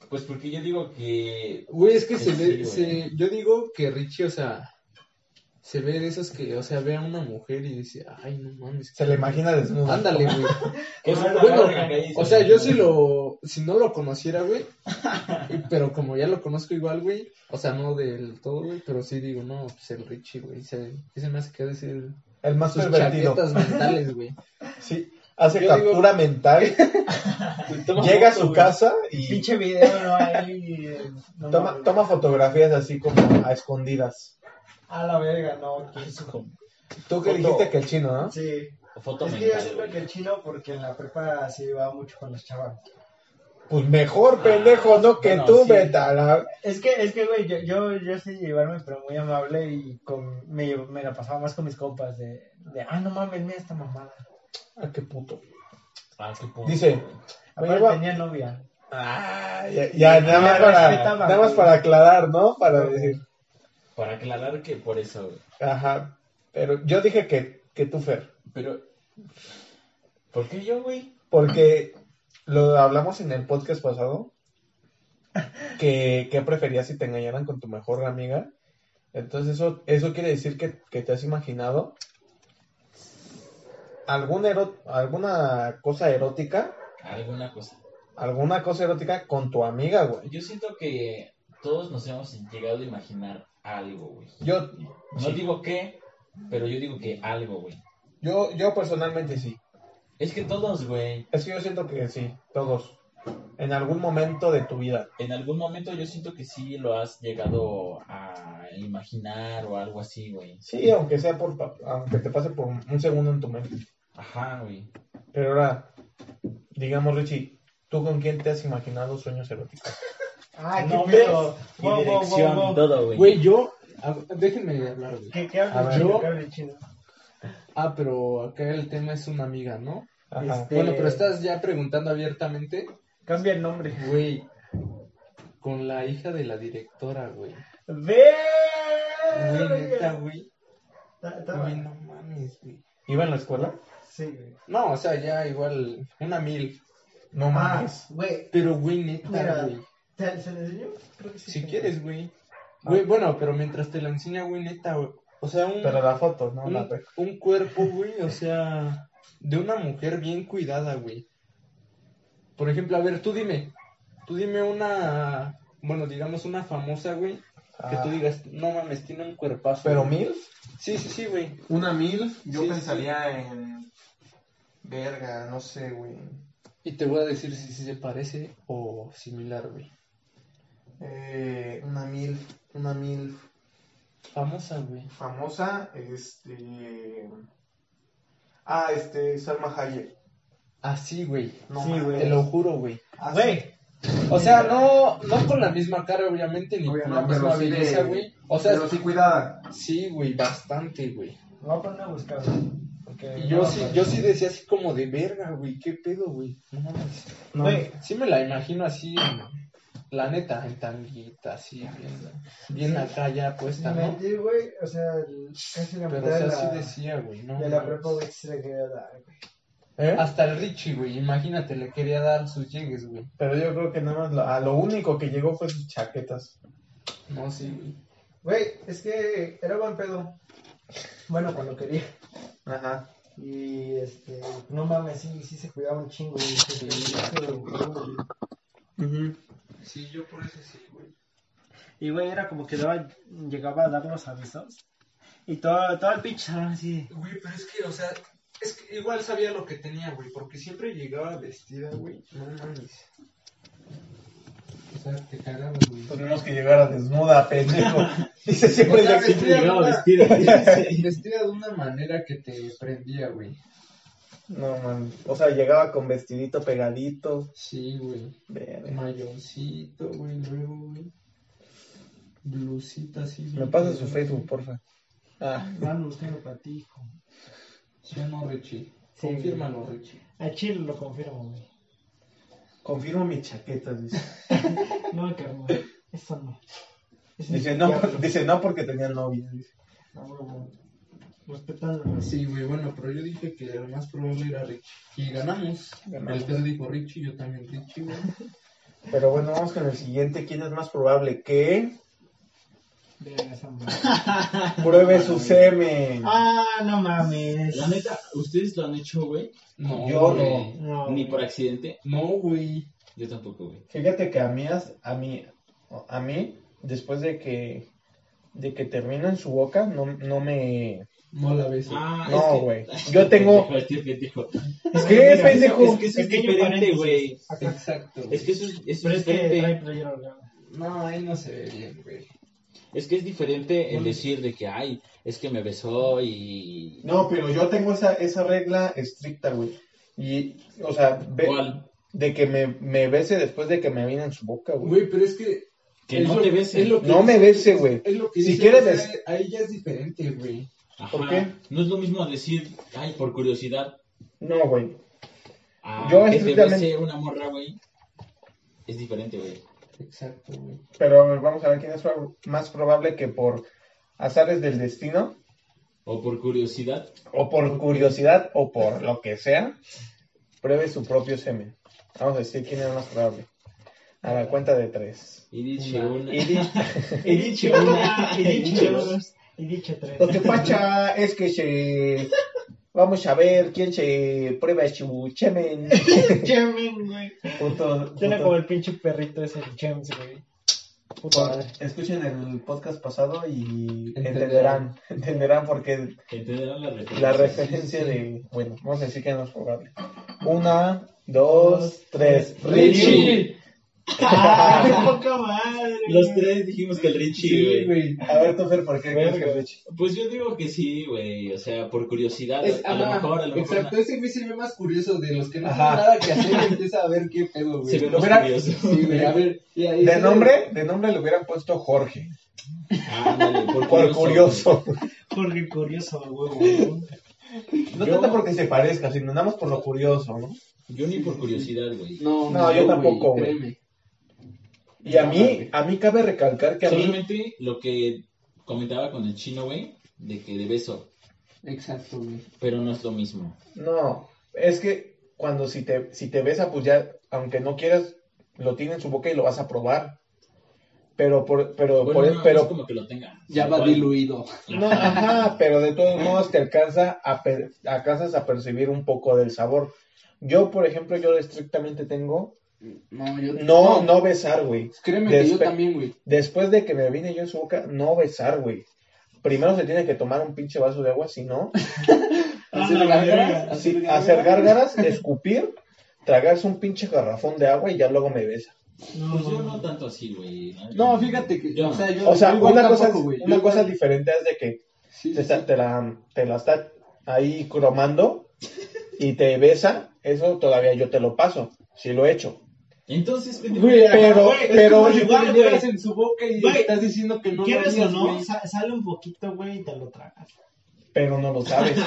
[SPEAKER 3] Pues porque yo digo que...
[SPEAKER 2] Güey, es que se
[SPEAKER 3] Sí,
[SPEAKER 2] ve,
[SPEAKER 3] güey.
[SPEAKER 2] se, yo digo que Richie, o sea, se ve de esos que, o sea, ve a una mujer y dice, ay, no mames.
[SPEAKER 1] Se le imagina desnudo.
[SPEAKER 2] Ándale, güey.
[SPEAKER 3] que
[SPEAKER 2] O sea,
[SPEAKER 3] manda
[SPEAKER 2] bueno,
[SPEAKER 3] Ah, verga que ahí
[SPEAKER 2] o
[SPEAKER 3] se
[SPEAKER 2] sea,
[SPEAKER 3] ve.
[SPEAKER 2] yo si lo, si no lo conociera, güey, y- pero como ya lo conozco igual, güey, o sea, no del todo, güey, pero sí digo, no, pues el Richie, güey, se, ¿qué se me hace que ha de ser
[SPEAKER 1] El más
[SPEAKER 2] sus
[SPEAKER 1] pervertido.
[SPEAKER 2] chaquetas mentales, güey.
[SPEAKER 1] Sí. Hace
[SPEAKER 2] Yo digo-
[SPEAKER 1] captura mental. Llega a su casa y
[SPEAKER 4] Pinche video, no hay. eh, no
[SPEAKER 1] toma,
[SPEAKER 4] mames.
[SPEAKER 1] toma fotografías así como a escondidas.
[SPEAKER 4] A la verga, no. que Ah, es-
[SPEAKER 1] Tú que
[SPEAKER 3] Foto.
[SPEAKER 1] dijiste que el chino, ¿no?
[SPEAKER 4] Sí.
[SPEAKER 3] Foto
[SPEAKER 4] Es que yo
[SPEAKER 3] mental,
[SPEAKER 4] siempre
[SPEAKER 3] güey.
[SPEAKER 4] que el chino, porque en la prepa sí va mucho con las chavas.
[SPEAKER 1] Pues mejor, pendejo, no que
[SPEAKER 3] Bueno,
[SPEAKER 1] tú,
[SPEAKER 3] sí.
[SPEAKER 1] vete a la-
[SPEAKER 4] Es que, es que, güey, yo, yo, yo sé llevarme, pero muy amable y con, me, llevo- me la pasaba más con mis compas. De, de ah, no mames, mira esta mamada.
[SPEAKER 1] Ah, qué puto.
[SPEAKER 3] Ah, qué puto.
[SPEAKER 1] Dice. me
[SPEAKER 4] Aparte
[SPEAKER 1] lleva-
[SPEAKER 4] tenía novia.
[SPEAKER 1] Ah, ya, ya, nada más
[SPEAKER 4] Me
[SPEAKER 1] para,
[SPEAKER 4] respetaba,
[SPEAKER 1] nada más
[SPEAKER 4] güey.
[SPEAKER 1] para aclarar, ¿no? Para decir,
[SPEAKER 3] Para aclarar que por eso, güey.
[SPEAKER 1] ajá. Pero yo dije que, que tú, Fer,
[SPEAKER 3] Pero... ¿Por qué yo, güey?
[SPEAKER 1] porque lo hablamos en el podcast pasado, que, que preferías si te engañaran con tu mejor amiga. Entonces eso, eso quiere decir que, que te has imaginado alguna, ero- alguna cosa erótica,
[SPEAKER 3] Alguna cosa.
[SPEAKER 1] alguna cosa erótica con tu amiga, güey.
[SPEAKER 3] Yo siento que todos nos hemos llegado a imaginar algo, güey.
[SPEAKER 1] Yo,
[SPEAKER 3] No digo qué, pero yo digo que algo, güey.
[SPEAKER 1] yo, yo personalmente sí.
[SPEAKER 3] Es que todos, güey,
[SPEAKER 1] Es que yo siento que sí, todos. En algún momento de tu vida.
[SPEAKER 3] en algún momento yo siento que sí lo has llegado a imaginar o algo así, güey.
[SPEAKER 1] Sí, aunque sea por, pa- aunque te pase por un segundo en tu mente.
[SPEAKER 3] Ajá, güey.
[SPEAKER 1] Pero ahora, digamos, Richie, ¿tú con quién te has imaginado sueños eróticos?
[SPEAKER 4] Ah, qué
[SPEAKER 3] Nombres
[SPEAKER 4] pedo.
[SPEAKER 3] y
[SPEAKER 4] Wow, wow, wow,
[SPEAKER 3] dirección,
[SPEAKER 4] wow.
[SPEAKER 3] todo, güey.
[SPEAKER 2] Güey, yo, a- déjenme hablar, güey.
[SPEAKER 4] ¿Qué, qué habla
[SPEAKER 1] A ver.
[SPEAKER 4] el chino?
[SPEAKER 2] Yo-
[SPEAKER 4] ¿Qué habla el chino?
[SPEAKER 2] Ah, pero acá el tema es una amiga, ¿no?
[SPEAKER 1] Ajá.
[SPEAKER 4] Este-
[SPEAKER 2] Bueno, pero estás ya preguntando abiertamente,
[SPEAKER 4] Cambia el nombre.
[SPEAKER 2] güey, con la hija de la directora, güey. Güey, neta,
[SPEAKER 4] Verga.
[SPEAKER 2] güey.
[SPEAKER 4] Ta- ta-
[SPEAKER 2] Güey, no mames, güey.
[SPEAKER 1] ¿Iba en la escuela?
[SPEAKER 4] Sí, güey.
[SPEAKER 2] No, o sea, ya igual, una mil.
[SPEAKER 1] No
[SPEAKER 4] Ah,
[SPEAKER 1] mames.
[SPEAKER 4] güey.
[SPEAKER 2] Pero, güey, neta,
[SPEAKER 4] Mira.
[SPEAKER 2] güey.
[SPEAKER 4] ¿Se, se le enseñó? Creo que sí.
[SPEAKER 2] Si quieres, güey. Güey, bueno, pero mientras te la enseña, güey, neta, güey. O sea, un,
[SPEAKER 1] Pero la foto, no la
[SPEAKER 2] un, un cuerpo, güey, o sea, de una mujer bien cuidada, güey. Por ejemplo, a ver, tú dime. Tú dime una, bueno, digamos una famosa, güey. Que
[SPEAKER 1] Ah.
[SPEAKER 2] tú digas, no mames, tiene un cuerpazo.
[SPEAKER 1] ¿Pero
[SPEAKER 2] güey".
[SPEAKER 1] mil?
[SPEAKER 2] Sí, sí, sí, güey.
[SPEAKER 1] Una mil, yo
[SPEAKER 2] Sí,
[SPEAKER 1] pensaría en... Verga, no sé, güey.
[SPEAKER 2] Y te voy a decir si, si se parece o similar, güey.
[SPEAKER 1] Eh, una mil, una mil
[SPEAKER 2] Famosa, güey.
[SPEAKER 1] famosa, este... Ah, este, Salma Hayek.
[SPEAKER 2] Así, güey.
[SPEAKER 1] No
[SPEAKER 4] Sí,
[SPEAKER 1] mames.
[SPEAKER 4] güey.
[SPEAKER 2] Te lo juro, güey.
[SPEAKER 1] Ah, sí.
[SPEAKER 4] Güey,
[SPEAKER 2] O sea, no, no con la misma cara, obviamente, ni
[SPEAKER 1] Obvio,
[SPEAKER 2] con
[SPEAKER 1] no,
[SPEAKER 2] la
[SPEAKER 1] pero
[SPEAKER 2] misma
[SPEAKER 1] sí de-
[SPEAKER 2] belleza, güey. O sea,
[SPEAKER 1] sí, cuidada.
[SPEAKER 2] sí, güey, bastante, güey.
[SPEAKER 4] me voy a poner a buscar. Porque
[SPEAKER 2] Y yo
[SPEAKER 4] no,
[SPEAKER 2] sí,
[SPEAKER 4] güey.
[SPEAKER 2] yo sí decía así como de verga, güey, qué pedo, güey. No mames.
[SPEAKER 4] Güey,
[SPEAKER 2] Sí me la imagino así. La neta, en tanguita, así, bien, bien acá ya puesta,
[SPEAKER 4] Sin
[SPEAKER 2] ¿no?
[SPEAKER 4] mentir, güey, o sea, el- casi la
[SPEAKER 2] Pues Pero o
[SPEAKER 4] mitad
[SPEAKER 2] sea,
[SPEAKER 4] de,
[SPEAKER 2] así
[SPEAKER 4] la,
[SPEAKER 2] decía, güey, ¿no?
[SPEAKER 4] de la prepa, güey, sí se le quería dar, güey.
[SPEAKER 1] ¿Eh?
[SPEAKER 2] Hasta el Richie, güey, imagínate, le quería dar sus llegues, güey.
[SPEAKER 1] Pero yo creo que nada más lo, a lo único que llegó fue sus chaquetas.
[SPEAKER 2] No, sí, güey.
[SPEAKER 4] Güey, es que era buen pedo. Bueno, cuando quería.
[SPEAKER 1] Ajá.
[SPEAKER 4] Y este, no mames, sí, sí se cuidaba un chingo. güey. Se cuidaba un chingo, güey.
[SPEAKER 2] Sí, yo por eso sí, güey.
[SPEAKER 5] Y güey, era como que daba- llegaba a dar los avisos. Y todo, todo el pinche salón así. de,
[SPEAKER 2] Güey, pero es que, o sea, es que igual sabía lo que tenía, güey, porque siempre llegaba vestida, güey. No mames. O sea, te cagabas, güey.
[SPEAKER 1] Tuvimos que llegar a desnuda, pendejo. Dice siempre
[SPEAKER 2] O sea,
[SPEAKER 1] la que
[SPEAKER 2] vestida de
[SPEAKER 1] llegaba
[SPEAKER 2] una-
[SPEAKER 1] vestida.
[SPEAKER 2] Vestida de una manera que te prendía, güey.
[SPEAKER 1] No, man. O sea, llegaba con vestidito pegadito.
[SPEAKER 2] Sí, güey.
[SPEAKER 1] Verga.
[SPEAKER 2] Mayoncito, güey, luego, güey. Blusita así.
[SPEAKER 1] Me pasa su Facebook, porfa. Ah,
[SPEAKER 4] Estaban buscando para ti, hijo.
[SPEAKER 2] Yo no, Richie.
[SPEAKER 4] Sí, güey.
[SPEAKER 2] Confírmalo, Richie.
[SPEAKER 4] A Chile lo confirmo, güey.
[SPEAKER 1] confirmo mis chaquetas, dice.
[SPEAKER 4] No, carnal, eso no. Eso
[SPEAKER 1] Dice
[SPEAKER 4] es
[SPEAKER 1] no,
[SPEAKER 4] diablo.
[SPEAKER 1] dice no porque tenía novia. Dice.
[SPEAKER 4] No, güey. Respetando.
[SPEAKER 2] Sí, güey, bueno, pero yo dije que lo más probable era Richie. Y ganamos.
[SPEAKER 1] Ganamos.
[SPEAKER 2] El Pedro dijo Richie, yo también Richie, güey.
[SPEAKER 1] Pero bueno, vamos con el siguiente. ¿Quién es más probable que
[SPEAKER 4] De esa madre.
[SPEAKER 1] pruebe su semen?
[SPEAKER 5] Ah, no mames.
[SPEAKER 3] La neta, ¿ustedes lo han hecho, güey?
[SPEAKER 2] No,
[SPEAKER 1] Yo
[SPEAKER 2] güey.
[SPEAKER 4] No,
[SPEAKER 3] Ni
[SPEAKER 4] güey.
[SPEAKER 3] por accidente.
[SPEAKER 2] No, güey.
[SPEAKER 3] Yo tampoco, güey.
[SPEAKER 1] Fíjate que a mí, as- a mí, a mí, después de que, de que termino en su boca, no, no me...
[SPEAKER 2] No la ves.
[SPEAKER 3] Ah,
[SPEAKER 1] No,
[SPEAKER 3] es que-
[SPEAKER 1] güey.
[SPEAKER 3] Ay,
[SPEAKER 1] Yo tengo-
[SPEAKER 3] pendejo, Este pendejo.
[SPEAKER 1] ¿Qué,
[SPEAKER 4] mira,
[SPEAKER 1] pendejo?
[SPEAKER 3] Es que eso es
[SPEAKER 5] Pequeño
[SPEAKER 3] diferente,
[SPEAKER 5] paréntesis.
[SPEAKER 3] güey.
[SPEAKER 2] Exacto. güey.
[SPEAKER 3] Es que eso es, eso
[SPEAKER 4] Pero
[SPEAKER 3] es
[SPEAKER 4] es que trae
[SPEAKER 3] diferente.
[SPEAKER 4] playera holgada.
[SPEAKER 2] No, ahí no se ve bien, güey.
[SPEAKER 3] Es que es diferente el decir de que, ay, es que me besó y...
[SPEAKER 1] No, pero yo tengo esa, esa regla estricta, güey. Y, o sea, ve-
[SPEAKER 3] ¿Cuál?
[SPEAKER 1] de que me, me bese después de que me viene en su boca, güey.
[SPEAKER 2] Güey, pero es que.
[SPEAKER 3] Que
[SPEAKER 2] es
[SPEAKER 3] no
[SPEAKER 2] lo-
[SPEAKER 3] te bese.
[SPEAKER 2] es lo que
[SPEAKER 1] No me
[SPEAKER 2] dice-
[SPEAKER 1] bese, güey.
[SPEAKER 2] Es lo que
[SPEAKER 1] Si
[SPEAKER 2] dice,
[SPEAKER 1] quieres
[SPEAKER 2] o sea,
[SPEAKER 1] bes-
[SPEAKER 2] Ahí ya es diferente, güey.
[SPEAKER 3] Ajá.
[SPEAKER 1] ¿por qué?
[SPEAKER 3] No es lo mismo decir, ay, por curiosidad,
[SPEAKER 1] No, güey.
[SPEAKER 3] a
[SPEAKER 1] Yo
[SPEAKER 3] que te
[SPEAKER 1] estrictamente-
[SPEAKER 3] bese una morra, güey. Es diferente, güey.
[SPEAKER 2] Exacto, güey.
[SPEAKER 1] Pero a ver, vamos a ver quién es prob- más probable que por azares del destino,
[SPEAKER 3] O por curiosidad.
[SPEAKER 1] o por curiosidad, o por lo que sea, pruebe su propio semen. Vamos a decir quién es más probable. A la cuenta de tres.
[SPEAKER 3] Y dicho una.
[SPEAKER 1] Y di-
[SPEAKER 5] He dicho una, he dicho dos, he dicho tres.
[SPEAKER 1] Lo que pasa es que se... Vamos a ver quién se prueba su chemen.
[SPEAKER 5] Chemen, güey.
[SPEAKER 1] Puto-
[SPEAKER 5] Tiene
[SPEAKER 1] puto-
[SPEAKER 5] como el pinche perrito ese el James, güey. Puta
[SPEAKER 1] Por-
[SPEAKER 5] madre.
[SPEAKER 1] Escuchen el podcast pasado y
[SPEAKER 2] Entenderán.
[SPEAKER 1] entenderán, entenderán por qué
[SPEAKER 3] Entenderán la referencia.
[SPEAKER 1] la referencia de, bueno, vamos a decir que no es probable. Una, dos, tres. Richie.
[SPEAKER 5] ¡Ay, poca madre!
[SPEAKER 3] Los tres dijimos que el Richie,
[SPEAKER 2] Sí,
[SPEAKER 3] güey.
[SPEAKER 2] güey.
[SPEAKER 1] A ver, Tofer, ¿por qué crees que
[SPEAKER 5] Verga.
[SPEAKER 1] es Richie?
[SPEAKER 3] Pues yo digo que sí, güey. O sea, por curiosidad.
[SPEAKER 2] Es-
[SPEAKER 3] a lo
[SPEAKER 2] ajá,
[SPEAKER 3] mejor, a lo mejor.
[SPEAKER 2] Exacto, ese güey se ve más curioso de los que no
[SPEAKER 1] Ajá.
[SPEAKER 2] tienen nada que hacer y empieza a ver qué pedo, güey.
[SPEAKER 3] Se ve más
[SPEAKER 1] Mira.
[SPEAKER 3] curioso.
[SPEAKER 2] Sí, güey, a ver. y ahí
[SPEAKER 1] De
[SPEAKER 2] se-
[SPEAKER 1] nombre, de nombre le hubieran puesto Jorge.
[SPEAKER 3] Ándale, por
[SPEAKER 1] Por curioso.
[SPEAKER 5] Porque curioso, güey, güey.
[SPEAKER 1] No
[SPEAKER 3] Yo-
[SPEAKER 1] tanto porque se parezca, sino nada más por lo curioso, ¿no?
[SPEAKER 3] Yo ni por curiosidad, güey.
[SPEAKER 2] No,
[SPEAKER 1] No, yo tampoco, güey.
[SPEAKER 2] créeme.
[SPEAKER 1] Y a mí, a mí cabe recalcar que a mí,
[SPEAKER 3] Solamente lo que comentaba con el chino, güey, de que de beso.
[SPEAKER 2] Exacto, güey.
[SPEAKER 3] Pero no es lo mismo.
[SPEAKER 1] no, es que cuando si te, si te besa, pues ya, aunque no quieras, lo tiene en su boca y lo vas a probar. Pero por, pero,
[SPEAKER 3] Bueno,
[SPEAKER 1] por- e,
[SPEAKER 3] no,
[SPEAKER 1] pero,
[SPEAKER 3] es como que lo tenga.
[SPEAKER 2] Ya
[SPEAKER 3] Tal
[SPEAKER 2] va
[SPEAKER 3] cual.
[SPEAKER 2] diluido.
[SPEAKER 1] No, ajá, pero de todos modos te alcanza a per- alcanzas a percibir un poco del sabor. Yo, por ejemplo, yo estrictamente tengo
[SPEAKER 2] No, yo
[SPEAKER 1] no no besar, güey.
[SPEAKER 2] Créeme que yo
[SPEAKER 1] Despe-
[SPEAKER 2] también, güey.
[SPEAKER 1] Después de que me vine yo en su boca, no besar, güey. Primero se tiene que tomar un pinche vaso de agua, si no,
[SPEAKER 5] Ah,
[SPEAKER 2] Hacer
[SPEAKER 5] la
[SPEAKER 2] gárgaras, hacer
[SPEAKER 5] verga.
[SPEAKER 1] así,
[SPEAKER 2] gárgaras.
[SPEAKER 1] hacer gárgaras, escupir, tragarse un pinche garrafón de agua y ya luego me besa.
[SPEAKER 5] No,
[SPEAKER 3] Pues yo no
[SPEAKER 5] mames.
[SPEAKER 3] tanto así, güey.
[SPEAKER 2] No, fíjate que.
[SPEAKER 3] Yo
[SPEAKER 2] o sea,
[SPEAKER 3] no.
[SPEAKER 2] yo.
[SPEAKER 1] O sea,
[SPEAKER 2] yo igual
[SPEAKER 1] una cosa,
[SPEAKER 2] tampoco, güey.
[SPEAKER 1] una
[SPEAKER 2] Yo
[SPEAKER 1] cosa
[SPEAKER 2] igual-
[SPEAKER 1] diferente es de que
[SPEAKER 2] Sí,
[SPEAKER 1] te,
[SPEAKER 2] sí,
[SPEAKER 1] está- te la, te la está ahí cromando y te besa, eso todavía yo te lo paso, si lo he hecho.
[SPEAKER 3] Entonces, pendejo,
[SPEAKER 2] Güey, ajá,
[SPEAKER 1] pero-
[SPEAKER 2] güey, es
[SPEAKER 1] pero-
[SPEAKER 2] como si
[SPEAKER 5] igual,
[SPEAKER 2] te llevas
[SPEAKER 5] güey.
[SPEAKER 2] en su boca y
[SPEAKER 5] Güey,
[SPEAKER 2] estás diciendo que no lo
[SPEAKER 5] Quieres o
[SPEAKER 2] harías,
[SPEAKER 5] no,
[SPEAKER 2] güey.
[SPEAKER 5] sa- sale un poquito, güey, y te lo tragas.
[SPEAKER 1] pero no lo sabes.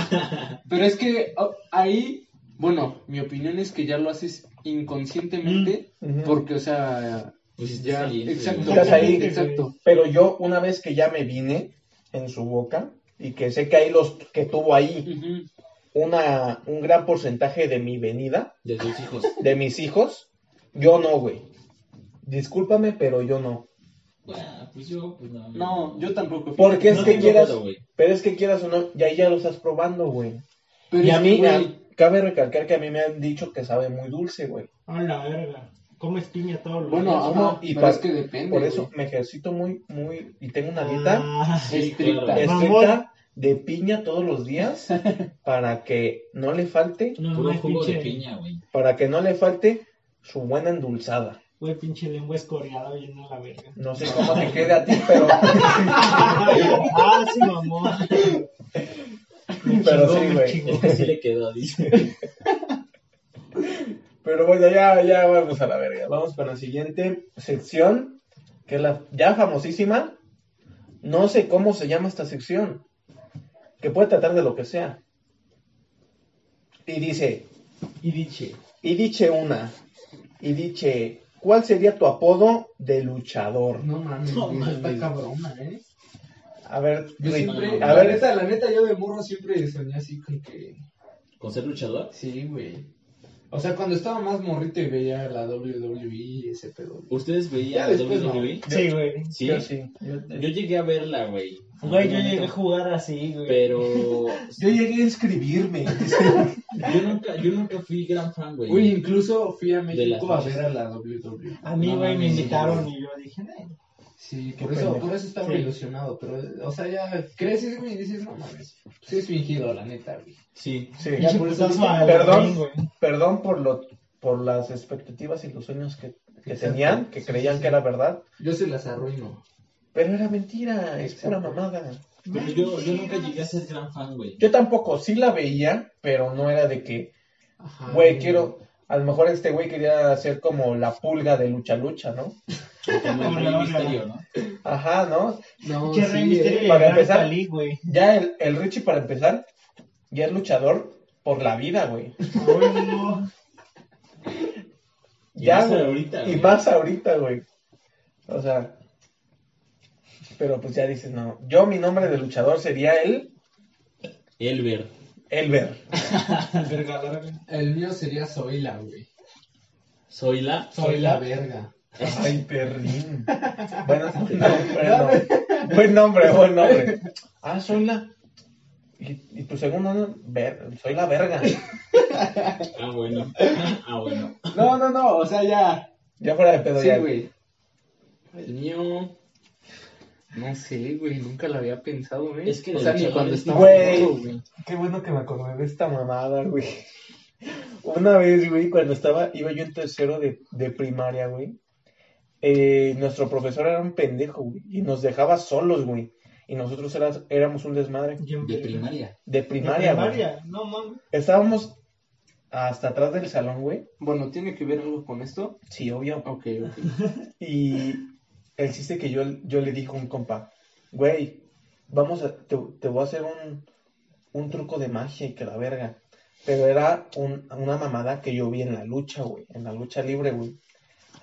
[SPEAKER 2] Pero es que oh, ahí, bueno, mi opinión es que ya lo haces inconscientemente,
[SPEAKER 1] Mm, Ujú.
[SPEAKER 2] porque, o sea,
[SPEAKER 3] Pues
[SPEAKER 5] Ya,
[SPEAKER 3] saliente,
[SPEAKER 5] exacto.
[SPEAKER 3] güey.
[SPEAKER 1] Estás ahí,
[SPEAKER 5] exacto.
[SPEAKER 1] Pero yo, una vez que ya me vine en su boca y que sé que ahí los que tuvo ahí
[SPEAKER 5] Ujú.
[SPEAKER 1] una, un gran porcentaje de mi venida,
[SPEAKER 3] De tus hijos.
[SPEAKER 1] de mis hijos, yo no, güey. Discúlpame, pero yo no.
[SPEAKER 3] Bueno, pues yo, pues no.
[SPEAKER 5] No, yo tampoco.
[SPEAKER 1] Porque es
[SPEAKER 3] No
[SPEAKER 1] que
[SPEAKER 3] tengo
[SPEAKER 1] quieras,
[SPEAKER 3] pedo, güey.
[SPEAKER 1] pero es que quieras o no, y ahí ya lo estás probando, güey.
[SPEAKER 5] Pero
[SPEAKER 1] y
[SPEAKER 5] es
[SPEAKER 1] a
[SPEAKER 5] que,
[SPEAKER 1] mí,
[SPEAKER 5] güey,
[SPEAKER 1] a- cabe recalcar que a mí me han dicho que sabe muy dulce, güey.
[SPEAKER 4] A la verga. Comes piña todos los
[SPEAKER 5] Bueno,
[SPEAKER 4] días.
[SPEAKER 1] Uno
[SPEAKER 5] ajá,
[SPEAKER 1] y
[SPEAKER 5] Ah, pero
[SPEAKER 1] para-
[SPEAKER 5] es que depende.
[SPEAKER 1] Por eso
[SPEAKER 5] güey.
[SPEAKER 1] me ejercito muy, muy, y tengo una dieta
[SPEAKER 4] Ah,
[SPEAKER 5] estricta.
[SPEAKER 3] claro.
[SPEAKER 1] estricta
[SPEAKER 4] mamón.
[SPEAKER 1] de piña todos los días para que no le falte,
[SPEAKER 4] no,
[SPEAKER 3] Puro
[SPEAKER 4] no,
[SPEAKER 3] jugo de
[SPEAKER 4] pinche,
[SPEAKER 3] piña, güey.
[SPEAKER 1] para que no le falte su buena endulzada.
[SPEAKER 4] Güey, pinche lengua escoreada yendo a la verga.
[SPEAKER 1] No sé cómo te quede a ti, pero,
[SPEAKER 4] ah, sí, mamón. Me
[SPEAKER 1] Pero
[SPEAKER 4] chingó,
[SPEAKER 1] sí,
[SPEAKER 4] me
[SPEAKER 1] güey.
[SPEAKER 4] chingó.
[SPEAKER 3] Así le quedó, dice.
[SPEAKER 1] pero bueno, ya, ya vamos a la verga. Vamos para la siguiente sección, que es la ya famosísima. No sé cómo se llama esta sección, que puede tratar de lo que sea. Y dice,
[SPEAKER 4] Y diche.
[SPEAKER 1] y dice una, y dice, ¿cuál sería tu apodo de luchador?
[SPEAKER 5] No mames,
[SPEAKER 4] No
[SPEAKER 5] güey,
[SPEAKER 4] mames.
[SPEAKER 5] está cabrona, ¿eh?
[SPEAKER 1] A ver,
[SPEAKER 5] Yo
[SPEAKER 1] Rick,
[SPEAKER 5] siempre,
[SPEAKER 1] a
[SPEAKER 5] la
[SPEAKER 1] ver,
[SPEAKER 5] neta, la neta, yo de morro siempre soñé así con que.
[SPEAKER 3] ¿Con ser luchador?
[SPEAKER 5] Sí, güey. O sea, cuando estaba más morrito y veía la WWE y ese pedo. güey.
[SPEAKER 3] ¿Ustedes
[SPEAKER 5] Ya
[SPEAKER 3] veían
[SPEAKER 5] después,
[SPEAKER 3] WWE?
[SPEAKER 4] Sí, güey.
[SPEAKER 3] E? Sí.
[SPEAKER 1] yo sí.
[SPEAKER 3] Yo llegué a verla, güey.
[SPEAKER 4] Güey,
[SPEAKER 3] En
[SPEAKER 4] yo
[SPEAKER 3] algún
[SPEAKER 4] llegué a
[SPEAKER 3] momento.
[SPEAKER 4] jugar así, güey.
[SPEAKER 3] Pero
[SPEAKER 1] Yo llegué a inscribirme.
[SPEAKER 3] yo nunca, yo nunca fui gran fan, güey.
[SPEAKER 5] Güey, incluso fui a
[SPEAKER 3] las
[SPEAKER 5] México a
[SPEAKER 3] noches.
[SPEAKER 5] ver a la WWE.
[SPEAKER 4] A mí,
[SPEAKER 3] No
[SPEAKER 4] güey, me
[SPEAKER 3] mames,
[SPEAKER 4] invitaron y yo dije, "Eh,
[SPEAKER 5] Sí,
[SPEAKER 1] Qué
[SPEAKER 5] por eso,
[SPEAKER 1] pendejo.
[SPEAKER 5] por eso estaba
[SPEAKER 4] Sí.
[SPEAKER 5] ilusionado, pero, o sea, ya creces, güey, y dices, no mames, sí es fingido, la neta, güey.
[SPEAKER 3] Sí.
[SPEAKER 1] pues, Sí.
[SPEAKER 5] Ya por eso
[SPEAKER 4] putazo
[SPEAKER 5] dije,
[SPEAKER 4] al
[SPEAKER 1] perdón.
[SPEAKER 4] ring, güey".
[SPEAKER 1] Perdón por lo, por las expectativas y los sueños que, que
[SPEAKER 5] Exacto.
[SPEAKER 1] tenían, que
[SPEAKER 5] Sí,
[SPEAKER 1] creían
[SPEAKER 5] sí,
[SPEAKER 1] que
[SPEAKER 5] sí.
[SPEAKER 1] era verdad,
[SPEAKER 5] yo se las arruino.
[SPEAKER 1] pero era mentira, es pura
[SPEAKER 5] Exacto.
[SPEAKER 1] mamada.
[SPEAKER 3] Pero yo, yo nunca llegué a ser gran fan, güey.
[SPEAKER 1] Yo tampoco, sí la veía, pero no era de que,
[SPEAKER 5] Ajá.
[SPEAKER 1] güey, quiero, a lo mejor este güey quería hacer como la pulga de lucha lucha, ¿no?
[SPEAKER 3] Como el
[SPEAKER 4] Como
[SPEAKER 3] Rey
[SPEAKER 4] la
[SPEAKER 3] Misterio, ¿no?
[SPEAKER 1] Ajá, ¿no?
[SPEAKER 5] No,
[SPEAKER 4] Che,
[SPEAKER 5] sí,
[SPEAKER 4] Rey Misterio
[SPEAKER 5] eh.
[SPEAKER 4] y
[SPEAKER 1] para
[SPEAKER 4] Gran
[SPEAKER 1] empezar.
[SPEAKER 4] Talí, güey.
[SPEAKER 1] Ya el, el Richie para empezar, ya es luchador por la vida, güey.
[SPEAKER 4] Ay, no.
[SPEAKER 3] Y
[SPEAKER 1] Ya,
[SPEAKER 3] más
[SPEAKER 1] güey.
[SPEAKER 3] ahorita,
[SPEAKER 1] Y
[SPEAKER 3] güey.
[SPEAKER 1] más ahorita, güey. O sea. Pero pues ya dices, no. Yo, mi nombre de luchador sería el
[SPEAKER 3] Elber.
[SPEAKER 1] Elber.
[SPEAKER 4] Al verga, verga.
[SPEAKER 5] El mío sería Zoila, güey.
[SPEAKER 3] Soy la.
[SPEAKER 5] Soy la verga.
[SPEAKER 1] Ay, perrín. Bueno, buen nombre. Buen nombre, buen nombre. Ah, soy la. Y, y tu segundo nombre, ver- soy la verga.
[SPEAKER 3] Ah, bueno. Ah, bueno.
[SPEAKER 5] No, no, no, o sea, ya.
[SPEAKER 1] Ya fuera de pedo,
[SPEAKER 5] Sí,
[SPEAKER 1] ya.
[SPEAKER 5] güey. El mío. No sé, güey, nunca lo había pensado, güey.
[SPEAKER 3] Es que
[SPEAKER 5] o
[SPEAKER 3] de
[SPEAKER 5] sea, ni
[SPEAKER 3] luchadores,
[SPEAKER 5] cuando estaba
[SPEAKER 1] güey.
[SPEAKER 5] morro, güey.
[SPEAKER 1] Qué bueno que me acordé de esta mamada, güey. Una vez, güey, cuando estaba, iba yo en tercero de, de primaria, güey. eh, nuestro profesor era un pendejo, güey. Y nos dejaba solos, güey. Y nosotros eras- éramos un desmadre.
[SPEAKER 4] Yo-
[SPEAKER 3] De primaria.
[SPEAKER 1] De
[SPEAKER 4] de
[SPEAKER 1] primaria, güey.
[SPEAKER 4] primaria. No mames.
[SPEAKER 1] Estábamos hasta atrás del salón, güey.
[SPEAKER 5] Bueno, ¿tiene que ver algo con esto?
[SPEAKER 1] Sí, obvio.
[SPEAKER 5] Ok, ok.
[SPEAKER 1] Y el chiste que yo, yo le dije a un compa, güey, vamos a, te, te voy a hacer un, un truco de magia y que la verga. Pero era un- una mamada que yo vi en la lucha, güey, en la lucha libre, güey.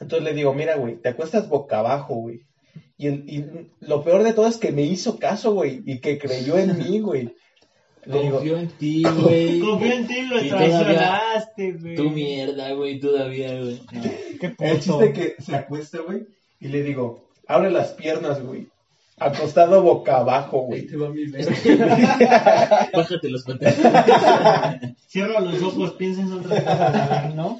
[SPEAKER 1] Entonces le digo, mira, güey, te acuestas boca abajo, güey. Y, el- y lo peor de todo es que me hizo caso, güey, y que creyó en mí, güey. Le digo,
[SPEAKER 3] Confío en ti, güey.
[SPEAKER 4] Confío en ti, lo
[SPEAKER 3] Y todavía-
[SPEAKER 4] traicionaste, güey.
[SPEAKER 3] Tu mierda, güey, todavía, güey. No.
[SPEAKER 4] Qué
[SPEAKER 1] El
[SPEAKER 4] puto.
[SPEAKER 1] chiste que se acuesta, güey, y le digo, abre las piernas, güey. Acostado boca abajo, güey.
[SPEAKER 5] Ahí te va mi verga.
[SPEAKER 3] Bájate los pantalones.
[SPEAKER 4] Cierra los ojos, piensa en otra cosa, ¿no?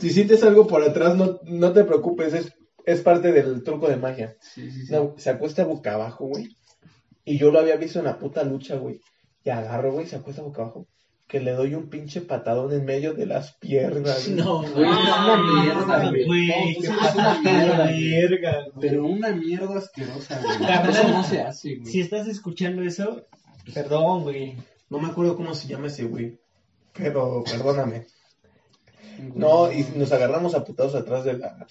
[SPEAKER 1] Si sientes algo por atrás, no, no te preocupes, es, es parte del truco de magia.
[SPEAKER 5] Sí, sí, sí.
[SPEAKER 1] No, se acuesta boca abajo, güey. Y yo lo había visto en la puta lucha, güey. Y agarro, güey, se acuesta boca abajo. Que le doy un pinche patadón en medio de las piernas. güey.
[SPEAKER 3] No,
[SPEAKER 5] Güey,
[SPEAKER 3] güey.
[SPEAKER 5] es una mierda,
[SPEAKER 4] Ah,
[SPEAKER 5] güey.
[SPEAKER 4] güey,
[SPEAKER 5] No,
[SPEAKER 4] qué
[SPEAKER 5] pues, es
[SPEAKER 4] puta
[SPEAKER 5] una mierda, güey.
[SPEAKER 4] verga, güey.
[SPEAKER 5] Pero una mierda asquerosa, güey.
[SPEAKER 4] Carnal.
[SPEAKER 5] Eso no se hace, güey.
[SPEAKER 4] Si estás escuchando eso, perdón, güey.
[SPEAKER 1] No me acuerdo cómo se llama ese güey. Pero perdóname. No, y nos agarramos a putados atrás de la.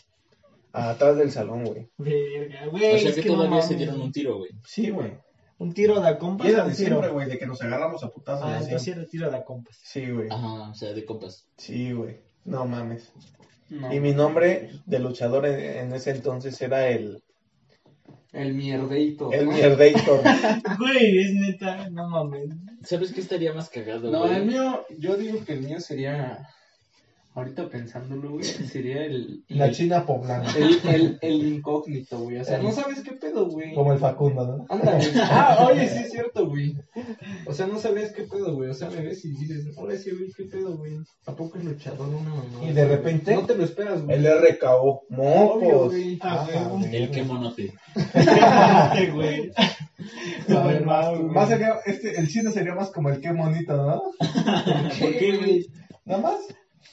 [SPEAKER 1] Atrás del salón, güey.
[SPEAKER 4] Verga, güey.
[SPEAKER 3] O sea
[SPEAKER 4] es
[SPEAKER 3] que
[SPEAKER 4] que no
[SPEAKER 3] todavía se
[SPEAKER 4] mames.
[SPEAKER 3] dieron un tiro, güey.
[SPEAKER 1] Sí, güey.
[SPEAKER 4] Un tiro de a compas.
[SPEAKER 1] Y era
[SPEAKER 4] o
[SPEAKER 1] de
[SPEAKER 4] de
[SPEAKER 1] siempre,
[SPEAKER 4] tiro?
[SPEAKER 1] güey, de que nos agarramos a putazos.
[SPEAKER 4] Ah,
[SPEAKER 1] así.
[SPEAKER 4] entonces era tiro de a compas.
[SPEAKER 1] Sí, güey.
[SPEAKER 3] Ajá, o sea, de compas.
[SPEAKER 1] Sí, güey. No mames.
[SPEAKER 5] No.
[SPEAKER 7] Y mi nombre de luchador en, en ese entonces era el,
[SPEAKER 5] El mierdeito.
[SPEAKER 7] el Mierdator.
[SPEAKER 4] Güey, es neta, no mames.
[SPEAKER 3] ¿Sabes qué estaría más cagado,
[SPEAKER 5] No,
[SPEAKER 3] güey?
[SPEAKER 5] el mío, yo digo que el mío sería, ahorita pensándolo, güey, sería el...
[SPEAKER 1] La
[SPEAKER 5] el-
[SPEAKER 1] China poblana.
[SPEAKER 5] El, el, el incógnito, güey. O sea, no sabes qué pedo, güey.
[SPEAKER 1] Como el Facundo, ¿no?
[SPEAKER 5] Ándale. Ah, oye, sí es cierto, güey. O sea, no sabes qué pedo, güey. O sea, me ves y dices, hola, ese güey, qué pedo, güey. ¿A poco es luchador una mamá?
[SPEAKER 1] Y de repente-
[SPEAKER 5] No te lo esperas, güey.
[SPEAKER 7] El RKO.
[SPEAKER 5] Obvio,
[SPEAKER 7] Mocos.
[SPEAKER 5] güey.
[SPEAKER 4] Ah, güey.
[SPEAKER 3] El que monote.
[SPEAKER 4] Este güey.
[SPEAKER 5] A ver, vas tú,
[SPEAKER 1] Más sería, este, el chiste sería más como el qué bonito, ¿no?
[SPEAKER 4] ¿Por qué, güey?
[SPEAKER 1] Nada más,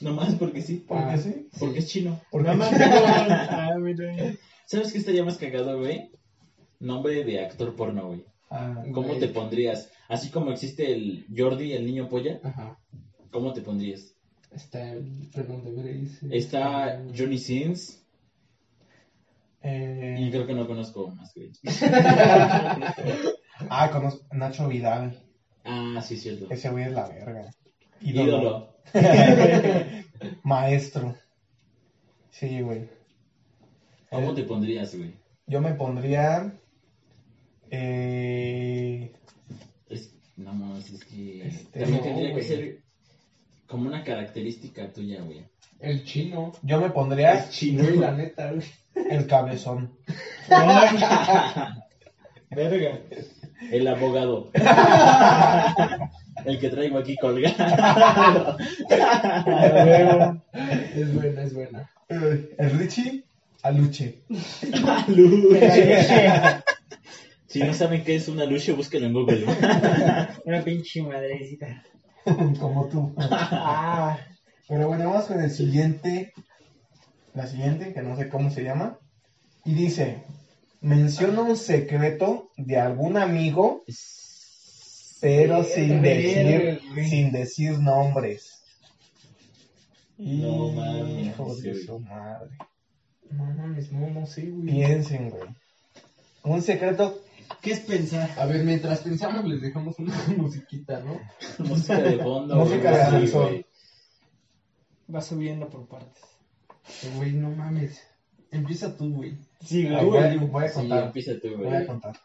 [SPEAKER 3] Nomás porque sí.
[SPEAKER 1] porque
[SPEAKER 5] Ah.
[SPEAKER 1] sí.
[SPEAKER 3] Porque es chino.
[SPEAKER 1] Porque
[SPEAKER 4] Nada más
[SPEAKER 1] sí.
[SPEAKER 4] tengo- Ah, mira.
[SPEAKER 3] ¿Sabes qué estaría más cagado, güey? Nombre de actor porno, güey.
[SPEAKER 1] Ah,
[SPEAKER 3] ¿Cómo
[SPEAKER 5] Güey.
[SPEAKER 3] te pondrías? Así como existe el Jordi, el niño polla,
[SPEAKER 5] Ajá.
[SPEAKER 3] ¿cómo te pondrías?
[SPEAKER 5] Está el perdón de Grace.
[SPEAKER 3] Está
[SPEAKER 5] el-
[SPEAKER 3] Johnny Sins
[SPEAKER 1] eh,
[SPEAKER 3] y creo que no conozco más, güey.
[SPEAKER 1] ah, conozco Nacho Vidal.
[SPEAKER 3] Ah, sí, cierto.
[SPEAKER 1] Ese güey es la verga.
[SPEAKER 3] Ídolo.
[SPEAKER 1] Maestro. Sí, güey.
[SPEAKER 3] ¿Cómo
[SPEAKER 1] Eh.
[SPEAKER 3] te pondrías, güey?
[SPEAKER 1] Yo me pondría. Eh,
[SPEAKER 3] Es- No, no, es que...
[SPEAKER 1] Este,
[SPEAKER 3] También
[SPEAKER 1] no,
[SPEAKER 3] tendría que
[SPEAKER 1] güey.
[SPEAKER 3] ser como una característica tuya, güey.
[SPEAKER 5] El chino.
[SPEAKER 1] yo me pondría
[SPEAKER 5] El chino. Güey, la neta, güey.
[SPEAKER 1] el cabezón.
[SPEAKER 4] Verga.
[SPEAKER 3] El abogado. el que traigo aquí colgado.
[SPEAKER 4] A huevo.
[SPEAKER 5] Es buena, es buena.
[SPEAKER 1] El Richie Aluche.
[SPEAKER 3] si no saben qué es una lucha, búsquenlo en Google.
[SPEAKER 4] Una pinche madrecita.
[SPEAKER 1] Como tú.
[SPEAKER 4] Ah,
[SPEAKER 1] Pero bueno, vamos con el siguiente. La siguiente, que no sé cómo se llama. Y dice: Menciona un secreto de algún amigo, pero sin decir, sin decir nombres.
[SPEAKER 3] No mames,
[SPEAKER 1] Hijo de
[SPEAKER 3] sí.
[SPEAKER 1] su madre.
[SPEAKER 5] No mames, momo, sí, güey.
[SPEAKER 1] Piensen, güey. Un secreto.
[SPEAKER 4] ¿qué es pensar?
[SPEAKER 5] A ver, mientras pensamos, les dejamos una musiquita, ¿no?
[SPEAKER 3] Música de fondo.
[SPEAKER 1] Música de
[SPEAKER 3] güey, sí,
[SPEAKER 1] ascensor.
[SPEAKER 3] güey.
[SPEAKER 4] Va subiendo por partes.
[SPEAKER 5] Güey, no mames. Empieza tú, güey.
[SPEAKER 4] Sí,
[SPEAKER 1] Ay,
[SPEAKER 4] güey.
[SPEAKER 1] Voy a, voy a
[SPEAKER 3] Sí,
[SPEAKER 1] contar.
[SPEAKER 3] empieza tú,
[SPEAKER 1] Ah, Voy a
[SPEAKER 3] güey.
[SPEAKER 1] contar.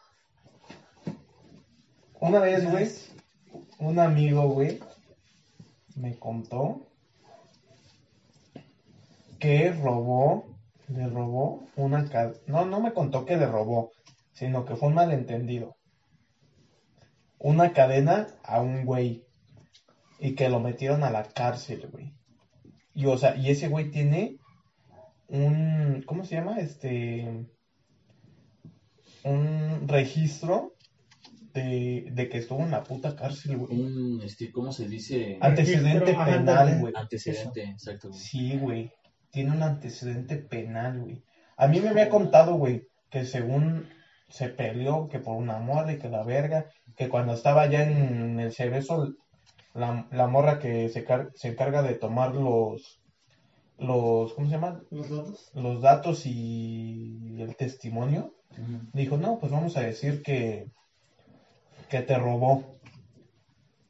[SPEAKER 1] Una vez, güey, un amigo, güey, me contó que robó, le robó una ca- No, no me contó que le robó, sino que fue un malentendido. Una cadena a un güey. Y que lo metieron a la cárcel, güey. Y, o sea, y ese güey tiene un... ¿Cómo se llama? Este un registro de, de que estuvo en la puta cárcel, güey.
[SPEAKER 3] Un, este, ¿cómo se dice?
[SPEAKER 1] Antecedente
[SPEAKER 4] Registro, ajá,
[SPEAKER 1] penal,
[SPEAKER 4] también.
[SPEAKER 1] güey.
[SPEAKER 3] Antecedente, exacto, güey.
[SPEAKER 1] Sí, güey. Tiene un antecedente penal, güey. A mí me había contado, güey, que según se peleó, que por una morra y que la verga, que cuando estaba allá en el cerezo, la, la morra que se, car- se encarga de tomar los, los, ¿cómo se llama?
[SPEAKER 4] ¿Los datos?
[SPEAKER 1] Los datos y el testimonio,
[SPEAKER 3] Ujú.
[SPEAKER 1] Dijo, no, pues vamos a decir que, que te robó.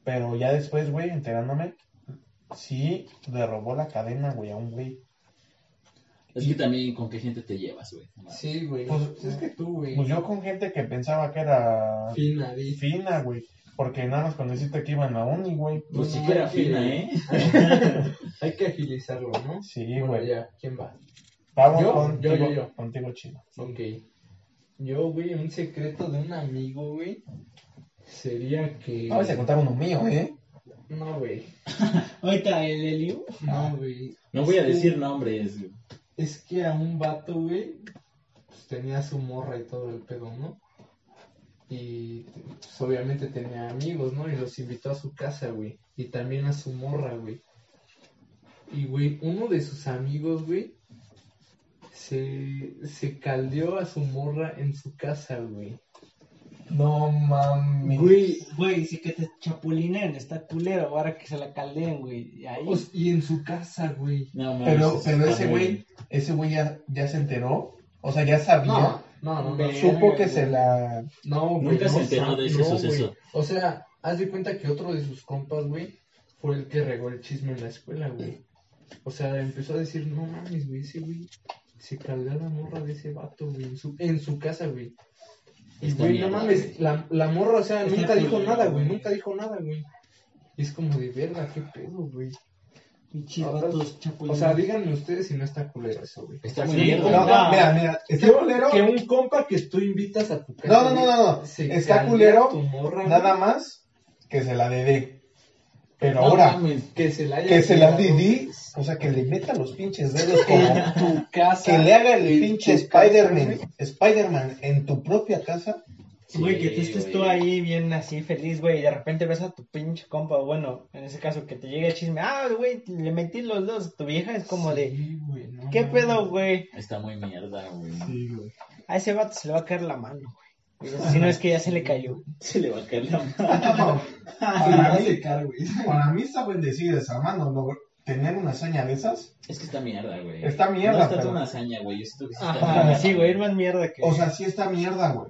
[SPEAKER 1] Pero ya después, güey, enterándome, sí le robó la cadena, güey, a un güey.
[SPEAKER 3] Es que también con qué gente te llevas, güey.
[SPEAKER 5] Sí, güey.
[SPEAKER 1] Pues,
[SPEAKER 5] es que tú, güey.
[SPEAKER 1] Pues yo con gente que pensaba que era
[SPEAKER 5] Fina, dice.
[SPEAKER 1] fina, güey. Porque nada más conociste que iba en la uni, güey.
[SPEAKER 3] Pues sí
[SPEAKER 5] No,
[SPEAKER 3] que era
[SPEAKER 5] hay que-
[SPEAKER 3] fina, ¿eh?
[SPEAKER 5] Hay que agilizarlo, ¿no?
[SPEAKER 1] Sí,
[SPEAKER 5] Bueno,
[SPEAKER 1] güey.
[SPEAKER 5] ya, ¿quién va?
[SPEAKER 1] Vamos
[SPEAKER 5] Yo,
[SPEAKER 1] contigo,
[SPEAKER 5] yo, yo, yo.
[SPEAKER 1] contigo, chino.
[SPEAKER 5] Ok. Yo, güey, un secreto de un amigo, güey. Sería que.
[SPEAKER 1] No, se contaron uno mío, ¿eh?
[SPEAKER 5] No, güey.
[SPEAKER 4] Ahorita el Eliu.
[SPEAKER 5] No, güey.
[SPEAKER 3] No voy a
[SPEAKER 5] Sí.
[SPEAKER 3] decir nombres, güey.
[SPEAKER 5] Es que a un vato, güey, pues tenía su morra y todo el pedo, ¿no? Y pues, obviamente tenía amigos, ¿no? Y los invitó a su casa, güey. Y también a su morra, güey. Y, güey, uno de sus amigos, güey, se, se caldeó a su morra en su casa, güey.
[SPEAKER 1] No mames.
[SPEAKER 5] Güey,
[SPEAKER 4] Güey, si que te chapulinen, está culero. Ahora que se la caldeen, güey. Y ahí.
[SPEAKER 5] o s- y en su casa, güey.
[SPEAKER 3] No, mames,
[SPEAKER 1] Pero,
[SPEAKER 3] eso
[SPEAKER 1] pero
[SPEAKER 3] está
[SPEAKER 1] ese
[SPEAKER 3] muy-
[SPEAKER 1] güey, ese güey ya, ya se enteró. O sea, ya sabía.
[SPEAKER 5] no, no, no.
[SPEAKER 4] Ve-
[SPEAKER 1] Supo que
[SPEAKER 4] Verga,
[SPEAKER 1] se
[SPEAKER 4] güey.
[SPEAKER 1] la...
[SPEAKER 5] No, güey,
[SPEAKER 3] Nunca
[SPEAKER 5] no,
[SPEAKER 3] se enteró de ese
[SPEAKER 5] no, güey.
[SPEAKER 3] suceso.
[SPEAKER 5] O sea, haz de cuenta que otro de sus compas, güey, fue el que regó el chisme en la escuela, güey. O sea, empezó a decir, no mames, güey, ese güey se cargó a la morra de ese vato, güey, en su, en su casa, güey. Y,
[SPEAKER 3] Está
[SPEAKER 5] güey, no
[SPEAKER 3] mierda,
[SPEAKER 5] mames,
[SPEAKER 3] güey.
[SPEAKER 5] la, la morra, o sea,
[SPEAKER 4] Está
[SPEAKER 5] nunca dijo
[SPEAKER 4] culero,
[SPEAKER 5] nada, güey,
[SPEAKER 4] güey.
[SPEAKER 5] nunca dijo nada, güey. Y es como de verga, qué pedo, güey.
[SPEAKER 4] Pinches vatos
[SPEAKER 5] O
[SPEAKER 4] chapulines.
[SPEAKER 5] sea, díganme ustedes si no está culero eso, güey.
[SPEAKER 3] Está
[SPEAKER 4] Sí,
[SPEAKER 3] muy bien,
[SPEAKER 4] no,
[SPEAKER 3] güey.
[SPEAKER 1] No, no, mira, mira, este
[SPEAKER 5] Que
[SPEAKER 1] está
[SPEAKER 5] un-
[SPEAKER 1] culero.
[SPEAKER 5] Que un compa que tú invitas a tu casa.
[SPEAKER 1] No, no, no, no, no.
[SPEAKER 5] se
[SPEAKER 1] Está
[SPEAKER 5] cargue a
[SPEAKER 1] culero,
[SPEAKER 5] tu morra,
[SPEAKER 1] Nada
[SPEAKER 5] güey,
[SPEAKER 1] más que se la dedé. Pero
[SPEAKER 5] No
[SPEAKER 1] ahora,
[SPEAKER 5] mames, que se la haya
[SPEAKER 1] que se la
[SPEAKER 5] quedado
[SPEAKER 1] dedí, o sea, que le meta los pinches dedos como
[SPEAKER 5] en tu casa.
[SPEAKER 1] que le haga el
[SPEAKER 5] en
[SPEAKER 1] pinche
[SPEAKER 5] tu casa, güey.
[SPEAKER 1] Spider-Man, Spider-Man en tu propia casa.
[SPEAKER 3] Sí,
[SPEAKER 4] Güey, que tú estés tú
[SPEAKER 3] güey.
[SPEAKER 4] ahí bien así feliz, güey, y de repente ves a tu pinche compa, o bueno, en ese caso que te llegue el chisme, ah, güey, le metí los dos a tu vieja, es como de,
[SPEAKER 5] Sí, güey, no
[SPEAKER 4] ¿qué
[SPEAKER 5] mames.
[SPEAKER 4] pedo, güey?
[SPEAKER 3] Está muy mierda, güey.
[SPEAKER 5] Sí, güey.
[SPEAKER 4] A ese vato se le va a caer la mano, güey. Si no es que ya se le cayó.
[SPEAKER 3] Se le va a caer la mano. Ah,
[SPEAKER 1] Para mí, para mí está bendecida esa mano. logr- Tener una hazaña de esas
[SPEAKER 3] Es que está mierda, güey.
[SPEAKER 1] está mierda.
[SPEAKER 3] No está
[SPEAKER 1] pero-
[SPEAKER 3] toda una hazaña, güey. Yo siento que sí está
[SPEAKER 4] Ajá,
[SPEAKER 3] mierda.
[SPEAKER 4] sí, güey, es más mierda que...
[SPEAKER 1] O sea, sí está mierda, güey.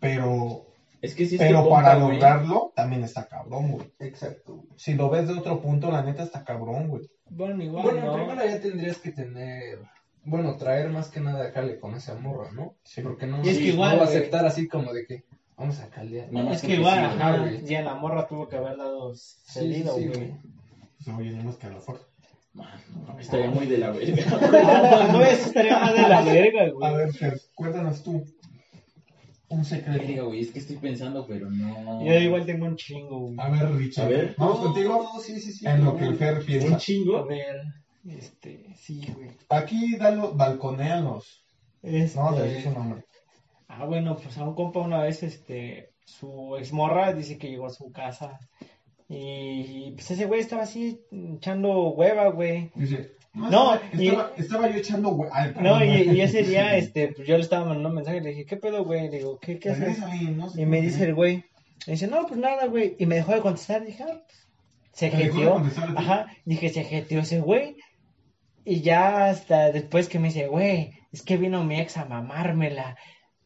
[SPEAKER 1] Pero,
[SPEAKER 3] Es que sí es
[SPEAKER 1] pero
[SPEAKER 3] tu
[SPEAKER 1] para
[SPEAKER 3] compa, güey.
[SPEAKER 1] lograrlo también está cabrón, güey.
[SPEAKER 5] Exacto. güey.
[SPEAKER 1] Si lo ves de otro punto, la neta está cabrón, güey.
[SPEAKER 4] bueno, igual,
[SPEAKER 5] Bueno,
[SPEAKER 4] ¿no?
[SPEAKER 5] primero ya tendrías que tener. Bueno, traer más que nada a Cale con esa morra, ¿no?
[SPEAKER 1] Sí.
[SPEAKER 5] Porque no,
[SPEAKER 4] Y es que
[SPEAKER 5] no
[SPEAKER 4] igual,
[SPEAKER 5] va a
[SPEAKER 4] güey.
[SPEAKER 5] aceptar
[SPEAKER 2] eh,
[SPEAKER 5] así como de que vamos a caldear.
[SPEAKER 3] No, no,
[SPEAKER 4] Es que
[SPEAKER 3] porque
[SPEAKER 4] igual,
[SPEAKER 3] sí, güey.
[SPEAKER 4] ajá,
[SPEAKER 5] güey.
[SPEAKER 4] ya la morra tuvo que haber dado
[SPEAKER 5] Sí, sí,
[SPEAKER 4] cedido,
[SPEAKER 5] sí,
[SPEAKER 4] güey.
[SPEAKER 5] güey.
[SPEAKER 1] Se oye, pues, no es que a lo mejor.
[SPEAKER 3] Man, no, Estaría muy de la verga.
[SPEAKER 4] Ah, no, eso estaría más de la verga,
[SPEAKER 1] A
[SPEAKER 4] güey.
[SPEAKER 1] ver, Fer, cuéntanos tú un secreto.
[SPEAKER 3] Verga, güey, es que estoy pensando, pero no.
[SPEAKER 4] Yo igual tengo un chingo, güey.
[SPEAKER 1] A ver, Richard.
[SPEAKER 3] A ver.
[SPEAKER 1] Vamos contigo
[SPEAKER 5] No, sí, sí, sí.
[SPEAKER 1] en lo que el Fer
[SPEAKER 3] ¿Un
[SPEAKER 1] piensa.
[SPEAKER 4] A
[SPEAKER 3] chingo?
[SPEAKER 4] ver, este, sí, güey.
[SPEAKER 1] Aquí, dalo, balconealos.
[SPEAKER 4] Este,
[SPEAKER 1] No, te dije su nombre.
[SPEAKER 4] Ah, bueno, pues a un compa una vez, este, su exmorra dice que llegó a su casa y pues ese güey estaba así echando hueva, güey.
[SPEAKER 1] Dice,
[SPEAKER 4] No,
[SPEAKER 1] estaba,
[SPEAKER 4] y-
[SPEAKER 1] Ah, estaba- estaba yo echando hue- Ay,
[SPEAKER 4] No,
[SPEAKER 1] perdón.
[SPEAKER 4] y, y ese día, este, pues yo le estaba mandando un mensaje, le dije, ¿qué pedo, güey? Le digo, ¿qué, qué haces?
[SPEAKER 1] Regrésale, no sé
[SPEAKER 4] Y me
[SPEAKER 1] por qué.
[SPEAKER 4] dice el güey, me dice, no, pues nada, güey. Y me dejó de contestar, dije, ah, pues, se
[SPEAKER 1] Te dejó de
[SPEAKER 4] jeteó.
[SPEAKER 1] contestar a ti.
[SPEAKER 4] Ajá, dije, se jeteó ese güey. Y ya hasta después que me dice, güey, es que vino mi ex a mamármela.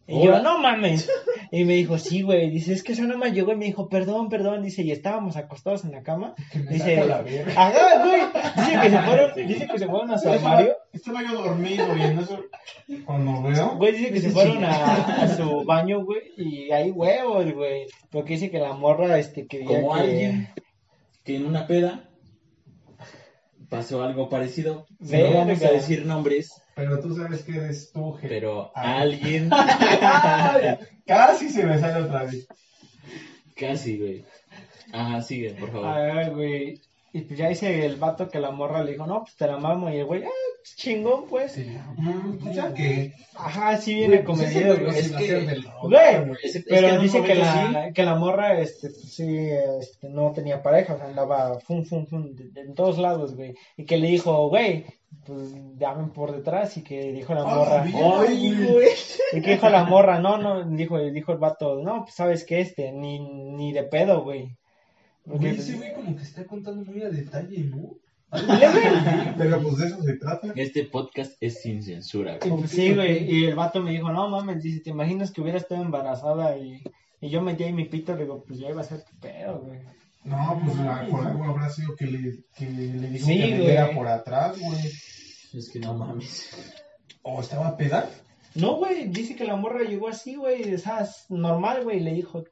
[SPEAKER 4] Y
[SPEAKER 3] Hola.
[SPEAKER 4] yo, no mames. Y me dijo, sí, güey. Dice, es que eso nada más llegó y me dijo, perdón, perdón. Dice, y estábamos acostados en la cama. Dice, ajá, güey. Dice que se fueron, dice que se fueron a su
[SPEAKER 1] Estaba-
[SPEAKER 4] armario.
[SPEAKER 1] Estaba yo dormido y en eso, cuando veo,
[SPEAKER 4] Güey, dice que se fueron a, a su baño, güey, y hay huevos, güey. Porque dice que la morra, este, quería
[SPEAKER 3] Como
[SPEAKER 4] que...
[SPEAKER 3] alguien que en una peda pasó algo parecido. No
[SPEAKER 4] Verga.
[SPEAKER 3] vamos a decir nombres,
[SPEAKER 1] pero tú sabes que eres tú, je-
[SPEAKER 3] pero
[SPEAKER 1] Ah.
[SPEAKER 3] alguien
[SPEAKER 1] Ay, Casi se me sale otra vez.
[SPEAKER 3] casi, güey. Ajá, sigue, por favor.
[SPEAKER 4] Ah, güey. Y pues ya dice el vato que la morra le dijo, no, pues te la mamo. Y el güey, ah, chingón, pues.
[SPEAKER 1] Mm, pues ya que.
[SPEAKER 4] Ajá, sí viene
[SPEAKER 5] Pues ese
[SPEAKER 4] comedido,
[SPEAKER 5] güey
[SPEAKER 4] güey.
[SPEAKER 5] no se va a hacer del
[SPEAKER 4] Güey,
[SPEAKER 3] Es- es
[SPEAKER 4] pero
[SPEAKER 3] que en un
[SPEAKER 4] dice que
[SPEAKER 3] momento
[SPEAKER 4] la, que la morra, este, pues, sí, este, no tenía pareja, o sea, andaba fum, fum, fum, de- de- en todos lados, güey. Y que le dijo, güey, pues dame por detrás. Y que dijo la
[SPEAKER 1] Ah,
[SPEAKER 4] morra,
[SPEAKER 1] bien.
[SPEAKER 3] Ay, güey.
[SPEAKER 4] y que dijo la morra, no, no, dijo, dijo el vato, no, pues sabes que este, ni, ni de pedo, güey. Porque,
[SPEAKER 5] Güey,
[SPEAKER 4] pues,
[SPEAKER 5] ese güey como que está contando muy a detalle, ¿no?
[SPEAKER 1] Pero pues de eso se trata.
[SPEAKER 3] Este podcast es sin censura,
[SPEAKER 4] Y
[SPEAKER 3] güey.
[SPEAKER 4] pues sí, güey, y el vato me dijo, no mames, dice, ¿te imaginas que hubiera estado embarazada? Y, y yo metí ahí mi pito, le digo, pues ya iba a ser tu pedo, güey.
[SPEAKER 1] No, pues
[SPEAKER 5] Ah,
[SPEAKER 1] la- por algo habrá sido que le, que le dijo
[SPEAKER 4] Sí,
[SPEAKER 1] que me
[SPEAKER 4] güey.
[SPEAKER 1] diera por atrás, güey.
[SPEAKER 3] Es que no mames.
[SPEAKER 1] O estaba peda.
[SPEAKER 4] No, güey, dice que la morra llegó así, güey, o sea, es normal, güey, y le dijo,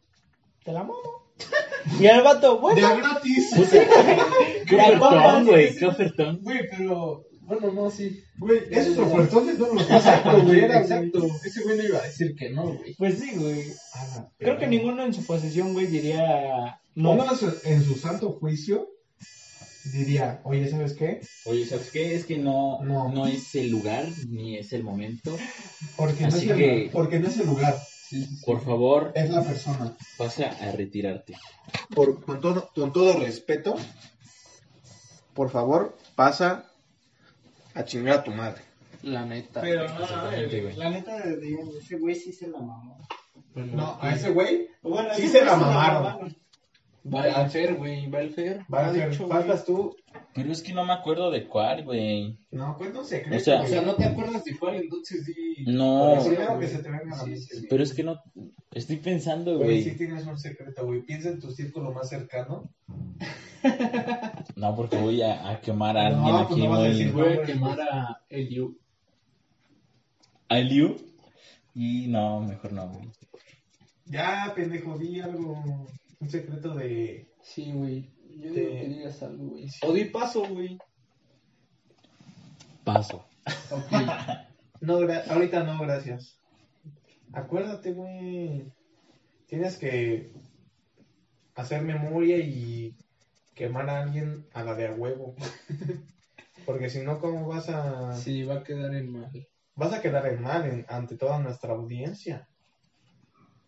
[SPEAKER 4] te la mamo. Y el vato,
[SPEAKER 1] De a
[SPEAKER 4] bueno,
[SPEAKER 1] gratis.
[SPEAKER 4] Pues
[SPEAKER 3] Qué
[SPEAKER 4] La copa,
[SPEAKER 3] ofertón, güey,
[SPEAKER 4] sí,
[SPEAKER 3] qué ofertón.
[SPEAKER 5] Güey, pero. Bueno, no, sí.
[SPEAKER 1] Güey, esos ofertones no los pasa
[SPEAKER 2] Ah,
[SPEAKER 5] Exacto, güey,
[SPEAKER 1] cualquiera, güey.
[SPEAKER 5] exacto. Ese güey no iba a decir que no, güey.
[SPEAKER 4] pues sí, güey.
[SPEAKER 1] A la
[SPEAKER 4] Creo que
[SPEAKER 1] perra.
[SPEAKER 4] ninguno en su posición, güey, diría, no.
[SPEAKER 1] Uno en su- en su santo juicio diría, oye, ¿sabes qué?
[SPEAKER 3] Oye, ¿sabes qué? Es que no,
[SPEAKER 1] No.
[SPEAKER 3] no. es el lugar ni es el momento.
[SPEAKER 1] Porque no, es
[SPEAKER 3] Así
[SPEAKER 1] el,
[SPEAKER 3] que-
[SPEAKER 1] porque no es el lugar,
[SPEAKER 3] Por favor,
[SPEAKER 1] es la persona.
[SPEAKER 3] pasa a retirarte.
[SPEAKER 1] Por, con, todo, con todo respeto, por favor, pasa a chingar a tu madre.
[SPEAKER 5] La neta.
[SPEAKER 3] Exactamente, güey.
[SPEAKER 4] la neta, ese güey sí se la mamó.
[SPEAKER 2] Pues
[SPEAKER 1] No, a ese güey
[SPEAKER 4] Bueno,
[SPEAKER 1] Sí
[SPEAKER 4] ese
[SPEAKER 1] se
[SPEAKER 4] güey
[SPEAKER 1] la mamaron.
[SPEAKER 5] Va el Fer, güey, va el Fer.
[SPEAKER 1] va a ser,
[SPEAKER 4] dicho, güey.
[SPEAKER 1] faltas tú
[SPEAKER 3] Pero es que no me acuerdo de cuál, güey.
[SPEAKER 2] No, cuenta un secreto.
[SPEAKER 3] O sea-
[SPEAKER 2] güey.
[SPEAKER 5] O sea, no te acuerdas de cuál, entonces sí.
[SPEAKER 3] No,
[SPEAKER 2] Lo primero que se te venga a la
[SPEAKER 5] Sí,
[SPEAKER 2] mente.
[SPEAKER 5] sí.
[SPEAKER 2] güey.
[SPEAKER 3] pero es que no. Estoy pensando,
[SPEAKER 2] Güey, sí
[SPEAKER 3] güey.
[SPEAKER 2] tienes un secreto, güey. Piensa en tu círculo más cercano.
[SPEAKER 3] No, porque voy a, a quemar
[SPEAKER 4] Ah,
[SPEAKER 3] a
[SPEAKER 2] No,
[SPEAKER 3] alguien
[SPEAKER 2] pues
[SPEAKER 3] aquí
[SPEAKER 2] no vas a
[SPEAKER 3] muy.
[SPEAKER 2] decir,
[SPEAKER 5] Voy a quemar a Eliu.
[SPEAKER 3] ¿A Liu? Y no, mejor no, güey.
[SPEAKER 2] Ya, pendejo, di algo. Un secreto de.
[SPEAKER 5] Sí, güey. Yo
[SPEAKER 2] Te-
[SPEAKER 5] digo que digas algo, güey. O di paso, güey.
[SPEAKER 3] Paso.
[SPEAKER 5] Ok.
[SPEAKER 2] No, gra- ahorita no, gracias. Acuérdate, güey. Tienes que hacer memoria y quemar a alguien a la de a huevo. Porque si no, ¿cómo vas a.
[SPEAKER 5] Sí, va a quedar en mal.
[SPEAKER 2] vas a quedar en mal en- ante toda nuestra audiencia.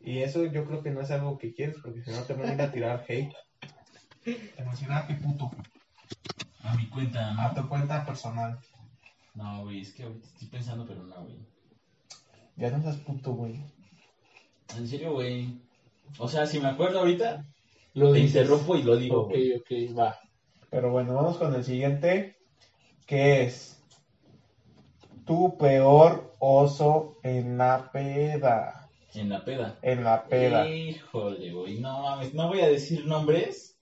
[SPEAKER 2] Y eso yo creo que no es algo que quieres, porque si no te van a ir a tirar hate. Emocionate, puto.
[SPEAKER 3] A mi cuenta,
[SPEAKER 2] A tu cuenta personal.
[SPEAKER 3] No, güey, es que ahorita estoy pensando, pero no, güey.
[SPEAKER 1] Ya no seas puto, güey.
[SPEAKER 3] En serio, güey. O sea, si me acuerdo ahorita, lo interrumpo y lo digo,
[SPEAKER 5] Ok,
[SPEAKER 3] güey.
[SPEAKER 5] ok, va.
[SPEAKER 1] Pero bueno, vamos con el siguiente, que es tu peor oso en la peda.
[SPEAKER 3] En la peda.
[SPEAKER 1] En la peda.
[SPEAKER 3] Híjole, güey. No mames, no voy a decir nombres.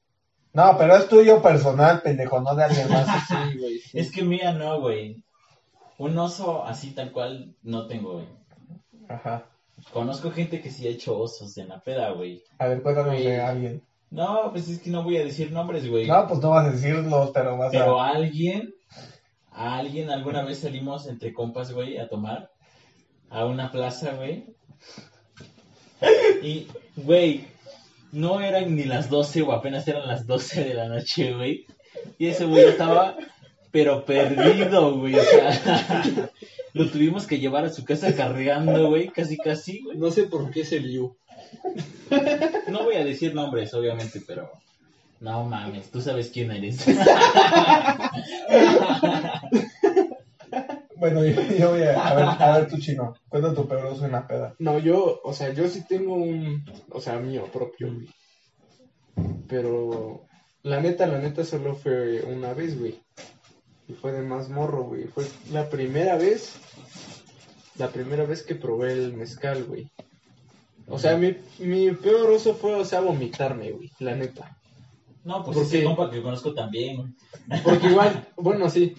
[SPEAKER 1] No, pero es tuyo personal, pendejo, no de alguien más.
[SPEAKER 5] Sí, güey. sí.
[SPEAKER 3] Es que mía no, güey. Un oso así tal cual no tengo, güey.
[SPEAKER 1] Ajá.
[SPEAKER 3] Conozco gente que sí ha hecho osos en la peda, güey.
[SPEAKER 1] A ver, cuéntanos
[SPEAKER 5] Güey.
[SPEAKER 1] de alguien.
[SPEAKER 3] No, pues es que no voy a decir nombres, güey.
[SPEAKER 1] No, pues no vas a decirlos, pero vas
[SPEAKER 3] Pero
[SPEAKER 1] a...
[SPEAKER 3] a alguien, a alguien alguna vez salimos entre compas, güey, a tomar a una plaza, güey. Y, güey, no eran ni las 12 o apenas eran las 12 de la noche, güey. Y ese güey estaba, pero perdido, güey. O sea, lo tuvimos que llevar a su casa cargando, güey, casi casi, güey.
[SPEAKER 5] No sé por qué es Eliu.
[SPEAKER 3] No voy a decir nombres, obviamente, pero... No mames, tú sabes quién eres.
[SPEAKER 1] Bueno, yo, yo voy a... A ver, a ver tu chino, cuéntame tu peor oso en la peda.
[SPEAKER 5] No, yo, o sea, yo sí tengo un, o sea, mío propio, güey. Pero la neta, la neta solo fue una vez, güey. Y fue de más morro, güey. Fue la primera vez, la primera vez que probé el mezcal, güey. O sea, mi, mi peor oso fue, o sea, vomitarme, güey, la neta.
[SPEAKER 3] No, pues
[SPEAKER 5] ¿Por
[SPEAKER 3] ese
[SPEAKER 5] qué?
[SPEAKER 3] compa que conozco también, güey.
[SPEAKER 5] Porque igual, bueno, sí.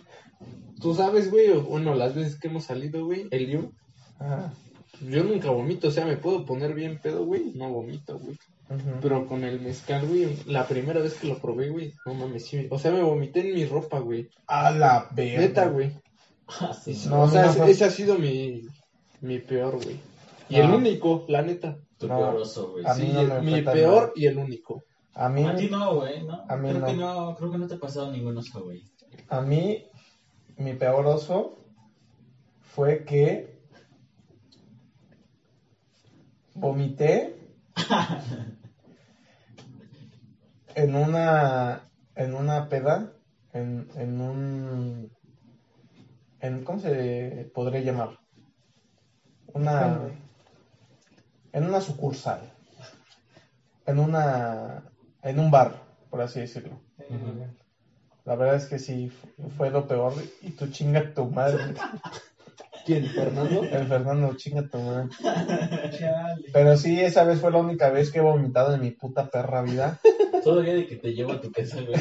[SPEAKER 5] Tú sabes, güey, o- bueno, las veces que hemos salido, güey, el Liu,
[SPEAKER 1] Ajá.
[SPEAKER 5] yo nunca vomito, o sea, me puedo poner bien pedo, güey, no vomito, güey.
[SPEAKER 1] Ujú.
[SPEAKER 5] Pero con el mezcal, güey, la primera vez que lo probé, güey, no mames, sí, o sea, me vomité en mi ropa, güey.
[SPEAKER 1] A la verga.
[SPEAKER 5] Neta, güey.
[SPEAKER 3] Ah, sí,
[SPEAKER 1] No,
[SPEAKER 5] o sea,
[SPEAKER 1] no,
[SPEAKER 5] ese-
[SPEAKER 1] no.
[SPEAKER 5] ese ha sido mi, mi peor, güey. Y el
[SPEAKER 1] No.
[SPEAKER 5] único, la neta.
[SPEAKER 3] Tu
[SPEAKER 1] No.
[SPEAKER 3] peor oso, güey.
[SPEAKER 1] Ah. A
[SPEAKER 5] Sí,
[SPEAKER 1] mí no me
[SPEAKER 5] mi
[SPEAKER 1] fue tan
[SPEAKER 5] peor
[SPEAKER 1] mal.
[SPEAKER 5] y el único.
[SPEAKER 1] A mí,
[SPEAKER 3] A ti no, güey, ¿no?
[SPEAKER 1] A mí
[SPEAKER 3] creo
[SPEAKER 1] no.
[SPEAKER 3] que no, creo que no te ha pasado ningún oso, güey.
[SPEAKER 1] a mí, mi peor oso fue que vomité en una en una peda, en, en un en ¿cómo se podría llamar? Una en una sucursal. En una en un bar, por así decirlo. La verdad es que sí, fu- fue lo peor. Y tú chinga tu madre.
[SPEAKER 5] ¿Quién, Fernando?
[SPEAKER 1] El Fernando chinga tu madre.
[SPEAKER 8] Chale.
[SPEAKER 1] Pero sí, esa vez fue la única vez que he vomitado en mi puta perra vida.
[SPEAKER 3] Todavía de que te llevo a tu casa, güey.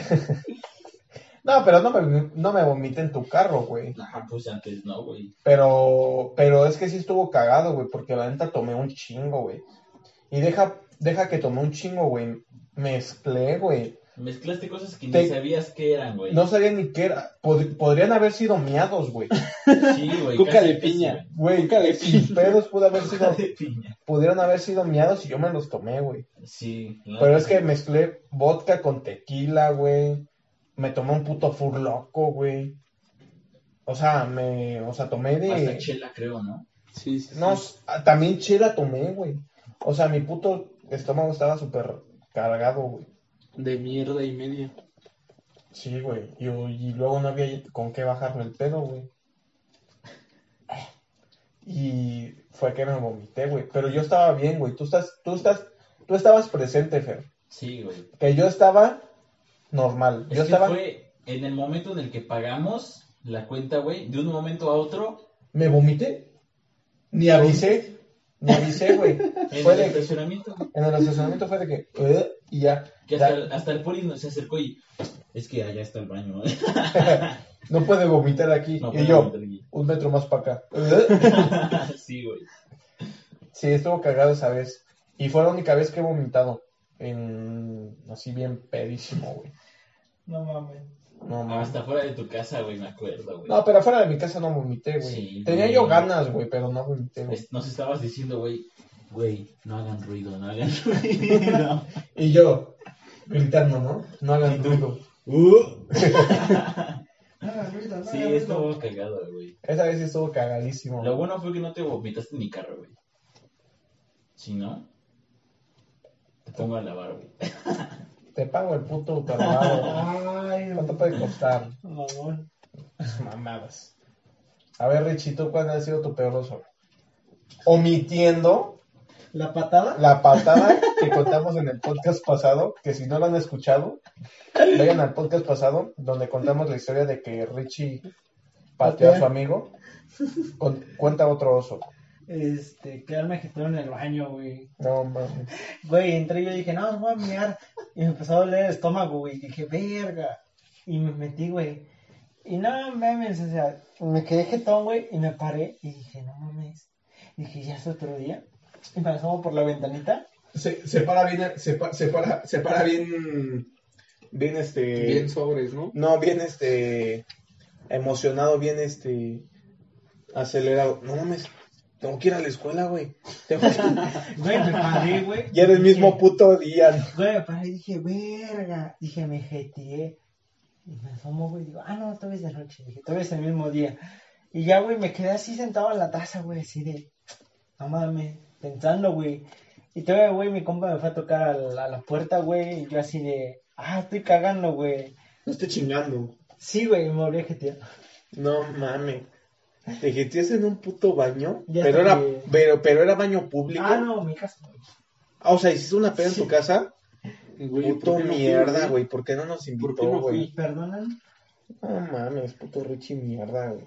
[SPEAKER 1] No, pero no me, no me vomité en tu carro, güey.
[SPEAKER 3] Nah, pues antes no, güey.
[SPEAKER 1] Pero, pero es que sí estuvo cagado, güey, porque la neta tomé un chingo, güey. Y deja, deja que tomé un chingo, güey. Mezclé, güey.
[SPEAKER 3] Mezclaste cosas que
[SPEAKER 1] Te-
[SPEAKER 3] ni sabías que eran, güey.
[SPEAKER 1] No sabía ni qué era. Pod- podrían haber sido miados, güey.
[SPEAKER 3] Sí, güey.
[SPEAKER 5] Cuca
[SPEAKER 3] casi,
[SPEAKER 5] de
[SPEAKER 3] casi,
[SPEAKER 5] piña.
[SPEAKER 3] güey.
[SPEAKER 1] Güey,
[SPEAKER 5] Nunca de
[SPEAKER 1] sin
[SPEAKER 5] fin.
[SPEAKER 1] pedos pudo haber
[SPEAKER 3] Cuca
[SPEAKER 1] sido,
[SPEAKER 3] de piña.
[SPEAKER 1] pudieron haber sido miados y yo me los tomé, güey.
[SPEAKER 3] Sí. la
[SPEAKER 1] Pero
[SPEAKER 3] neta,
[SPEAKER 1] es que mezclé vodka con tequila, güey. Me tomé un puto fur loco, güey. O sea, me, o sea, tomé
[SPEAKER 3] Hasta
[SPEAKER 1] de
[SPEAKER 3] chela, creo, ¿no?
[SPEAKER 5] Sí, sí. sí.
[SPEAKER 1] no, s- ah, también chela tomé, güey. O sea, mi puto estómago estaba súper cargado, güey.
[SPEAKER 5] De mierda y media.
[SPEAKER 1] Sí, güey. Y, y luego no había con qué bajarme el pedo, güey. Y fue que me vomité, güey. Pero yo estaba bien, güey. Tú estás, tú estás, tú estabas presente, Fer.
[SPEAKER 3] Sí, güey.
[SPEAKER 1] Que yo estaba normal.
[SPEAKER 3] Es
[SPEAKER 1] yo
[SPEAKER 3] que
[SPEAKER 1] estaba
[SPEAKER 3] fue en el momento en el que pagamos la cuenta, güey, de un momento a otro,
[SPEAKER 1] ¿Me vomité? Ni avisé. Ni avisé, güey.
[SPEAKER 3] en
[SPEAKER 1] Fue
[SPEAKER 3] el
[SPEAKER 1] de-
[SPEAKER 3] estacionamiento, güey,
[SPEAKER 1] en el estacionamiento fue de que. "Eh", y ya.
[SPEAKER 3] que
[SPEAKER 1] Ya.
[SPEAKER 3] hasta, el- hasta el poli nos se acercó y es que allá está el baño, ¿eh?" güey.
[SPEAKER 1] No puede vomitar aquí.
[SPEAKER 3] No
[SPEAKER 1] y
[SPEAKER 3] puedo
[SPEAKER 1] yo,
[SPEAKER 3] meter aquí.
[SPEAKER 1] un metro más para acá. "Eh".
[SPEAKER 3] sí, güey.
[SPEAKER 1] sí, estuvo cagado esa vez. Y fue la única vez que he vomitado. En... Así bien pedísimo, güey.
[SPEAKER 9] No mames.
[SPEAKER 3] Ah,
[SPEAKER 1] No, mames.
[SPEAKER 3] Hasta fuera de tu casa, güey, me acuerdo, güey.
[SPEAKER 1] No, pero afuera de mi casa no vomité, güey.
[SPEAKER 3] Sí,
[SPEAKER 1] Tenía
[SPEAKER 3] güey.
[SPEAKER 1] yo ganas, güey, pero no vomité, güey.
[SPEAKER 3] Es- Nos estabas diciendo, güey, güey, no hagan ruido, no hagan ruido.
[SPEAKER 1] Y yo, gritando, ¿no? No hagan ruido.
[SPEAKER 3] Uh.
[SPEAKER 9] No hagas ruido, no
[SPEAKER 3] Sí,
[SPEAKER 9] hagas ruido.
[SPEAKER 3] estuvo cagado, güey.
[SPEAKER 1] Esa vez sí estuvo cagadísimo.
[SPEAKER 3] Lo bueno fue que no te vomitaste en mi carro, güey. Si no, te pongo a lavar, güey.
[SPEAKER 1] Te pago el puto autolavado.
[SPEAKER 9] Ay,
[SPEAKER 1] ¿Cuánto puede costar?
[SPEAKER 4] Mamón.
[SPEAKER 1] Mamadas. A ver, Richito, ¿cuál ha sido tu peor oso? Omitiendo
[SPEAKER 9] ¿La patada?
[SPEAKER 1] la patada que contamos en el podcast pasado, que si no lo han escuchado, vayan al podcast pasado, donde contamos la historia de que Richie pateó a su amigo. Con- cuenta otro oso.
[SPEAKER 9] Este,
[SPEAKER 4] Quedarme agitado en el baño, güey.
[SPEAKER 1] No, mames.
[SPEAKER 4] Güey, entré y yo dije, no, me voy a mirar. Y me empezó a doler el estómago, güey. Dije, verga. Y me metí, güey. Y no mames, o sea, me quedé jetón, güey. Y me paré y dije, no mames. Dije, ya es otro día. Y me asomo por la ventanita.
[SPEAKER 5] Se, se para bien, se, pa- se para, se para bien, bien este,
[SPEAKER 2] Bien sobres, ¿no?
[SPEAKER 5] no, bien este, emocionado, bien este, acelerado. No mames, tengo que ir a la escuela, güey. Tengo que-
[SPEAKER 4] Güey, me paré, güey.
[SPEAKER 5] Ya era el mismo
[SPEAKER 4] Dije,
[SPEAKER 5] puto día. ¿no?
[SPEAKER 4] Güey, me paré y dije, verga. Dije, me jeteé. Y me asomo, güey. Digo, ah, no, todavía es de noche. Dije, todavía es el mismo día. Y ya, güey, me quedé así sentado en la taza, güey, así de, no mames, pensando, güey. Y todavía, güey, mi compa me fue a tocar a la, a la puerta, güey. Y yo así de, ah, estoy cagando, güey.
[SPEAKER 5] No estoy chingando.
[SPEAKER 4] Sí, güey, y me volví a jetear.
[SPEAKER 5] No mames. Te jeteas en un puto baño,
[SPEAKER 4] Ya
[SPEAKER 5] pero
[SPEAKER 4] sé
[SPEAKER 5] era,
[SPEAKER 4] que-
[SPEAKER 5] pero, pero era baño público.
[SPEAKER 4] Ah, no, mi casa. güey.
[SPEAKER 5] Ah, o sea, hiciste una peda
[SPEAKER 4] Sí.
[SPEAKER 5] en tu casa.
[SPEAKER 2] Güey, ¿por
[SPEAKER 5] puto
[SPEAKER 2] qué no fui,
[SPEAKER 5] mierda, güey. ¿Por qué no nos invitó,
[SPEAKER 2] qué no
[SPEAKER 5] güey?
[SPEAKER 4] ¿Perdonan?
[SPEAKER 5] No mames, puto Richie mierda, güey.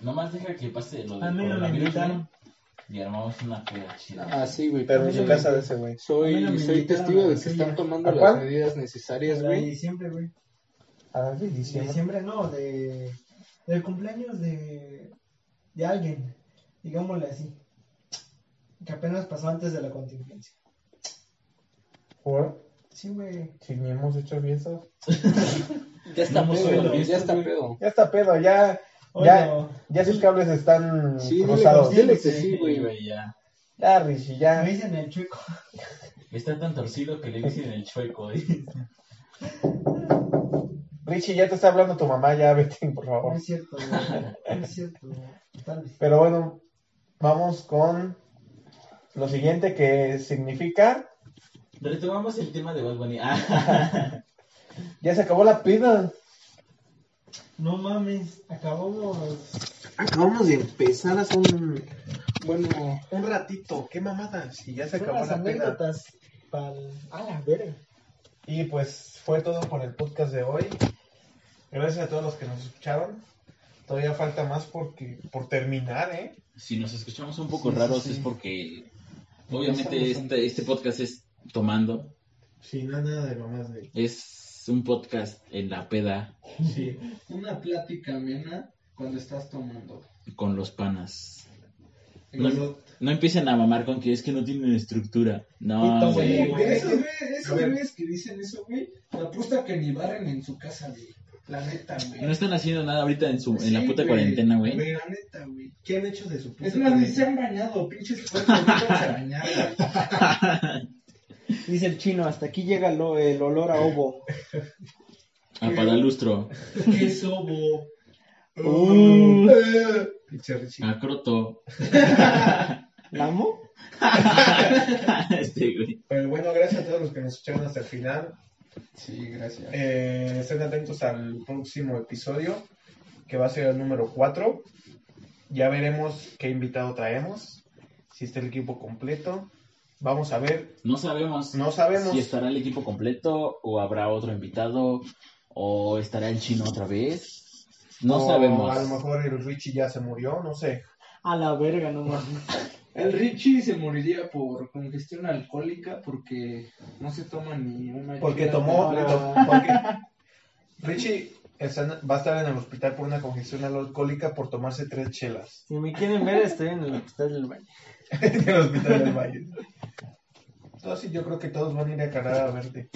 [SPEAKER 3] Nomás deja que pase lo
[SPEAKER 9] Ah,
[SPEAKER 4] A
[SPEAKER 3] del
[SPEAKER 4] mí no me
[SPEAKER 3] coronavirus,
[SPEAKER 4] invitaron.
[SPEAKER 3] güey, Y armamos una peda chida.
[SPEAKER 2] Ah, sí, güey.
[SPEAKER 5] Pero en
[SPEAKER 2] sí,
[SPEAKER 5] su
[SPEAKER 2] güey.
[SPEAKER 5] casa de ese, güey.
[SPEAKER 2] Soy,
[SPEAKER 4] A mí no me
[SPEAKER 2] soy
[SPEAKER 4] invitaron
[SPEAKER 2] testigo
[SPEAKER 4] a
[SPEAKER 2] de
[SPEAKER 4] la
[SPEAKER 2] que están
[SPEAKER 4] suya.
[SPEAKER 2] tomando
[SPEAKER 1] ¿A
[SPEAKER 2] las
[SPEAKER 1] cuál?
[SPEAKER 2] medidas necesarias,
[SPEAKER 4] La de
[SPEAKER 2] güey.
[SPEAKER 4] diciembre, güey.
[SPEAKER 1] Ah, de
[SPEAKER 9] de
[SPEAKER 1] diciembre.
[SPEAKER 9] diciembre no, de, del cumpleaños de, de alguien, digámosle así, que apenas pasó antes de la contingencia.
[SPEAKER 1] Joder,
[SPEAKER 9] Sí, güey.
[SPEAKER 1] Si ni hemos hecho fiestas.
[SPEAKER 2] Ya está
[SPEAKER 3] No,
[SPEAKER 2] pedo,
[SPEAKER 3] no,
[SPEAKER 2] ya está
[SPEAKER 3] no,
[SPEAKER 2] pedo.
[SPEAKER 1] Ya está pedo, ya,
[SPEAKER 4] Oye,
[SPEAKER 1] ya, ya sus cables están
[SPEAKER 2] Sí, dile,
[SPEAKER 1] cruzados.
[SPEAKER 2] que- dile que
[SPEAKER 9] Sí,
[SPEAKER 2] sí, güey.
[SPEAKER 3] ya.
[SPEAKER 1] Ya, Richie, ya.
[SPEAKER 9] Me dicen el chico.
[SPEAKER 3] Está tan torcido que le dicen el chueco, güey.
[SPEAKER 1] Richie, ya te está hablando tu mamá, ya vete, por
[SPEAKER 9] No
[SPEAKER 1] favor.
[SPEAKER 9] es cierto, güey. No es cierto, güey. Tal vez.
[SPEAKER 1] Pero bueno, vamos con lo siguiente que significa,
[SPEAKER 3] Retomamos el tema de Bad Bunny. Ah,
[SPEAKER 1] ya se acabó la peda.
[SPEAKER 9] No mames, acabamos.
[SPEAKER 5] Acabamos de empezar hace un,
[SPEAKER 2] Bueno,
[SPEAKER 5] un ratito. Qué mamadas. Y ya se
[SPEAKER 9] Son
[SPEAKER 5] acabó
[SPEAKER 9] las
[SPEAKER 5] la peda.
[SPEAKER 9] anécdotas pa'l- a la verga.
[SPEAKER 1] Y pues fue todo por el podcast de hoy. Gracias a todos los que nos escucharon. Todavía falta más porque por terminar, ¿eh?
[SPEAKER 3] si nos escuchamos un poco raros es porque obviamente
[SPEAKER 2] Empezamos
[SPEAKER 3] este, este podcast es tomando.
[SPEAKER 5] Sin nada de mamás de.
[SPEAKER 3] Es un podcast en la peda
[SPEAKER 5] Sí.
[SPEAKER 2] una plática amena cuando estás tomando.
[SPEAKER 3] con los panas. No,
[SPEAKER 2] Cuando-
[SPEAKER 3] no empiecen a mamar con que es que no tienen estructura. No, güey.
[SPEAKER 4] Entonces,
[SPEAKER 2] Güey, Esos
[SPEAKER 5] A
[SPEAKER 2] güey- esos
[SPEAKER 5] ver.
[SPEAKER 2] güeyes que dicen eso, güey, me apuesta que ni barren en su casa, güey. La neta,
[SPEAKER 3] No
[SPEAKER 2] güey.
[SPEAKER 3] están haciendo nada ahorita en, su, en la
[SPEAKER 2] Sí,
[SPEAKER 3] puta
[SPEAKER 2] güey.
[SPEAKER 3] cuarentena, güey.
[SPEAKER 2] Güey, La neta, güey.
[SPEAKER 5] ¿Qué han hecho de su puta
[SPEAKER 2] Es más, ni
[SPEAKER 5] vida?
[SPEAKER 2] se han bañado, pinches puercos, no se bañar, güey.
[SPEAKER 4] dice el chino, hasta aquí llega el, o- el olor a ovo.
[SPEAKER 3] A paralustro,
[SPEAKER 2] ¡Qué sobo!
[SPEAKER 4] Uh,
[SPEAKER 2] Pinche Richie.
[SPEAKER 3] a croto.
[SPEAKER 4] ¿La amo?
[SPEAKER 3] este, güey.
[SPEAKER 5] Pero bueno, gracias a todos los que nos escucharon hasta el final.
[SPEAKER 2] Sí, gracias.
[SPEAKER 5] Eh, estén atentos al próximo episodio, que va a ser el número 4. Ya veremos qué invitado traemos, si está el equipo completo. Vamos a ver,
[SPEAKER 3] No sabemos
[SPEAKER 5] no sabemos.
[SPEAKER 3] si estará el equipo completo o habrá otro invitado ¿O estará el chino otra vez? No
[SPEAKER 1] O
[SPEAKER 3] sabemos.
[SPEAKER 1] A lo mejor el Richie ya se murió, no sé.
[SPEAKER 4] A la verga, no mames.
[SPEAKER 2] El Richie se moriría por congestión alcohólica porque no se toma ni una.
[SPEAKER 1] Porque
[SPEAKER 2] chela.
[SPEAKER 1] tomó.
[SPEAKER 2] No,
[SPEAKER 1] le to- porque- Richie está en- va a estar en el hospital por una congestión alcohólica por tomarse tres chelas
[SPEAKER 4] Si me quieren ver, estoy en el hospital del baño.
[SPEAKER 1] en el hospital del Valle. Entonces yo creo que todos van a ir a Canadá a verte.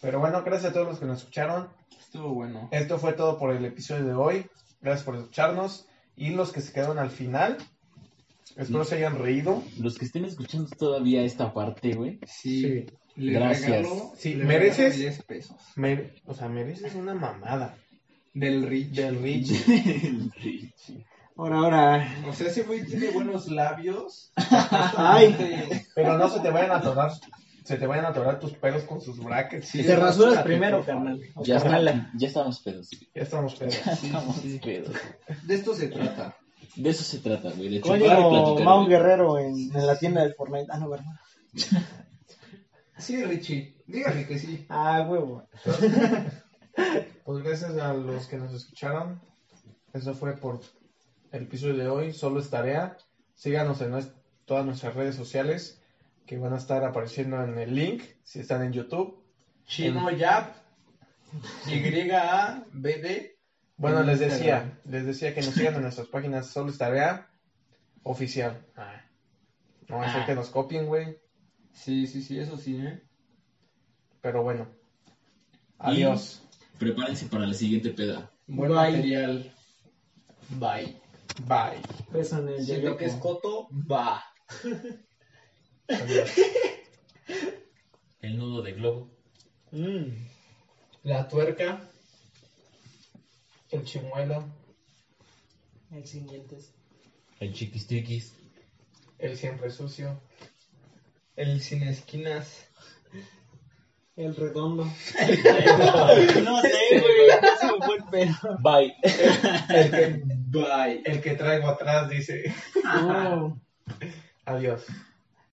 [SPEAKER 1] Pero bueno, gracias a todos los que nos escucharon.
[SPEAKER 2] Estuvo bueno.
[SPEAKER 1] Esto fue todo por el episodio de hoy. Gracias por escucharnos. Y los que se quedaron al final, espero se hayan reído.
[SPEAKER 3] Los que estén escuchando todavía esta parte, güey.
[SPEAKER 2] Sí.
[SPEAKER 1] Sí.
[SPEAKER 2] Le
[SPEAKER 3] Gracias.
[SPEAKER 2] regaló-
[SPEAKER 1] Sí,
[SPEAKER 2] le
[SPEAKER 1] mereces-
[SPEAKER 2] regaló 10 pesos.
[SPEAKER 1] Mere- o sea, mereces una mamada
[SPEAKER 2] Del Richie.
[SPEAKER 1] del Richie.
[SPEAKER 4] Ahora, ahora.
[SPEAKER 2] O sea, ese güey tiene buenos labios.
[SPEAKER 4] Ay.
[SPEAKER 1] Pero no se te vayan a atorar, se te vayan a atorar tus pelos con sus brackets.
[SPEAKER 2] Sí,
[SPEAKER 4] te rasuras
[SPEAKER 2] rasúrate,
[SPEAKER 4] primero,
[SPEAKER 2] por favor.
[SPEAKER 4] carnal. O
[SPEAKER 3] Ya, está-
[SPEAKER 4] carnala.
[SPEAKER 3] ya estamos pedos. güey.
[SPEAKER 1] Ya estamos pedos.
[SPEAKER 3] Estamos pedos.
[SPEAKER 2] De esto se trata.
[SPEAKER 3] De eso se trata, güey. De chupar y
[SPEAKER 4] Código
[SPEAKER 3] platicar.
[SPEAKER 4] Mau
[SPEAKER 3] güey.
[SPEAKER 4] Guerrero en, en la tienda del Fortnite. Ah, no, ¿verdad?
[SPEAKER 2] Sí, Richie. Dígale que sí.
[SPEAKER 4] Ah, huevo.
[SPEAKER 1] Pues gracias a los que nos escucharon. Eso fue por el episodio de hoy. Solo es tarea. Síganos en nues- todas nuestras redes sociales que van a estar apareciendo en el link si están en YouTube.
[SPEAKER 2] Chino Yap. Y-A-B-D.
[SPEAKER 1] Bueno,
[SPEAKER 2] En
[SPEAKER 1] les
[SPEAKER 2] Instagram.
[SPEAKER 1] decía, les decía que nos sigan en nuestras páginas. Solo es tarea oficial. Ah. No va a ser que nos copien, güey.
[SPEAKER 2] Sí, sí, sí, eso sí, ¿eh?
[SPEAKER 1] Pero bueno. Adiós.
[SPEAKER 3] Prepárense para la siguiente peda.
[SPEAKER 2] Buen
[SPEAKER 4] Bye.
[SPEAKER 2] material. Bye.
[SPEAKER 1] Bye.
[SPEAKER 4] Beso en el
[SPEAKER 2] Siento que es
[SPEAKER 4] yoyopo.
[SPEAKER 2] coto, va.
[SPEAKER 1] Adiós.
[SPEAKER 10] El nudo de globo.
[SPEAKER 4] Mm.
[SPEAKER 2] La tuerca.
[SPEAKER 1] El chimuelo.
[SPEAKER 4] El siguiente es.
[SPEAKER 10] El chiquistiquis.
[SPEAKER 1] El siempre sucio.
[SPEAKER 2] El sin esquinas.
[SPEAKER 4] El redondo. no sé, güey. No se me fue el pelo.
[SPEAKER 3] Bye.
[SPEAKER 1] El que,
[SPEAKER 2] Bye.
[SPEAKER 1] el que traigo atrás dice.
[SPEAKER 4] No.
[SPEAKER 1] Adiós.